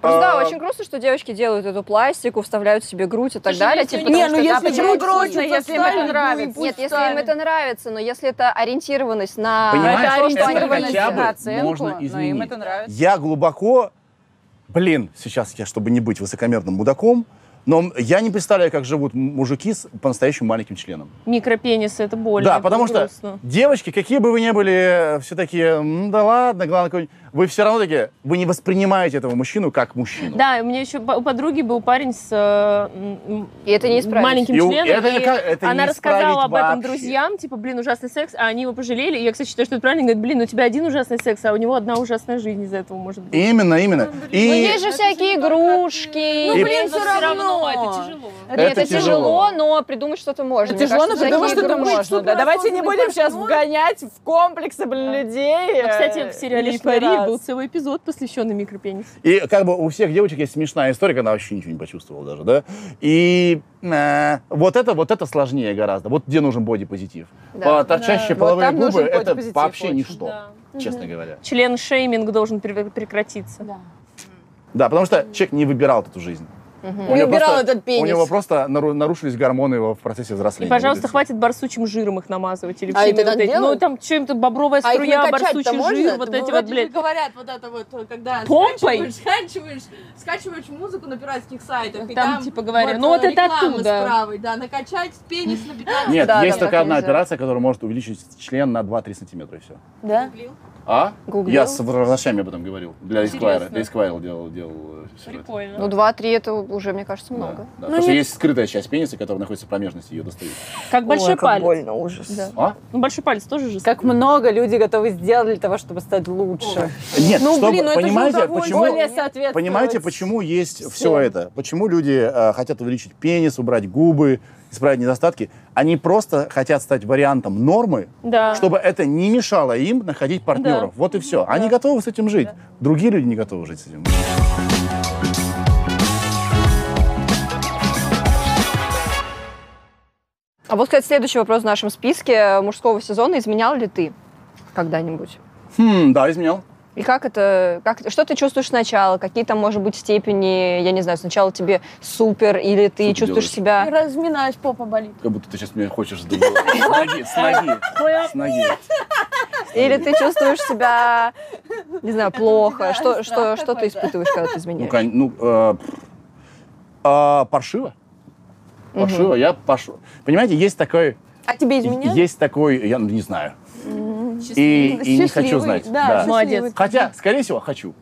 [SPEAKER 1] Просто, да,
[SPEAKER 2] А.
[SPEAKER 1] очень грустно, что девочки делают эту пластику, вставляют себе грудь и так
[SPEAKER 4] Слушай,
[SPEAKER 1] далее.
[SPEAKER 4] если
[SPEAKER 1] типа,
[SPEAKER 4] у
[SPEAKER 1] потому
[SPEAKER 4] них-
[SPEAKER 5] Не,
[SPEAKER 1] что
[SPEAKER 5] ну
[SPEAKER 1] это
[SPEAKER 5] если
[SPEAKER 1] почему
[SPEAKER 5] грудь
[SPEAKER 1] грудь?
[SPEAKER 5] грудно, если им это нравится.
[SPEAKER 1] Нет, если им это нравится, но если это ориентированность на
[SPEAKER 2] Понимаешь,
[SPEAKER 1] то, что
[SPEAKER 2] это
[SPEAKER 1] они
[SPEAKER 2] хотя
[SPEAKER 1] хотят.
[SPEAKER 2] бы можно изменить. Я глубоко, блин, сейчас я, чтобы не быть высокомерным мудаком, но м- я не представляю, как живут м- мужики с по-настоящему маленьким членом.
[SPEAKER 4] Микропенисы, это больно.
[SPEAKER 2] Да,
[SPEAKER 4] это
[SPEAKER 2] потому что
[SPEAKER 4] грустно.
[SPEAKER 2] девочки, какие бы вы ни были, э, все такие, «М, да ладно, главное, какой-нибудь». вы все равно такие, вы не воспринимаете этого мужчину как мужчину.
[SPEAKER 4] Да, у меня еще по- у подруги был парень с э, м,
[SPEAKER 1] И это не исправить.
[SPEAKER 4] маленьким
[SPEAKER 2] И у-
[SPEAKER 4] членом.
[SPEAKER 2] это не
[SPEAKER 4] и
[SPEAKER 2] ка- это не
[SPEAKER 4] она
[SPEAKER 2] исправить
[SPEAKER 4] рассказала об этом
[SPEAKER 2] вообще.
[SPEAKER 4] друзьям, типа, блин, ужасный секс, а они его пожалели. И я, кстати, считаю, что это правильно. Говорит, блин, ну у тебя один ужасный секс, а у него одна ужасная жизнь из-за этого может быть.
[SPEAKER 2] Именно, именно.
[SPEAKER 1] Ну,
[SPEAKER 2] И
[SPEAKER 1] есть же всякие игрушки.
[SPEAKER 2] Ну,
[SPEAKER 1] И-
[SPEAKER 2] блин,
[SPEAKER 4] Но
[SPEAKER 5] всё
[SPEAKER 4] всё
[SPEAKER 5] равно.
[SPEAKER 4] это тяжело.
[SPEAKER 1] Нет, это, тяжело, но придумать что-то можно. Мне
[SPEAKER 3] Тяжело, но
[SPEAKER 1] кажется,
[SPEAKER 3] потому что
[SPEAKER 1] всякие
[SPEAKER 3] это
[SPEAKER 1] игрушки.
[SPEAKER 3] можно. Да, давайте не будем сейчас
[SPEAKER 5] партнер.
[SPEAKER 3] вгонять в комплексы, блин, людей.
[SPEAKER 4] Но, Ну, кстати,
[SPEAKER 3] э,
[SPEAKER 4] в сериале
[SPEAKER 3] лишний
[SPEAKER 4] «Эйфория»
[SPEAKER 3] раз.
[SPEAKER 4] был целый эпизод, посвященный микропенису.
[SPEAKER 2] И как бы у всех девочек есть смешная история, когда она вообще ничего не почувствовала даже, да? И э, вот это, вот это сложнее гораздо. Вот где нужен бодипозитив.
[SPEAKER 1] Да.
[SPEAKER 2] А, торчащие
[SPEAKER 3] Да.
[SPEAKER 2] половые
[SPEAKER 3] Вот там
[SPEAKER 2] губы
[SPEAKER 3] нужен
[SPEAKER 2] это
[SPEAKER 3] бодипозитив
[SPEAKER 2] вообще
[SPEAKER 3] очень,
[SPEAKER 2] ничто,
[SPEAKER 4] Да.
[SPEAKER 2] честно говоря.
[SPEAKER 4] Член шейминг должен прев- прекратиться.
[SPEAKER 2] Да, потому что человек не выбирал эту жизнь.
[SPEAKER 1] Мгм.
[SPEAKER 2] У него
[SPEAKER 5] выбирал
[SPEAKER 2] просто-
[SPEAKER 5] этот пенис.
[SPEAKER 2] У него просто нару- нарушились гормоны его в процессе
[SPEAKER 4] И,
[SPEAKER 2] взросления.
[SPEAKER 4] пожалуйста,
[SPEAKER 2] Вот и всё.
[SPEAKER 4] хватит барсучим жиром их намазывать. Или
[SPEAKER 5] А
[SPEAKER 4] всеми
[SPEAKER 5] это так
[SPEAKER 4] вот эти- Ну,
[SPEAKER 5] делают?
[SPEAKER 4] там чем-то бобровая
[SPEAKER 5] А их
[SPEAKER 4] струя,
[SPEAKER 5] накачать то
[SPEAKER 4] барсучий
[SPEAKER 5] можно?
[SPEAKER 4] жир, вот
[SPEAKER 5] Это
[SPEAKER 4] эти вот,
[SPEAKER 7] Вроде
[SPEAKER 4] блядь.
[SPEAKER 7] бы говорят, вот это вот, э, когда
[SPEAKER 4] Помпой?
[SPEAKER 7] скачиваешь, скачиваешь, скачиваешь музыку на пиратских сайтах. и
[SPEAKER 4] Там,
[SPEAKER 7] там,
[SPEAKER 4] типа, говорят,
[SPEAKER 7] вот,
[SPEAKER 4] ну, вот
[SPEAKER 7] э,
[SPEAKER 4] это
[SPEAKER 7] реклама
[SPEAKER 4] оттуда.
[SPEAKER 7] с правой, да, накачать пенис на 15
[SPEAKER 2] Нет,
[SPEAKER 1] Да,
[SPEAKER 2] есть
[SPEAKER 1] да,
[SPEAKER 2] только
[SPEAKER 1] так
[SPEAKER 2] одна
[SPEAKER 1] нельзя.
[SPEAKER 2] операция, которая может увеличить член на 2-3 сантиметра, и все.
[SPEAKER 5] Да?
[SPEAKER 7] рублей.
[SPEAKER 2] А?
[SPEAKER 1] Гуглил?
[SPEAKER 2] Я с врачами об этом говорил. Для Esquire.
[SPEAKER 4] Интересно.
[SPEAKER 2] Для Esquire делал, делал э, сюжет.
[SPEAKER 4] Прикольно.
[SPEAKER 1] Ну, два-три это уже, мне кажется,
[SPEAKER 2] Да,
[SPEAKER 1] много.
[SPEAKER 2] да. Потому что есть скрытая часть пениса, которая находится в промежности, ее достают.
[SPEAKER 4] Как большой палец.
[SPEAKER 5] больно, ужас.
[SPEAKER 4] Да.
[SPEAKER 2] А?
[SPEAKER 4] Ну, большой палец тоже же.
[SPEAKER 3] Как много люди готовы сделать для того, чтобы стать лучше.
[SPEAKER 2] Нет,
[SPEAKER 5] Ну,
[SPEAKER 2] чтобы-
[SPEAKER 5] блин, ну это же
[SPEAKER 2] понимаете,
[SPEAKER 5] удовольствие.
[SPEAKER 2] почему,
[SPEAKER 3] Более соответствовать.
[SPEAKER 2] понимаете, почему есть все это? Почему люди э, хотят увеличить пенис, убрать губы, исправить недостатки? Они просто хотят стать вариантом нормы,
[SPEAKER 4] Да.
[SPEAKER 2] чтобы это не мешало им находить партнеров. Вот и все. Они готовы с этим жить. Другие люди не готовы жить с этим.
[SPEAKER 1] А вот, кстати, следующий вопрос в нашем списке мужского сезона. Изменял ли ты когда-нибудь?
[SPEAKER 2] Хм, да, изменял.
[SPEAKER 1] И как это, как, что ты чувствуешь сначала? Какие там, может быть, степени, я не знаю, сначала тебе супер, или ты
[SPEAKER 2] Что ты
[SPEAKER 1] чувствуешь себя...
[SPEAKER 2] делаешь?
[SPEAKER 5] Разминаешь, попа болит.
[SPEAKER 2] Как будто ты сейчас меня хочешь сдувать. С ноги, с ноги, с ноги.
[SPEAKER 1] Или ты чувствуешь себя, не знаю, плохо? Что, что, что ты испытываешь, когда ты
[SPEAKER 2] Ну,
[SPEAKER 1] изменяешь?
[SPEAKER 2] кон- ну, э, пф. А, паршиво. Паршиво, я пошу. Понимаете, есть такой...
[SPEAKER 5] А тебе
[SPEAKER 2] И-
[SPEAKER 5] изменяет?
[SPEAKER 2] Есть такой, я не знаю. И, и не хочу знать.
[SPEAKER 5] Да,
[SPEAKER 2] Да.
[SPEAKER 5] счастливый
[SPEAKER 4] Молодец.
[SPEAKER 5] ты.
[SPEAKER 2] Хотя, скорее всего, хочу.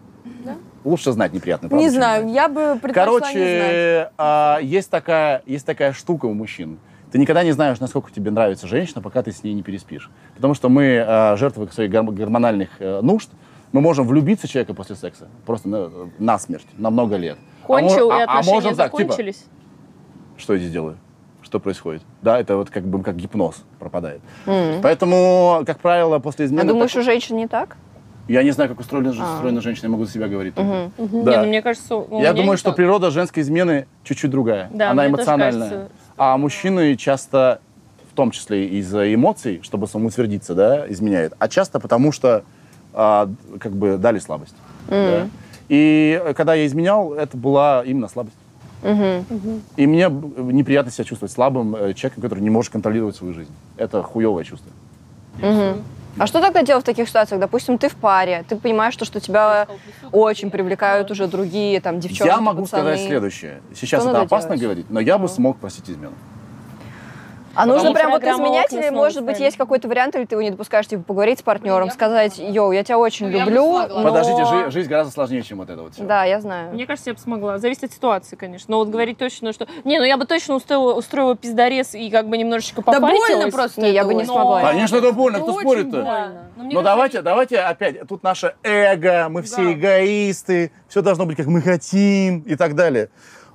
[SPEAKER 2] Лучше знать неприятно. правда,
[SPEAKER 5] Не
[SPEAKER 2] чем
[SPEAKER 5] знаю,
[SPEAKER 2] знать.
[SPEAKER 5] я бы предпочла не знать.
[SPEAKER 2] Короче, а, есть, такая, есть такая штука у мужчин. Ты никогда не знаешь, насколько тебе нравится женщина, пока ты с ней не переспишь. Потому что мы а, жертвы своих горм- гормональных э, нужд. Мы можем влюбиться в человека после секса. Просто на, насмерть, на много лет. А
[SPEAKER 4] Кончил,
[SPEAKER 2] мож-
[SPEAKER 4] и
[SPEAKER 2] а- а
[SPEAKER 4] отношения
[SPEAKER 2] можем так, типа,
[SPEAKER 4] закончились.
[SPEAKER 2] что я здесь делаю, что происходит. Да, это вот как бы как гипноз пропадает. Поэтому, как правило, после измены...
[SPEAKER 1] А думаешь,
[SPEAKER 2] так-
[SPEAKER 1] у женщин не так?
[SPEAKER 2] Я не знаю, как устроена, ж-
[SPEAKER 1] А.
[SPEAKER 2] устроена женщина, я могу за себя говорить. только.
[SPEAKER 4] Не,
[SPEAKER 2] Да.
[SPEAKER 4] ну, мне кажется, у
[SPEAKER 2] я
[SPEAKER 4] меня
[SPEAKER 2] думаю,
[SPEAKER 4] не
[SPEAKER 2] что
[SPEAKER 4] так.
[SPEAKER 2] природа женской измены чуть-чуть другая.
[SPEAKER 4] Да,
[SPEAKER 2] Она
[SPEAKER 4] мне тоже
[SPEAKER 2] эмоциональная.
[SPEAKER 4] кажется,
[SPEAKER 2] а мужчины часто, в том числе из-за эмоций, чтобы самоутвердиться, да, изменяют. А часто потому, что а, как бы дали слабость. да. И э, когда я изменял, это была именно слабость. И мне б- неприятно себя чувствовать слабым э, человеком, который не может контролировать свою жизнь. Это хуевое чувство.
[SPEAKER 1] А что тогда делать в таких ситуациях? Допустим, ты в паре, ты понимаешь, что, что тебя очень привлекают уже другие там девчонки,
[SPEAKER 2] я могу
[SPEAKER 1] пацаны.
[SPEAKER 2] сказать следующее. Сейчас
[SPEAKER 1] Что надо
[SPEAKER 2] это опасно
[SPEAKER 1] делать?
[SPEAKER 2] говорить, но я бы смог простить измену.
[SPEAKER 1] А нужно
[SPEAKER 4] Потому
[SPEAKER 1] прям вот
[SPEAKER 4] что
[SPEAKER 1] изменять,
[SPEAKER 4] программа
[SPEAKER 1] или,
[SPEAKER 4] «Окна»
[SPEAKER 1] может
[SPEAKER 4] снова
[SPEAKER 1] быть,
[SPEAKER 4] ставили.
[SPEAKER 1] есть какой-то вариант, или ты его не допускаешь, типа, поговорить с партнером, сказать, йоу, я тебя очень
[SPEAKER 7] Ну, я бы
[SPEAKER 1] люблю,
[SPEAKER 7] смогла.
[SPEAKER 1] но-
[SPEAKER 2] Подождите, жи- жизнь гораздо сложнее, чем вот это вот. всё.
[SPEAKER 1] Да, я знаю.
[SPEAKER 4] Мне кажется, я бы смогла. Зависит от ситуации, конечно. Но вот говорить точно, что... Не, ну я бы точно устроила, устроила пиздарез и и как бы немножечко
[SPEAKER 5] Да
[SPEAKER 4] попарилась.
[SPEAKER 5] больно просто.
[SPEAKER 1] Не, я бы не
[SPEAKER 4] Но-
[SPEAKER 1] смогла.
[SPEAKER 2] Конечно, это больно, кто
[SPEAKER 5] очень
[SPEAKER 2] спорит-то?
[SPEAKER 4] Да. Но Ну, мне
[SPEAKER 2] Но
[SPEAKER 4] кажется,
[SPEAKER 2] давайте, давайте опять, тут наше эго, мы все
[SPEAKER 4] Да.
[SPEAKER 2] эгоисты, все должно быть, как мы хотим и так далее.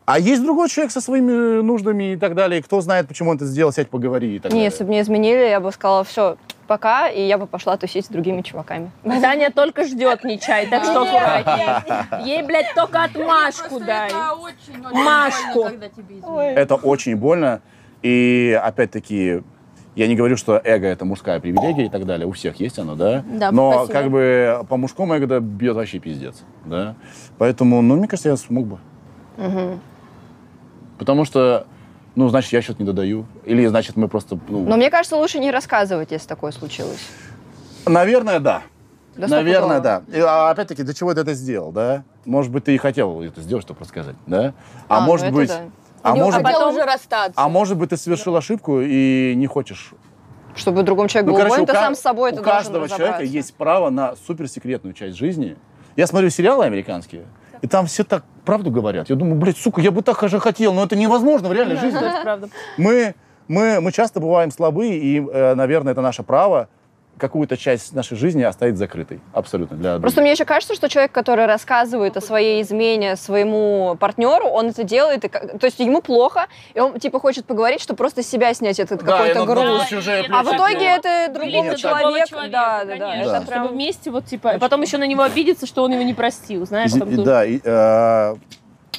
[SPEAKER 2] А есть другой человек со своими э, нуждами и так далее, и кто знает, почему он это сделал, сядь, поговори и так
[SPEAKER 1] Не,
[SPEAKER 2] далее.
[SPEAKER 1] если бы мне изменили, я бы сказала, все, пока, и я бы пошла тусить с другими чуваками.
[SPEAKER 4] Таня только ждет нечай, так что аккуратнее. Ей, блядь, только отмашку
[SPEAKER 7] Просто
[SPEAKER 4] дай.
[SPEAKER 7] это очень-очень
[SPEAKER 4] Машку.
[SPEAKER 7] больно, когда тебе изменяют.
[SPEAKER 2] Это очень больно, и опять-таки Я не говорю, что эго это мужская привилегия и так далее. У всех есть оно, да?
[SPEAKER 4] Да,
[SPEAKER 2] Но
[SPEAKER 4] спасибо.
[SPEAKER 2] как бы по мужскому эго да, бьет вообще пиздец, да? Поэтому, ну, мне кажется, я смог бы. Потому что, ну, значит, я что-то не додаю. Или, значит, мы просто, ну...
[SPEAKER 1] Но мне кажется, лучше не рассказывать, если такое случилось.
[SPEAKER 2] Наверное, да.
[SPEAKER 1] Да
[SPEAKER 2] Наверное,
[SPEAKER 1] стопудово.
[SPEAKER 2] да. И, а, опять-таки, для чего ты это сделал, да? Может быть, ты и хотел это сделать, чтобы рассказать, да? А,
[SPEAKER 1] А, ну
[SPEAKER 2] может
[SPEAKER 1] это
[SPEAKER 2] быть...
[SPEAKER 1] да.
[SPEAKER 2] А
[SPEAKER 5] Не
[SPEAKER 2] может,
[SPEAKER 5] хотела
[SPEAKER 4] потом-
[SPEAKER 5] уже расстаться.
[SPEAKER 2] а может быть, ты совершил ошибку и не хочешь.
[SPEAKER 1] Чтобы другому человеку было больно,
[SPEAKER 2] ну, у
[SPEAKER 1] ты
[SPEAKER 2] ка-
[SPEAKER 1] сам с собой
[SPEAKER 2] у
[SPEAKER 1] это должен
[SPEAKER 2] каждого человека
[SPEAKER 1] разобраться.
[SPEAKER 2] есть право на суперсекретную часть жизни. Я смотрю сериалы американские, и там все так правду говорят. Я думаю, блядь, сука, я бы так же хотел, но это невозможно в реальной жизни.
[SPEAKER 4] Ну, правда.
[SPEAKER 2] Мы, мы, мы часто бываем слабы, и, э, наверное, это наше право какую-то часть нашей жизни оставить закрытой. Абсолютно. Для других.
[SPEAKER 1] Просто мне еще кажется, что человек, который рассказывает
[SPEAKER 4] Ну,
[SPEAKER 1] о своей измене своему партнеру, он это делает, и как- то есть ему плохо, и он типа хочет поговорить, чтобы просто с себя снять этот
[SPEAKER 2] Да, и
[SPEAKER 1] какой-то
[SPEAKER 2] на- на
[SPEAKER 1] груз.
[SPEAKER 2] чужие
[SPEAKER 1] А в
[SPEAKER 2] плечи.
[SPEAKER 1] итоге это другому
[SPEAKER 2] на другого
[SPEAKER 1] человеку, да, да, да,
[SPEAKER 4] конечно,
[SPEAKER 1] это
[SPEAKER 2] Да.
[SPEAKER 4] Чтобы
[SPEAKER 1] прям
[SPEAKER 4] вместе вот типа, и потом еще на него обидеться, что он его не простил, знаешь,
[SPEAKER 2] Из-
[SPEAKER 4] там
[SPEAKER 2] и-
[SPEAKER 4] тут-
[SPEAKER 2] да, и, э,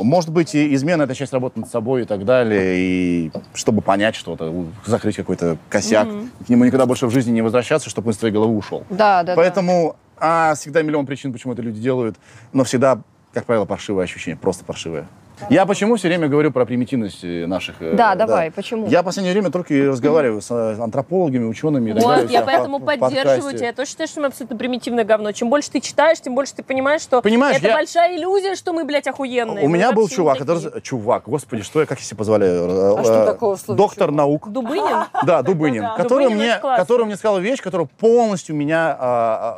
[SPEAKER 2] может быть, и измена это часть работы над собой и так далее, и чтобы понять что-то, у- закрыть какой-то косяк, к нему никогда больше в жизни не возвращаться, чтобы он из твоей головы ушел.
[SPEAKER 1] Да, да, да.
[SPEAKER 2] Поэтому а, всегда миллион причин, почему это люди делают, но всегда, как правило, паршивое ощущение, просто паршивое. Я почему все время говорю про примитивность э, наших... э,
[SPEAKER 1] Да, давай, почему?
[SPEAKER 2] Я в последнее время только и разговариваю с э, антропологами, учеными и так далее,
[SPEAKER 4] Вот,
[SPEAKER 2] у
[SPEAKER 4] я
[SPEAKER 2] себя
[SPEAKER 4] поэтому
[SPEAKER 2] по- в
[SPEAKER 4] поддерживаю
[SPEAKER 2] подкасте.
[SPEAKER 4] тебя. Я тоже считаю, что мы абсолютно примитивное говно. Чем больше ты читаешь, тем больше ты понимаешь, что
[SPEAKER 2] Понимаешь,
[SPEAKER 4] это
[SPEAKER 2] я-
[SPEAKER 4] большая иллюзия, что мы, блядь, охуенные.
[SPEAKER 2] У
[SPEAKER 4] Мы
[SPEAKER 2] меня был
[SPEAKER 4] вообще не
[SPEAKER 2] чувак,
[SPEAKER 4] такие.
[SPEAKER 2] который- чувак, господи, что я, как я себе позволяю, э,
[SPEAKER 5] А что
[SPEAKER 2] э,
[SPEAKER 5] такого в слове
[SPEAKER 2] доктор
[SPEAKER 5] чувак?
[SPEAKER 2] наук,
[SPEAKER 4] Дубынин?
[SPEAKER 2] да, Дубынин,
[SPEAKER 4] да.
[SPEAKER 2] который
[SPEAKER 4] Дубынин
[SPEAKER 2] мне,
[SPEAKER 4] очень классный.
[SPEAKER 2] который мне сказал вещь, которая полностью меня а,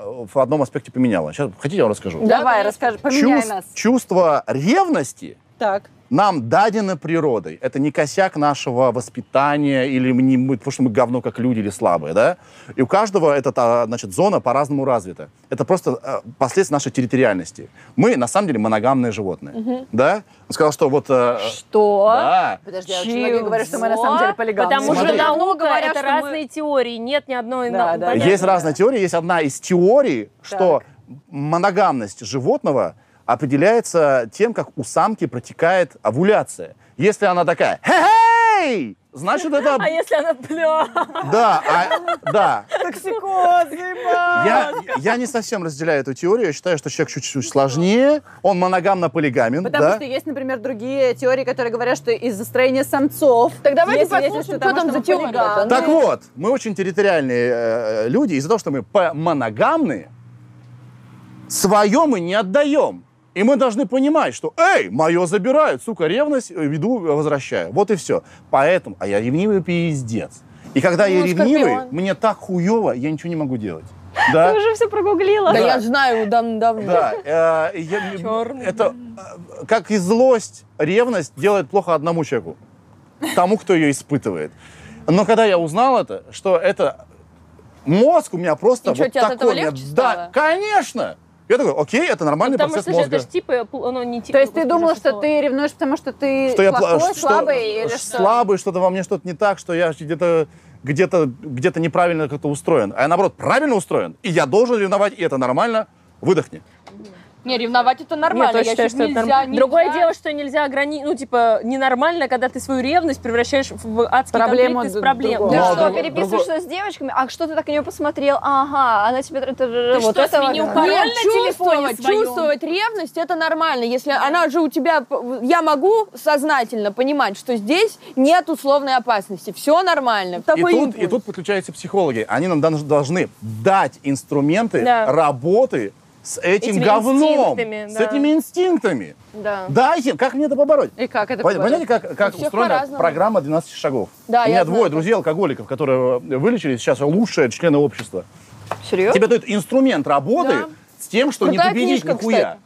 [SPEAKER 2] а, в одном аспекте поменяла. Сейчас хотите, я вам расскажу.
[SPEAKER 3] Давай, расскажи, поменяй
[SPEAKER 2] Чувс-
[SPEAKER 3] нас.
[SPEAKER 2] Чувство ревности
[SPEAKER 3] Так.
[SPEAKER 2] нам дадено природой. Это не косяк нашего воспитания или мы не- мы- потому что мы говно как люди или слабые, да? И у каждого эта та, значит, зона по-разному развита. Это просто э, последствия нашей территориальности. Мы, на самом деле, моногамные животные, да? Он сказал, что вот... э,
[SPEAKER 1] Что?
[SPEAKER 2] Да.
[SPEAKER 5] Подожди, а
[SPEAKER 1] Чего?
[SPEAKER 5] почему люди говорят, что мы на самом деле полигамны?
[SPEAKER 4] Потому что
[SPEAKER 2] Смотри.
[SPEAKER 4] наука —
[SPEAKER 1] говорят,
[SPEAKER 4] это
[SPEAKER 1] что мы-
[SPEAKER 4] разные теории. Нет ни одной...
[SPEAKER 3] Да,
[SPEAKER 4] нау-
[SPEAKER 3] да.
[SPEAKER 4] понятно.
[SPEAKER 2] Есть разная теория. Есть одна из теорий, что моногамность животного определяется тем, как у самки протекает овуляция. Если она такая, «Хе-хей!», значит это,
[SPEAKER 4] А если она... Бля...
[SPEAKER 2] да, а- да.
[SPEAKER 3] Токсикоз, ебать.
[SPEAKER 2] Я, я не совсем разделяю эту теорию. Я считаю, что человек чуть-чуть сложнее, он моногамно-полигамен,
[SPEAKER 3] Потому
[SPEAKER 2] Ну да.
[SPEAKER 3] что есть, например, другие теории, которые говорят, что из-за строения самцов. Так
[SPEAKER 5] давайте послушаем, кто там за теорию.
[SPEAKER 3] Ну,
[SPEAKER 2] Так ну,
[SPEAKER 4] ну
[SPEAKER 2] вот, мы очень территориальные э, люди, из-за того, что мы по- моногамные, свое мы не отдаем. И мы должны понимать, что, эй, мое забирают, сука, ревность, э, веду, э, возвращаю. Вот и все. Поэтому, а я ревнивый пиздец. И когда я
[SPEAKER 4] Ну,
[SPEAKER 2] ревнивый,
[SPEAKER 4] скорпион.
[SPEAKER 2] мне так хуево, я ничего не могу делать. Да?
[SPEAKER 1] уже все прогуглила.
[SPEAKER 5] Да я знаю давно.
[SPEAKER 2] Да, э, я- это э, как и злость, ревность делает плохо одному человеку, тому, кто ее испытывает. Но когда я узнал это, что это мозг у меня просто
[SPEAKER 5] И чё,
[SPEAKER 2] вот
[SPEAKER 5] тебе от
[SPEAKER 2] такой,
[SPEAKER 5] этого
[SPEAKER 2] у меня-
[SPEAKER 5] легче
[SPEAKER 2] да,
[SPEAKER 5] стало?
[SPEAKER 2] конечно. Я такой, окей, это нормальный
[SPEAKER 4] Потому
[SPEAKER 2] процесс
[SPEAKER 4] что же
[SPEAKER 2] мозга.
[SPEAKER 4] это ж типа... пл- оно не типа,
[SPEAKER 3] То есть ты
[SPEAKER 4] господи,
[SPEAKER 3] думал, что
[SPEAKER 4] ужасного.
[SPEAKER 3] ты ревнуешь, потому что ты
[SPEAKER 2] Что я пла-
[SPEAKER 3] плохой,
[SPEAKER 2] что-
[SPEAKER 3] слабый или что?
[SPEAKER 2] слабый, что-то во мне что-то не так, что я где-то где-то где-то неправильно как-то устроен, а я наоборот правильно устроен, и я должен ревновать, и это нормально. Выдохни.
[SPEAKER 7] Не, ревновать это
[SPEAKER 4] Нет,
[SPEAKER 7] нормально.
[SPEAKER 4] я
[SPEAKER 7] я считаю,
[SPEAKER 4] считаю, что это
[SPEAKER 7] нельзя,
[SPEAKER 4] нормально.
[SPEAKER 7] нельзя.
[SPEAKER 4] Другое дело, что нельзя ограничить, ну, типа, ненормально, когда ты свою ревность превращаешь в адский
[SPEAKER 3] Проблему
[SPEAKER 4] конфликт из
[SPEAKER 3] д-
[SPEAKER 4] проблем.
[SPEAKER 3] другого.
[SPEAKER 1] Да
[SPEAKER 2] Ну,
[SPEAKER 1] что,
[SPEAKER 2] друго-
[SPEAKER 1] переписываешься с девочками? А что ты так на нее посмотрел? Ага, она тебе... Ты
[SPEAKER 4] что, сменил пароль?
[SPEAKER 5] Нет,
[SPEAKER 4] на телефоне
[SPEAKER 5] чувствовать,
[SPEAKER 4] своём.
[SPEAKER 5] чувствовать ревность это нормально, если она же у тебя, п- я могу сознательно понимать, что здесь нет условной опасности, все нормально.
[SPEAKER 2] И
[SPEAKER 5] Такой
[SPEAKER 2] тут,
[SPEAKER 5] импульс.
[SPEAKER 2] и тут подключаются психологи. Они нам дож- должны дать инструменты
[SPEAKER 4] Да.
[SPEAKER 2] работы с этим
[SPEAKER 4] Этими
[SPEAKER 2] говном,
[SPEAKER 4] инстинктами,
[SPEAKER 2] с
[SPEAKER 4] да.
[SPEAKER 2] этими инстинктами.
[SPEAKER 1] Да.
[SPEAKER 2] Дайте, как мне это побороть?
[SPEAKER 3] И как это
[SPEAKER 2] Пон-
[SPEAKER 3] побороть?
[SPEAKER 2] Понимаете, как, как
[SPEAKER 5] У всех
[SPEAKER 2] устроена
[SPEAKER 5] по-разному.
[SPEAKER 2] программа 12 шагов?
[SPEAKER 5] Да,
[SPEAKER 2] У меня
[SPEAKER 5] я знаю,
[SPEAKER 2] двое
[SPEAKER 5] как.
[SPEAKER 2] друзей-алкоголиков, которые вылечились, сейчас лучшие члены общества.
[SPEAKER 1] Серьезно?
[SPEAKER 2] Тебе дают инструмент работы с тем, что
[SPEAKER 5] Крутая
[SPEAKER 2] не победить
[SPEAKER 5] книжка,
[SPEAKER 2] нихуя.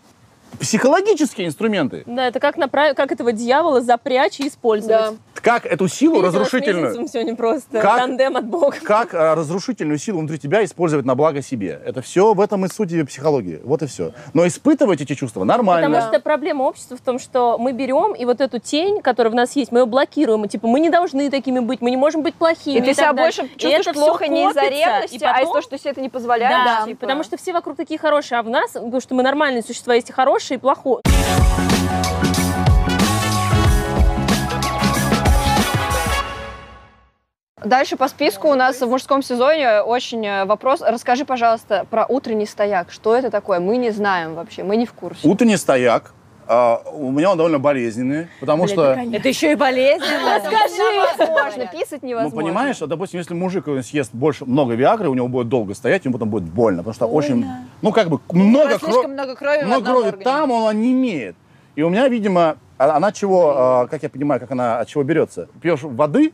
[SPEAKER 2] Психологические инструменты.
[SPEAKER 4] Да, это как направить, как этого дьявола запрячь и использовать.
[SPEAKER 5] Да.
[SPEAKER 2] Как эту силу
[SPEAKER 4] Видела с
[SPEAKER 2] разрушительную...
[SPEAKER 4] месяцем сегодня просто
[SPEAKER 2] Ну, Как?
[SPEAKER 4] тандем от бога.
[SPEAKER 2] как э, разрушительную силу внутри тебя использовать на благо себе. Это все в этом и суть ее психологии. Вот и все. Но испытывать эти чувства нормально.
[SPEAKER 4] Потому что проблема общества в том, что мы берем и вот эту тень, которая в нас есть, мы ее блокируем. И, типа, мы не должны такими быть, мы не можем быть плохими.
[SPEAKER 1] И ты
[SPEAKER 4] так
[SPEAKER 1] себя
[SPEAKER 4] далее.
[SPEAKER 1] больше
[SPEAKER 4] И
[SPEAKER 1] чувствуешь
[SPEAKER 4] это всё
[SPEAKER 1] плохо не из-за
[SPEAKER 4] копится, и
[SPEAKER 1] ревности, а из-за
[SPEAKER 4] потом-
[SPEAKER 1] того, что ты себе это не позволяешь.
[SPEAKER 4] Да,
[SPEAKER 1] типа.
[SPEAKER 4] потому что все вокруг такие хорошие, а в нас, потому что мы нормальные существа, есть и хорошие, и плохое.
[SPEAKER 1] Дальше по списку у нас в мужском сезоне очень э, вопрос. Расскажи, пожалуйста, про утренний стояк. Что это такое? Мы не знаем вообще, мы не в курсе.
[SPEAKER 2] Утренний стояк. а, у меня он довольно болезненный, потому что...
[SPEAKER 3] Это еще и болезненно.
[SPEAKER 1] Невозможно, писать
[SPEAKER 2] Ну,
[SPEAKER 1] невозможно.
[SPEAKER 2] понимаешь, а, допустим, если мужик э, съест больше, много виагры, у него будет долго стоять, ему потом будет больно, потому что очень, ну, как бы, много, кро-
[SPEAKER 3] А Слишком много крови в
[SPEAKER 2] много
[SPEAKER 3] одном
[SPEAKER 2] крови
[SPEAKER 3] органе.
[SPEAKER 2] там, он онемеет. И у меня, видимо, а- она чего, а, как я понимаю, как она от чего берется? Пьешь воды,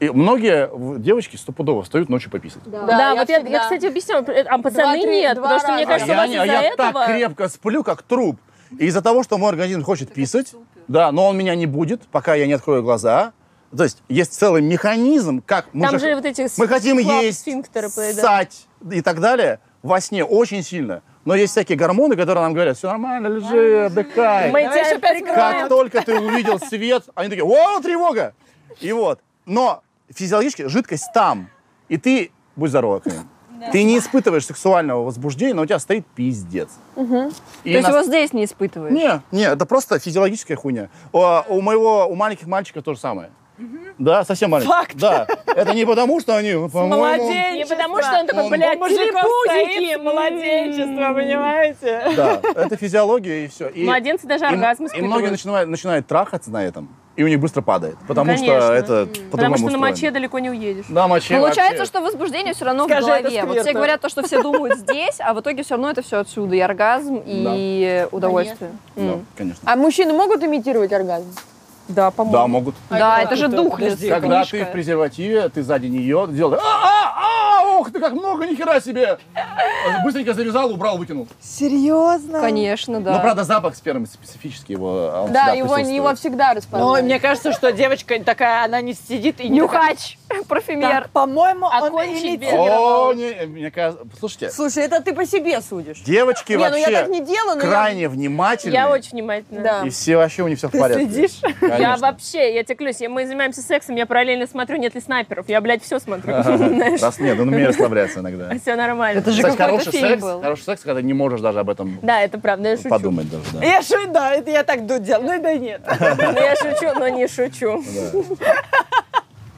[SPEAKER 2] и многие в- девочки стопудово встают ночью пописать.
[SPEAKER 4] Да, вот я, я, кстати, объясняю, а пацаны
[SPEAKER 5] три-
[SPEAKER 4] нет,
[SPEAKER 5] два
[SPEAKER 4] потому что мне
[SPEAKER 5] раза.
[SPEAKER 4] кажется,
[SPEAKER 2] а
[SPEAKER 4] у
[SPEAKER 2] я,
[SPEAKER 4] вас
[SPEAKER 2] не- а
[SPEAKER 4] из-за
[SPEAKER 2] я
[SPEAKER 4] этого...
[SPEAKER 2] так крепко сплю, как труп. И из-за того, что мой организм хочет писать, да, но он меня не будет, пока я не открою глаза. То есть есть целый механизм, как мы
[SPEAKER 4] Там
[SPEAKER 2] же-
[SPEAKER 4] же вот эти с-
[SPEAKER 2] мы хотим
[SPEAKER 4] клап-
[SPEAKER 2] есть,
[SPEAKER 4] сфинктеры поедают.
[SPEAKER 2] ссать и так далее во сне очень сильно. Но есть всякие гормоны, которые нам говорят, все нормально, лежи, отдыхай.
[SPEAKER 4] Мы
[SPEAKER 3] Давай
[SPEAKER 4] тебя
[SPEAKER 3] еще пять
[SPEAKER 4] прикроем.
[SPEAKER 2] Как только ты увидел свет, они такие, о, тревога! И вот. Но физиологически жидкость там. И ты, будь здорова, Карин, ты не испытываешь сексуального возбуждения, но у тебя стоит пиздец.
[SPEAKER 1] То есть его здесь не испытываешь?
[SPEAKER 2] Не, не, это просто физиологическая хуйня. О, У, моего, у маленьких мальчиков то же самое. Да, совсем маленьких.
[SPEAKER 3] Факт.
[SPEAKER 2] Да. Это не потому, что они, по-моему,
[SPEAKER 4] Не потому что он такой, блядь, телепузики.
[SPEAKER 3] младенчество, понимаете?
[SPEAKER 2] Да, это физиология и все. И,
[SPEAKER 4] Младенцы даже
[SPEAKER 2] и-
[SPEAKER 4] оргазм
[SPEAKER 2] И многие
[SPEAKER 4] испытывают.
[SPEAKER 2] начинают, начинают трахаться на этом, и у них быстро падает. Потому
[SPEAKER 4] конечно.
[SPEAKER 2] что это по-другому
[SPEAKER 4] Потому что на
[SPEAKER 2] устроено.
[SPEAKER 4] моче далеко не уедешь.
[SPEAKER 2] Да, моче
[SPEAKER 1] Получается,
[SPEAKER 2] вообще.
[SPEAKER 1] что возбуждение все равно
[SPEAKER 3] Скажи,
[SPEAKER 1] в
[SPEAKER 3] это
[SPEAKER 1] голове. Вот все
[SPEAKER 3] скверно.
[SPEAKER 1] говорят то, что все думают здесь, а в итоге все равно это все отсюда. И оргазм, и удовольствие.
[SPEAKER 2] Да,
[SPEAKER 1] М.
[SPEAKER 2] конечно.
[SPEAKER 5] А мужчины могут имитировать оргазм?
[SPEAKER 4] Да, по-моему.
[SPEAKER 2] Да, могут.
[SPEAKER 1] Да, это же дух лес.
[SPEAKER 2] Когда ты в презервативе, ты сзади нее делаешь... А, а, а, ох, ты как много, нихера себе! Быстренько завязал, убрал, выкинул.
[SPEAKER 8] Серьезно?
[SPEAKER 1] Конечно, да.
[SPEAKER 2] Но, ну, правда, запах спермы специфический его а он
[SPEAKER 5] Да,
[SPEAKER 2] всегда
[SPEAKER 5] его,
[SPEAKER 2] присутствует.
[SPEAKER 5] его всегда
[SPEAKER 3] Ну,
[SPEAKER 5] распадают.
[SPEAKER 3] мне кажется, что девочка такая, она не сидит и не
[SPEAKER 1] Нюхач, парфюмер.
[SPEAKER 8] Так, по-моему, он
[SPEAKER 4] Окончить
[SPEAKER 8] имитировал.
[SPEAKER 2] О, не, мне кажется... Слушайте,
[SPEAKER 5] Слушай, это ты по себе судишь.
[SPEAKER 2] девочки
[SPEAKER 5] Не, ну я так
[SPEAKER 2] вообще
[SPEAKER 5] не делаю, но я-
[SPEAKER 2] крайне внимательны.
[SPEAKER 4] Я очень внимательно.
[SPEAKER 5] Да.
[SPEAKER 2] И все вообще у них все в порядке.
[SPEAKER 3] следишь?
[SPEAKER 4] Я
[SPEAKER 2] Конечно.
[SPEAKER 4] вообще, я тебе клянусь, я- мы занимаемся сексом, я параллельно смотрю, нет ли снайперов. Я, блядь, все смотрю. Знаешь,
[SPEAKER 2] Раз нет, он умеет расслабляться иногда.
[SPEAKER 4] все нормально.
[SPEAKER 1] Это же
[SPEAKER 2] Кстати,
[SPEAKER 1] какой-то
[SPEAKER 2] хороший
[SPEAKER 1] фильм
[SPEAKER 2] секс,
[SPEAKER 1] был.
[SPEAKER 2] хороший секс, когда не можешь даже об этом
[SPEAKER 4] Да, это правда, я шучу.
[SPEAKER 2] подумать даже,
[SPEAKER 5] Э,
[SPEAKER 2] да.
[SPEAKER 3] Я шучу, да, это я так ду- делала. Ну и да нет.
[SPEAKER 4] Ну, я шучу, но не шучу.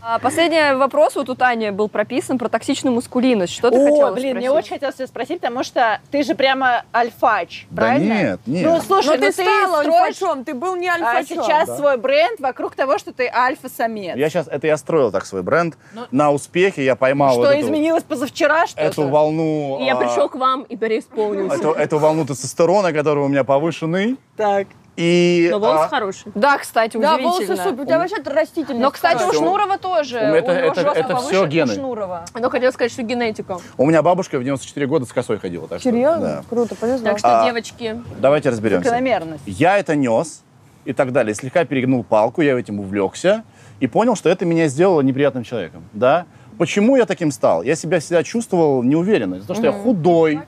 [SPEAKER 1] А, Последний вопрос вот у Тани был прописан про токсичную маскулинность. Что ты хотела
[SPEAKER 3] О,
[SPEAKER 1] спросить?
[SPEAKER 3] блин, мне очень хотелось тебя спросить, потому что ты же прямо альфач,
[SPEAKER 2] Да
[SPEAKER 3] правильно?
[SPEAKER 2] нет, нет.
[SPEAKER 3] Ну,
[SPEAKER 5] Но
[SPEAKER 3] слушай, ну
[SPEAKER 5] ты стала
[SPEAKER 3] строишь
[SPEAKER 5] альфачом, ты был не
[SPEAKER 3] а,
[SPEAKER 5] альфачом.
[SPEAKER 3] сейчас свой бренд вокруг того, что ты альфа-самец.
[SPEAKER 2] Я сейчас, это я строил так свой бренд. На успехе я поймал
[SPEAKER 3] Что
[SPEAKER 2] вот эту,
[SPEAKER 3] изменилось позавчера что-то?
[SPEAKER 2] эту волну...
[SPEAKER 4] И Я
[SPEAKER 2] а,
[SPEAKER 4] пришел к вам и переисполнился.
[SPEAKER 2] Эту, эту волну тестостерона, который у меня повышенный.
[SPEAKER 3] Так.
[SPEAKER 2] И...
[SPEAKER 4] Но Ну, волос
[SPEAKER 2] а,
[SPEAKER 4] хороший.
[SPEAKER 1] Да, кстати,
[SPEAKER 5] Да,
[SPEAKER 1] удивительно.
[SPEAKER 5] волосы супер. У тебя вообще растительность.
[SPEAKER 1] Но, кстати, у
[SPEAKER 2] Всё.
[SPEAKER 1] Шнурова тоже.
[SPEAKER 2] Ну, это-
[SPEAKER 1] у него
[SPEAKER 2] это-
[SPEAKER 1] жестко
[SPEAKER 2] это всё
[SPEAKER 1] повышен
[SPEAKER 2] гены.
[SPEAKER 1] Шнурова.
[SPEAKER 4] Но хотел сказать, что генетика.
[SPEAKER 2] у меня бабушка в 94 года с косой ходила. так что,
[SPEAKER 5] Серьезно? Круто, повезло.
[SPEAKER 4] Так что,
[SPEAKER 2] А.
[SPEAKER 4] девочки,
[SPEAKER 2] да. Давайте разберемся.
[SPEAKER 3] Закономерность.
[SPEAKER 2] Я это нес и так далее. Слегка перегнул палку, я этим увлекся и понял, что это меня сделало неприятным человеком. Да? Почему я таким стал? Я себя всегда чувствовал неуверенно. Из-за того, что я худой,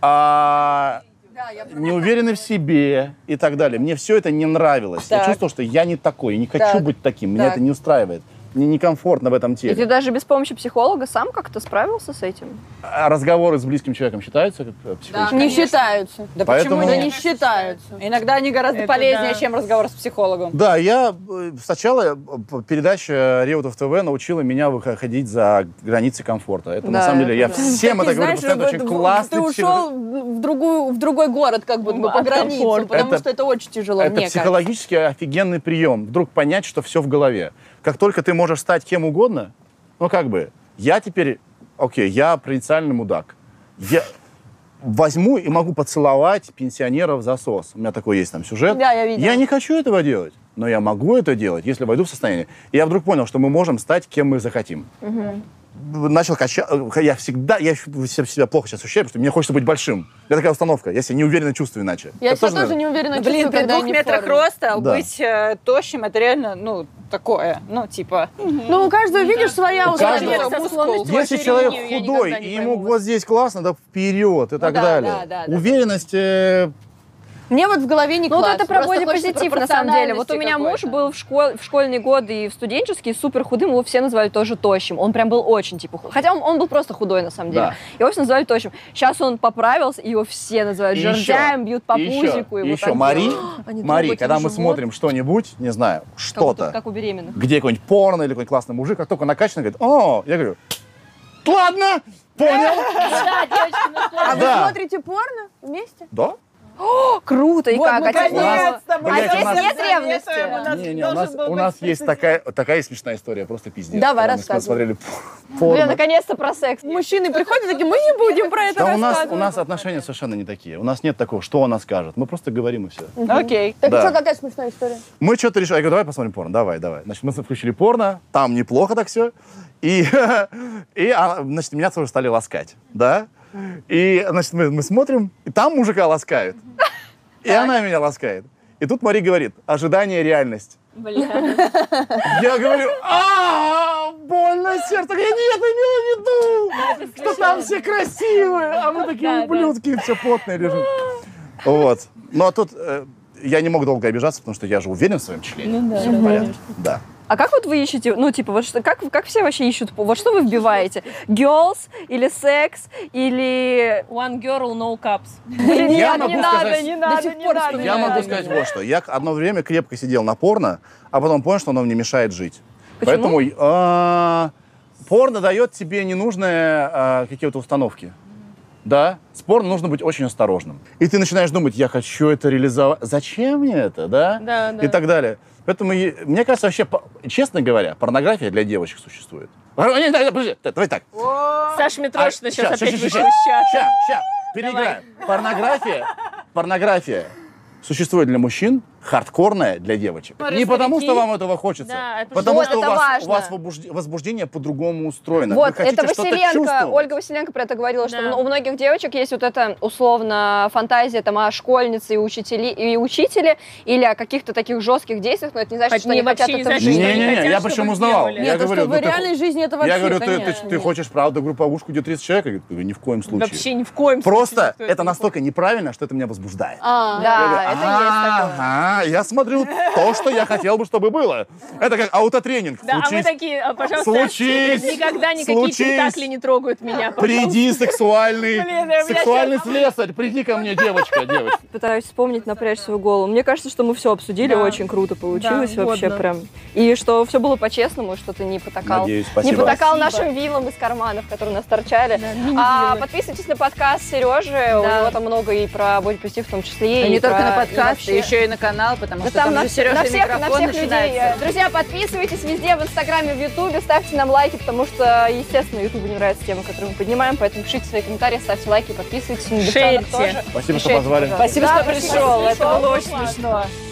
[SPEAKER 2] а, неуверенный в себе и так далее. Мне все это не нравилось. Я
[SPEAKER 3] Так.
[SPEAKER 2] чувствовал, что я не такой, я не хочу
[SPEAKER 3] Так.
[SPEAKER 2] быть таким. Меня
[SPEAKER 3] Так.
[SPEAKER 2] это не устраивает. Мне некомфортно в этом
[SPEAKER 1] И ты
[SPEAKER 2] теле.
[SPEAKER 1] даже без помощи психолога сам как-то справился с этим?
[SPEAKER 2] А разговоры с близким человеком считаются как э, психологически?
[SPEAKER 5] Не считаются.
[SPEAKER 3] А, Да
[SPEAKER 2] Поэтому-
[SPEAKER 3] почему
[SPEAKER 5] Да
[SPEAKER 3] нет?
[SPEAKER 5] не считаются.
[SPEAKER 3] Иногда они гораздо
[SPEAKER 4] Это
[SPEAKER 3] полезнее,
[SPEAKER 4] да.
[SPEAKER 3] чем разговор с психологом.
[SPEAKER 2] Да, я э, сначала э, п- передача Реутов ТВ научила меня выходить за границы комфорта. Это на
[SPEAKER 1] Да,
[SPEAKER 2] самом деле
[SPEAKER 1] это
[SPEAKER 2] я
[SPEAKER 1] да.
[SPEAKER 2] всем
[SPEAKER 5] Ты
[SPEAKER 2] это говорю,
[SPEAKER 5] знаешь,
[SPEAKER 2] постоянно
[SPEAKER 5] вот
[SPEAKER 2] очень
[SPEAKER 5] в-
[SPEAKER 2] классный
[SPEAKER 5] Ты ушел
[SPEAKER 2] человек.
[SPEAKER 5] в, другую, в другой город, как будто бы, по
[SPEAKER 4] От
[SPEAKER 5] границе,
[SPEAKER 4] комфорта.
[SPEAKER 5] потому
[SPEAKER 2] Это-
[SPEAKER 5] что это очень тяжело,
[SPEAKER 2] Это
[SPEAKER 5] мне кажется.
[SPEAKER 2] психологически офигенный прием. Вдруг понять, что все в голове. Как только ты можешь стать кем угодно, ну как бы, я теперь, окей, я провинциальный мудак. Я возьму и могу поцеловать пенсионеров в засос. У меня такой есть там сюжет.
[SPEAKER 5] Да, я видела.
[SPEAKER 2] Я не хочу этого делать, но я могу это делать, если войду в состояние. И я вдруг понял, что мы можем стать кем мы захотим. Начал качать. Я всегда, я щ- себя себя плохо сейчас ощущаю, потому что мне хочется быть большим. Это такая установка. Я себя неуверенно чувствую иначе.
[SPEAKER 5] Я
[SPEAKER 2] Это
[SPEAKER 5] себя тоже
[SPEAKER 2] наверное,
[SPEAKER 5] не уверена,
[SPEAKER 3] Блин,
[SPEAKER 5] чувствую,
[SPEAKER 3] при
[SPEAKER 5] когда я
[SPEAKER 3] двух
[SPEAKER 5] не в
[SPEAKER 3] метрах
[SPEAKER 5] форме.
[SPEAKER 3] роста
[SPEAKER 2] Да.
[SPEAKER 3] быть э, тощим, это реально, ну, такое, ну, типа...
[SPEAKER 5] Ну, у каждого, видишь, своя
[SPEAKER 2] У каждого.
[SPEAKER 5] установка.
[SPEAKER 4] склонностью
[SPEAKER 2] Если
[SPEAKER 4] вообще
[SPEAKER 2] человек
[SPEAKER 4] ревнивый, я
[SPEAKER 2] худой,
[SPEAKER 4] никогда не
[SPEAKER 2] и ему
[SPEAKER 4] пойму
[SPEAKER 2] вот здесь классно, да вперед и так
[SPEAKER 3] да,
[SPEAKER 2] далее.
[SPEAKER 3] да, да, да.
[SPEAKER 2] Уверенность э,
[SPEAKER 5] Мне вот в голове не
[SPEAKER 1] Ну вот
[SPEAKER 5] класс.
[SPEAKER 1] это про
[SPEAKER 5] Просто хочется
[SPEAKER 1] бодипозитив, на самом деле. Вот у меня муж
[SPEAKER 5] пропорциональности
[SPEAKER 1] был в, школ- в школьные годы и в студенческие супер худым, его все называли тоже тощим. Он прям был очень типа худой. Хотя он, он был просто худой, на самом деле.
[SPEAKER 2] Да.
[SPEAKER 1] Его все называли тощим. Сейчас он поправился, и его все называют
[SPEAKER 2] И А, еще,
[SPEAKER 1] жердяем, бьют по
[SPEAKER 2] и еще,
[SPEAKER 1] пузику.
[SPEAKER 2] и
[SPEAKER 1] его
[SPEAKER 2] еще,
[SPEAKER 1] так
[SPEAKER 2] Мари,
[SPEAKER 1] делают.
[SPEAKER 4] Они
[SPEAKER 2] Мари,
[SPEAKER 4] трогают
[SPEAKER 2] когда
[SPEAKER 4] им
[SPEAKER 2] мы
[SPEAKER 4] живот.
[SPEAKER 2] смотрим что-нибудь, не знаю,
[SPEAKER 1] Как будто-
[SPEAKER 2] что-то,
[SPEAKER 1] Как у беременных.
[SPEAKER 2] где какой-нибудь порно или какой-нибудь классный мужик, как только накачанный, говорит, о, я говорю, ладно, понял,
[SPEAKER 7] Да, девочки, ну что?
[SPEAKER 5] такой. А
[SPEAKER 2] Да.
[SPEAKER 5] вы смотрите порно вместе?
[SPEAKER 2] да.
[SPEAKER 1] О, круто! И
[SPEAKER 3] Вот,
[SPEAKER 1] как?
[SPEAKER 3] ну,
[SPEAKER 1] А тебе было-
[SPEAKER 3] наконец-то! мы
[SPEAKER 2] Блядь,
[SPEAKER 3] всем
[SPEAKER 2] у нас-
[SPEAKER 1] Нет
[SPEAKER 3] советуем,
[SPEAKER 1] ревности.
[SPEAKER 3] у нас
[SPEAKER 2] Не, не, у
[SPEAKER 3] должен
[SPEAKER 2] нас,
[SPEAKER 3] был
[SPEAKER 2] у
[SPEAKER 3] быть
[SPEAKER 2] нас есть
[SPEAKER 3] статистика.
[SPEAKER 2] такая, такая смешная история, просто пиздец.
[SPEAKER 5] Давай,
[SPEAKER 2] Когда мы
[SPEAKER 5] рассказывай.
[SPEAKER 2] смотрели
[SPEAKER 1] Блин,
[SPEAKER 2] порно.
[SPEAKER 1] наконец-то про секс.
[SPEAKER 5] Мужчины приходят такие, мы не будем про это
[SPEAKER 2] Да у нас, у
[SPEAKER 5] рассказывать.
[SPEAKER 2] нас отношения совершенно не такие. У нас нет такого, что она скажет. Мы просто говорим и все.
[SPEAKER 3] Окей.
[SPEAKER 5] Так
[SPEAKER 2] Да.
[SPEAKER 5] что, какая смешная история?
[SPEAKER 2] Мы что-то решили. Я говорю, давай посмотрим порно, давай, давай. Значит, мы включили порно, там неплохо так все. И, и а, значит, меня тоже стали ласкать, да? И, значит, мы, мы смотрим, и там мужика ласкают. И она меня ласкает. И тут Мари говорит, ожидание реальность. Я говорю, а больно сердце. Я не это имела в виду, что там все красивые, а мы такие ублюдки, все потные лежим. Вот. Ну, а тут э, я не мог долго обижаться, потому что я же уверен в своем члене. Ну, да. Все понятно. Да.
[SPEAKER 1] А как вот вы ищете, ну, типа, вот что, как, как все вообще ищут, вот что вы вбиваете? Girls или секс, или...
[SPEAKER 4] One girl, no cups.
[SPEAKER 1] Блин,
[SPEAKER 2] Я
[SPEAKER 1] нет,
[SPEAKER 2] могу
[SPEAKER 1] не надо,
[SPEAKER 2] сказать-
[SPEAKER 1] не надо, не надо.
[SPEAKER 2] Я могу сказать вот что. Я одно время крепко сидел на порно, а потом понял, что оно мне мешает жить.
[SPEAKER 1] Почему?
[SPEAKER 2] Поэтому а, порно дает тебе ненужные а, какие-то установки. Да, с порно нужно быть очень осторожным. И ты начинаешь думать, я хочу это реализовать. Зачем мне это, да?
[SPEAKER 4] Да, да.
[SPEAKER 2] И так далее. Поэтому, е- мне кажется, вообще, по- честно говоря, порнография для девочек существует. А, не, да, да, подожди, да, давай так. А,
[SPEAKER 4] Саша Митрошина сейчас опять вышла.
[SPEAKER 2] Сейчас, сейчас, переиграем. Порнография, порнография существует для мужчин, хардкорная для девочек. Не потому, что вам этого хочется,
[SPEAKER 4] Да, это
[SPEAKER 2] потому
[SPEAKER 1] вот
[SPEAKER 2] что у
[SPEAKER 1] это
[SPEAKER 2] вас, у
[SPEAKER 1] важно.
[SPEAKER 2] вас вобужд- возбуждение по-другому устроено. Вы
[SPEAKER 1] Вот,
[SPEAKER 2] хотите
[SPEAKER 1] это
[SPEAKER 2] что-то
[SPEAKER 1] Василенко,
[SPEAKER 2] чувствовать.
[SPEAKER 1] Ольга Василенко про это говорила, что
[SPEAKER 4] Да.
[SPEAKER 1] у многих девочек есть вот эта, условно, фантазия там о школьнице и, учители, и учителе, или о каких-то таких жестких действиях, но это не значит,
[SPEAKER 4] Хоть
[SPEAKER 1] что они
[SPEAKER 4] не- вообще
[SPEAKER 1] хотят
[SPEAKER 4] не
[SPEAKER 1] этого
[SPEAKER 4] значит,
[SPEAKER 1] жить.
[SPEAKER 4] что они
[SPEAKER 2] Не-не-не,
[SPEAKER 4] хотят,
[SPEAKER 2] я
[SPEAKER 4] чтобы
[SPEAKER 2] почему
[SPEAKER 4] их
[SPEAKER 2] узнал?
[SPEAKER 4] делали.
[SPEAKER 2] Я
[SPEAKER 5] Нет, то,
[SPEAKER 2] говорю,
[SPEAKER 5] что
[SPEAKER 2] ну,
[SPEAKER 5] в
[SPEAKER 2] ты-
[SPEAKER 5] реальной жизни это вообще,
[SPEAKER 2] Я говорю, ты, ты,
[SPEAKER 5] конечно.
[SPEAKER 2] ты хочешь, правда, групповушку, где 30 человек? Я говорю, ни в коем случае.
[SPEAKER 4] Вообще ни в коем случае
[SPEAKER 2] Просто
[SPEAKER 4] никто
[SPEAKER 2] это
[SPEAKER 4] не
[SPEAKER 2] настолько неправильно, что это меня возбуждает.
[SPEAKER 5] А,
[SPEAKER 1] Да,
[SPEAKER 2] Я говорю,
[SPEAKER 1] это есть такое.
[SPEAKER 2] «Ага, я смотрю то, что я хотел бы, чтобы было. Это как аутотренинг.
[SPEAKER 4] Да, а мы
[SPEAKER 2] Случись-
[SPEAKER 4] такие, а, пожалуйста,
[SPEAKER 2] Случись!
[SPEAKER 4] никогда никакие
[SPEAKER 2] Случись!
[SPEAKER 4] спектакли не трогают меня.
[SPEAKER 2] Приди, сексуальный,
[SPEAKER 3] Блин, я- я
[SPEAKER 2] сексуальный слесарь, приди ко мне, девочка, девочка.
[SPEAKER 1] Пытаюсь вспомнить, напрячь свою голову. Мне кажется, что мы все обсудили,
[SPEAKER 4] Да.
[SPEAKER 1] очень круто получилось
[SPEAKER 4] Да,
[SPEAKER 1] вообще
[SPEAKER 4] годно.
[SPEAKER 1] прям. И что все было по-честному, что ты не потакал.
[SPEAKER 2] Надеюсь, спасибо.
[SPEAKER 1] Не потакал нашим вилам из карманов, которые нас торчали. а подписывайтесь на подкаст Сережи, у него там много и про бодипозитив в том числе.
[SPEAKER 3] И
[SPEAKER 1] и
[SPEAKER 3] не только
[SPEAKER 1] про-
[SPEAKER 3] на
[SPEAKER 1] и
[SPEAKER 3] подкаст,
[SPEAKER 1] вообще-
[SPEAKER 3] еще и на канал, потому
[SPEAKER 1] Да
[SPEAKER 3] что там,
[SPEAKER 1] там на,
[SPEAKER 3] же Сережа
[SPEAKER 1] на всех, на
[SPEAKER 3] микрофон
[SPEAKER 1] всех людей.
[SPEAKER 3] начинается.
[SPEAKER 1] Друзья, подписывайтесь везде, в Инстаграме, в Ютубе, ставьте нам лайки, потому что, естественно, Ютубу не нравятся темы, которые мы поднимаем, поэтому пишите свои комментарии, ставьте лайки, подписывайтесь. На Дегтярных
[SPEAKER 4] Шерите.
[SPEAKER 1] тоже.
[SPEAKER 2] Спасибо, что
[SPEAKER 1] Шерите,
[SPEAKER 2] позвали.
[SPEAKER 1] пожалуйста.
[SPEAKER 3] Спасибо,
[SPEAKER 1] Да,
[SPEAKER 3] что пришел. Это было очень смешно.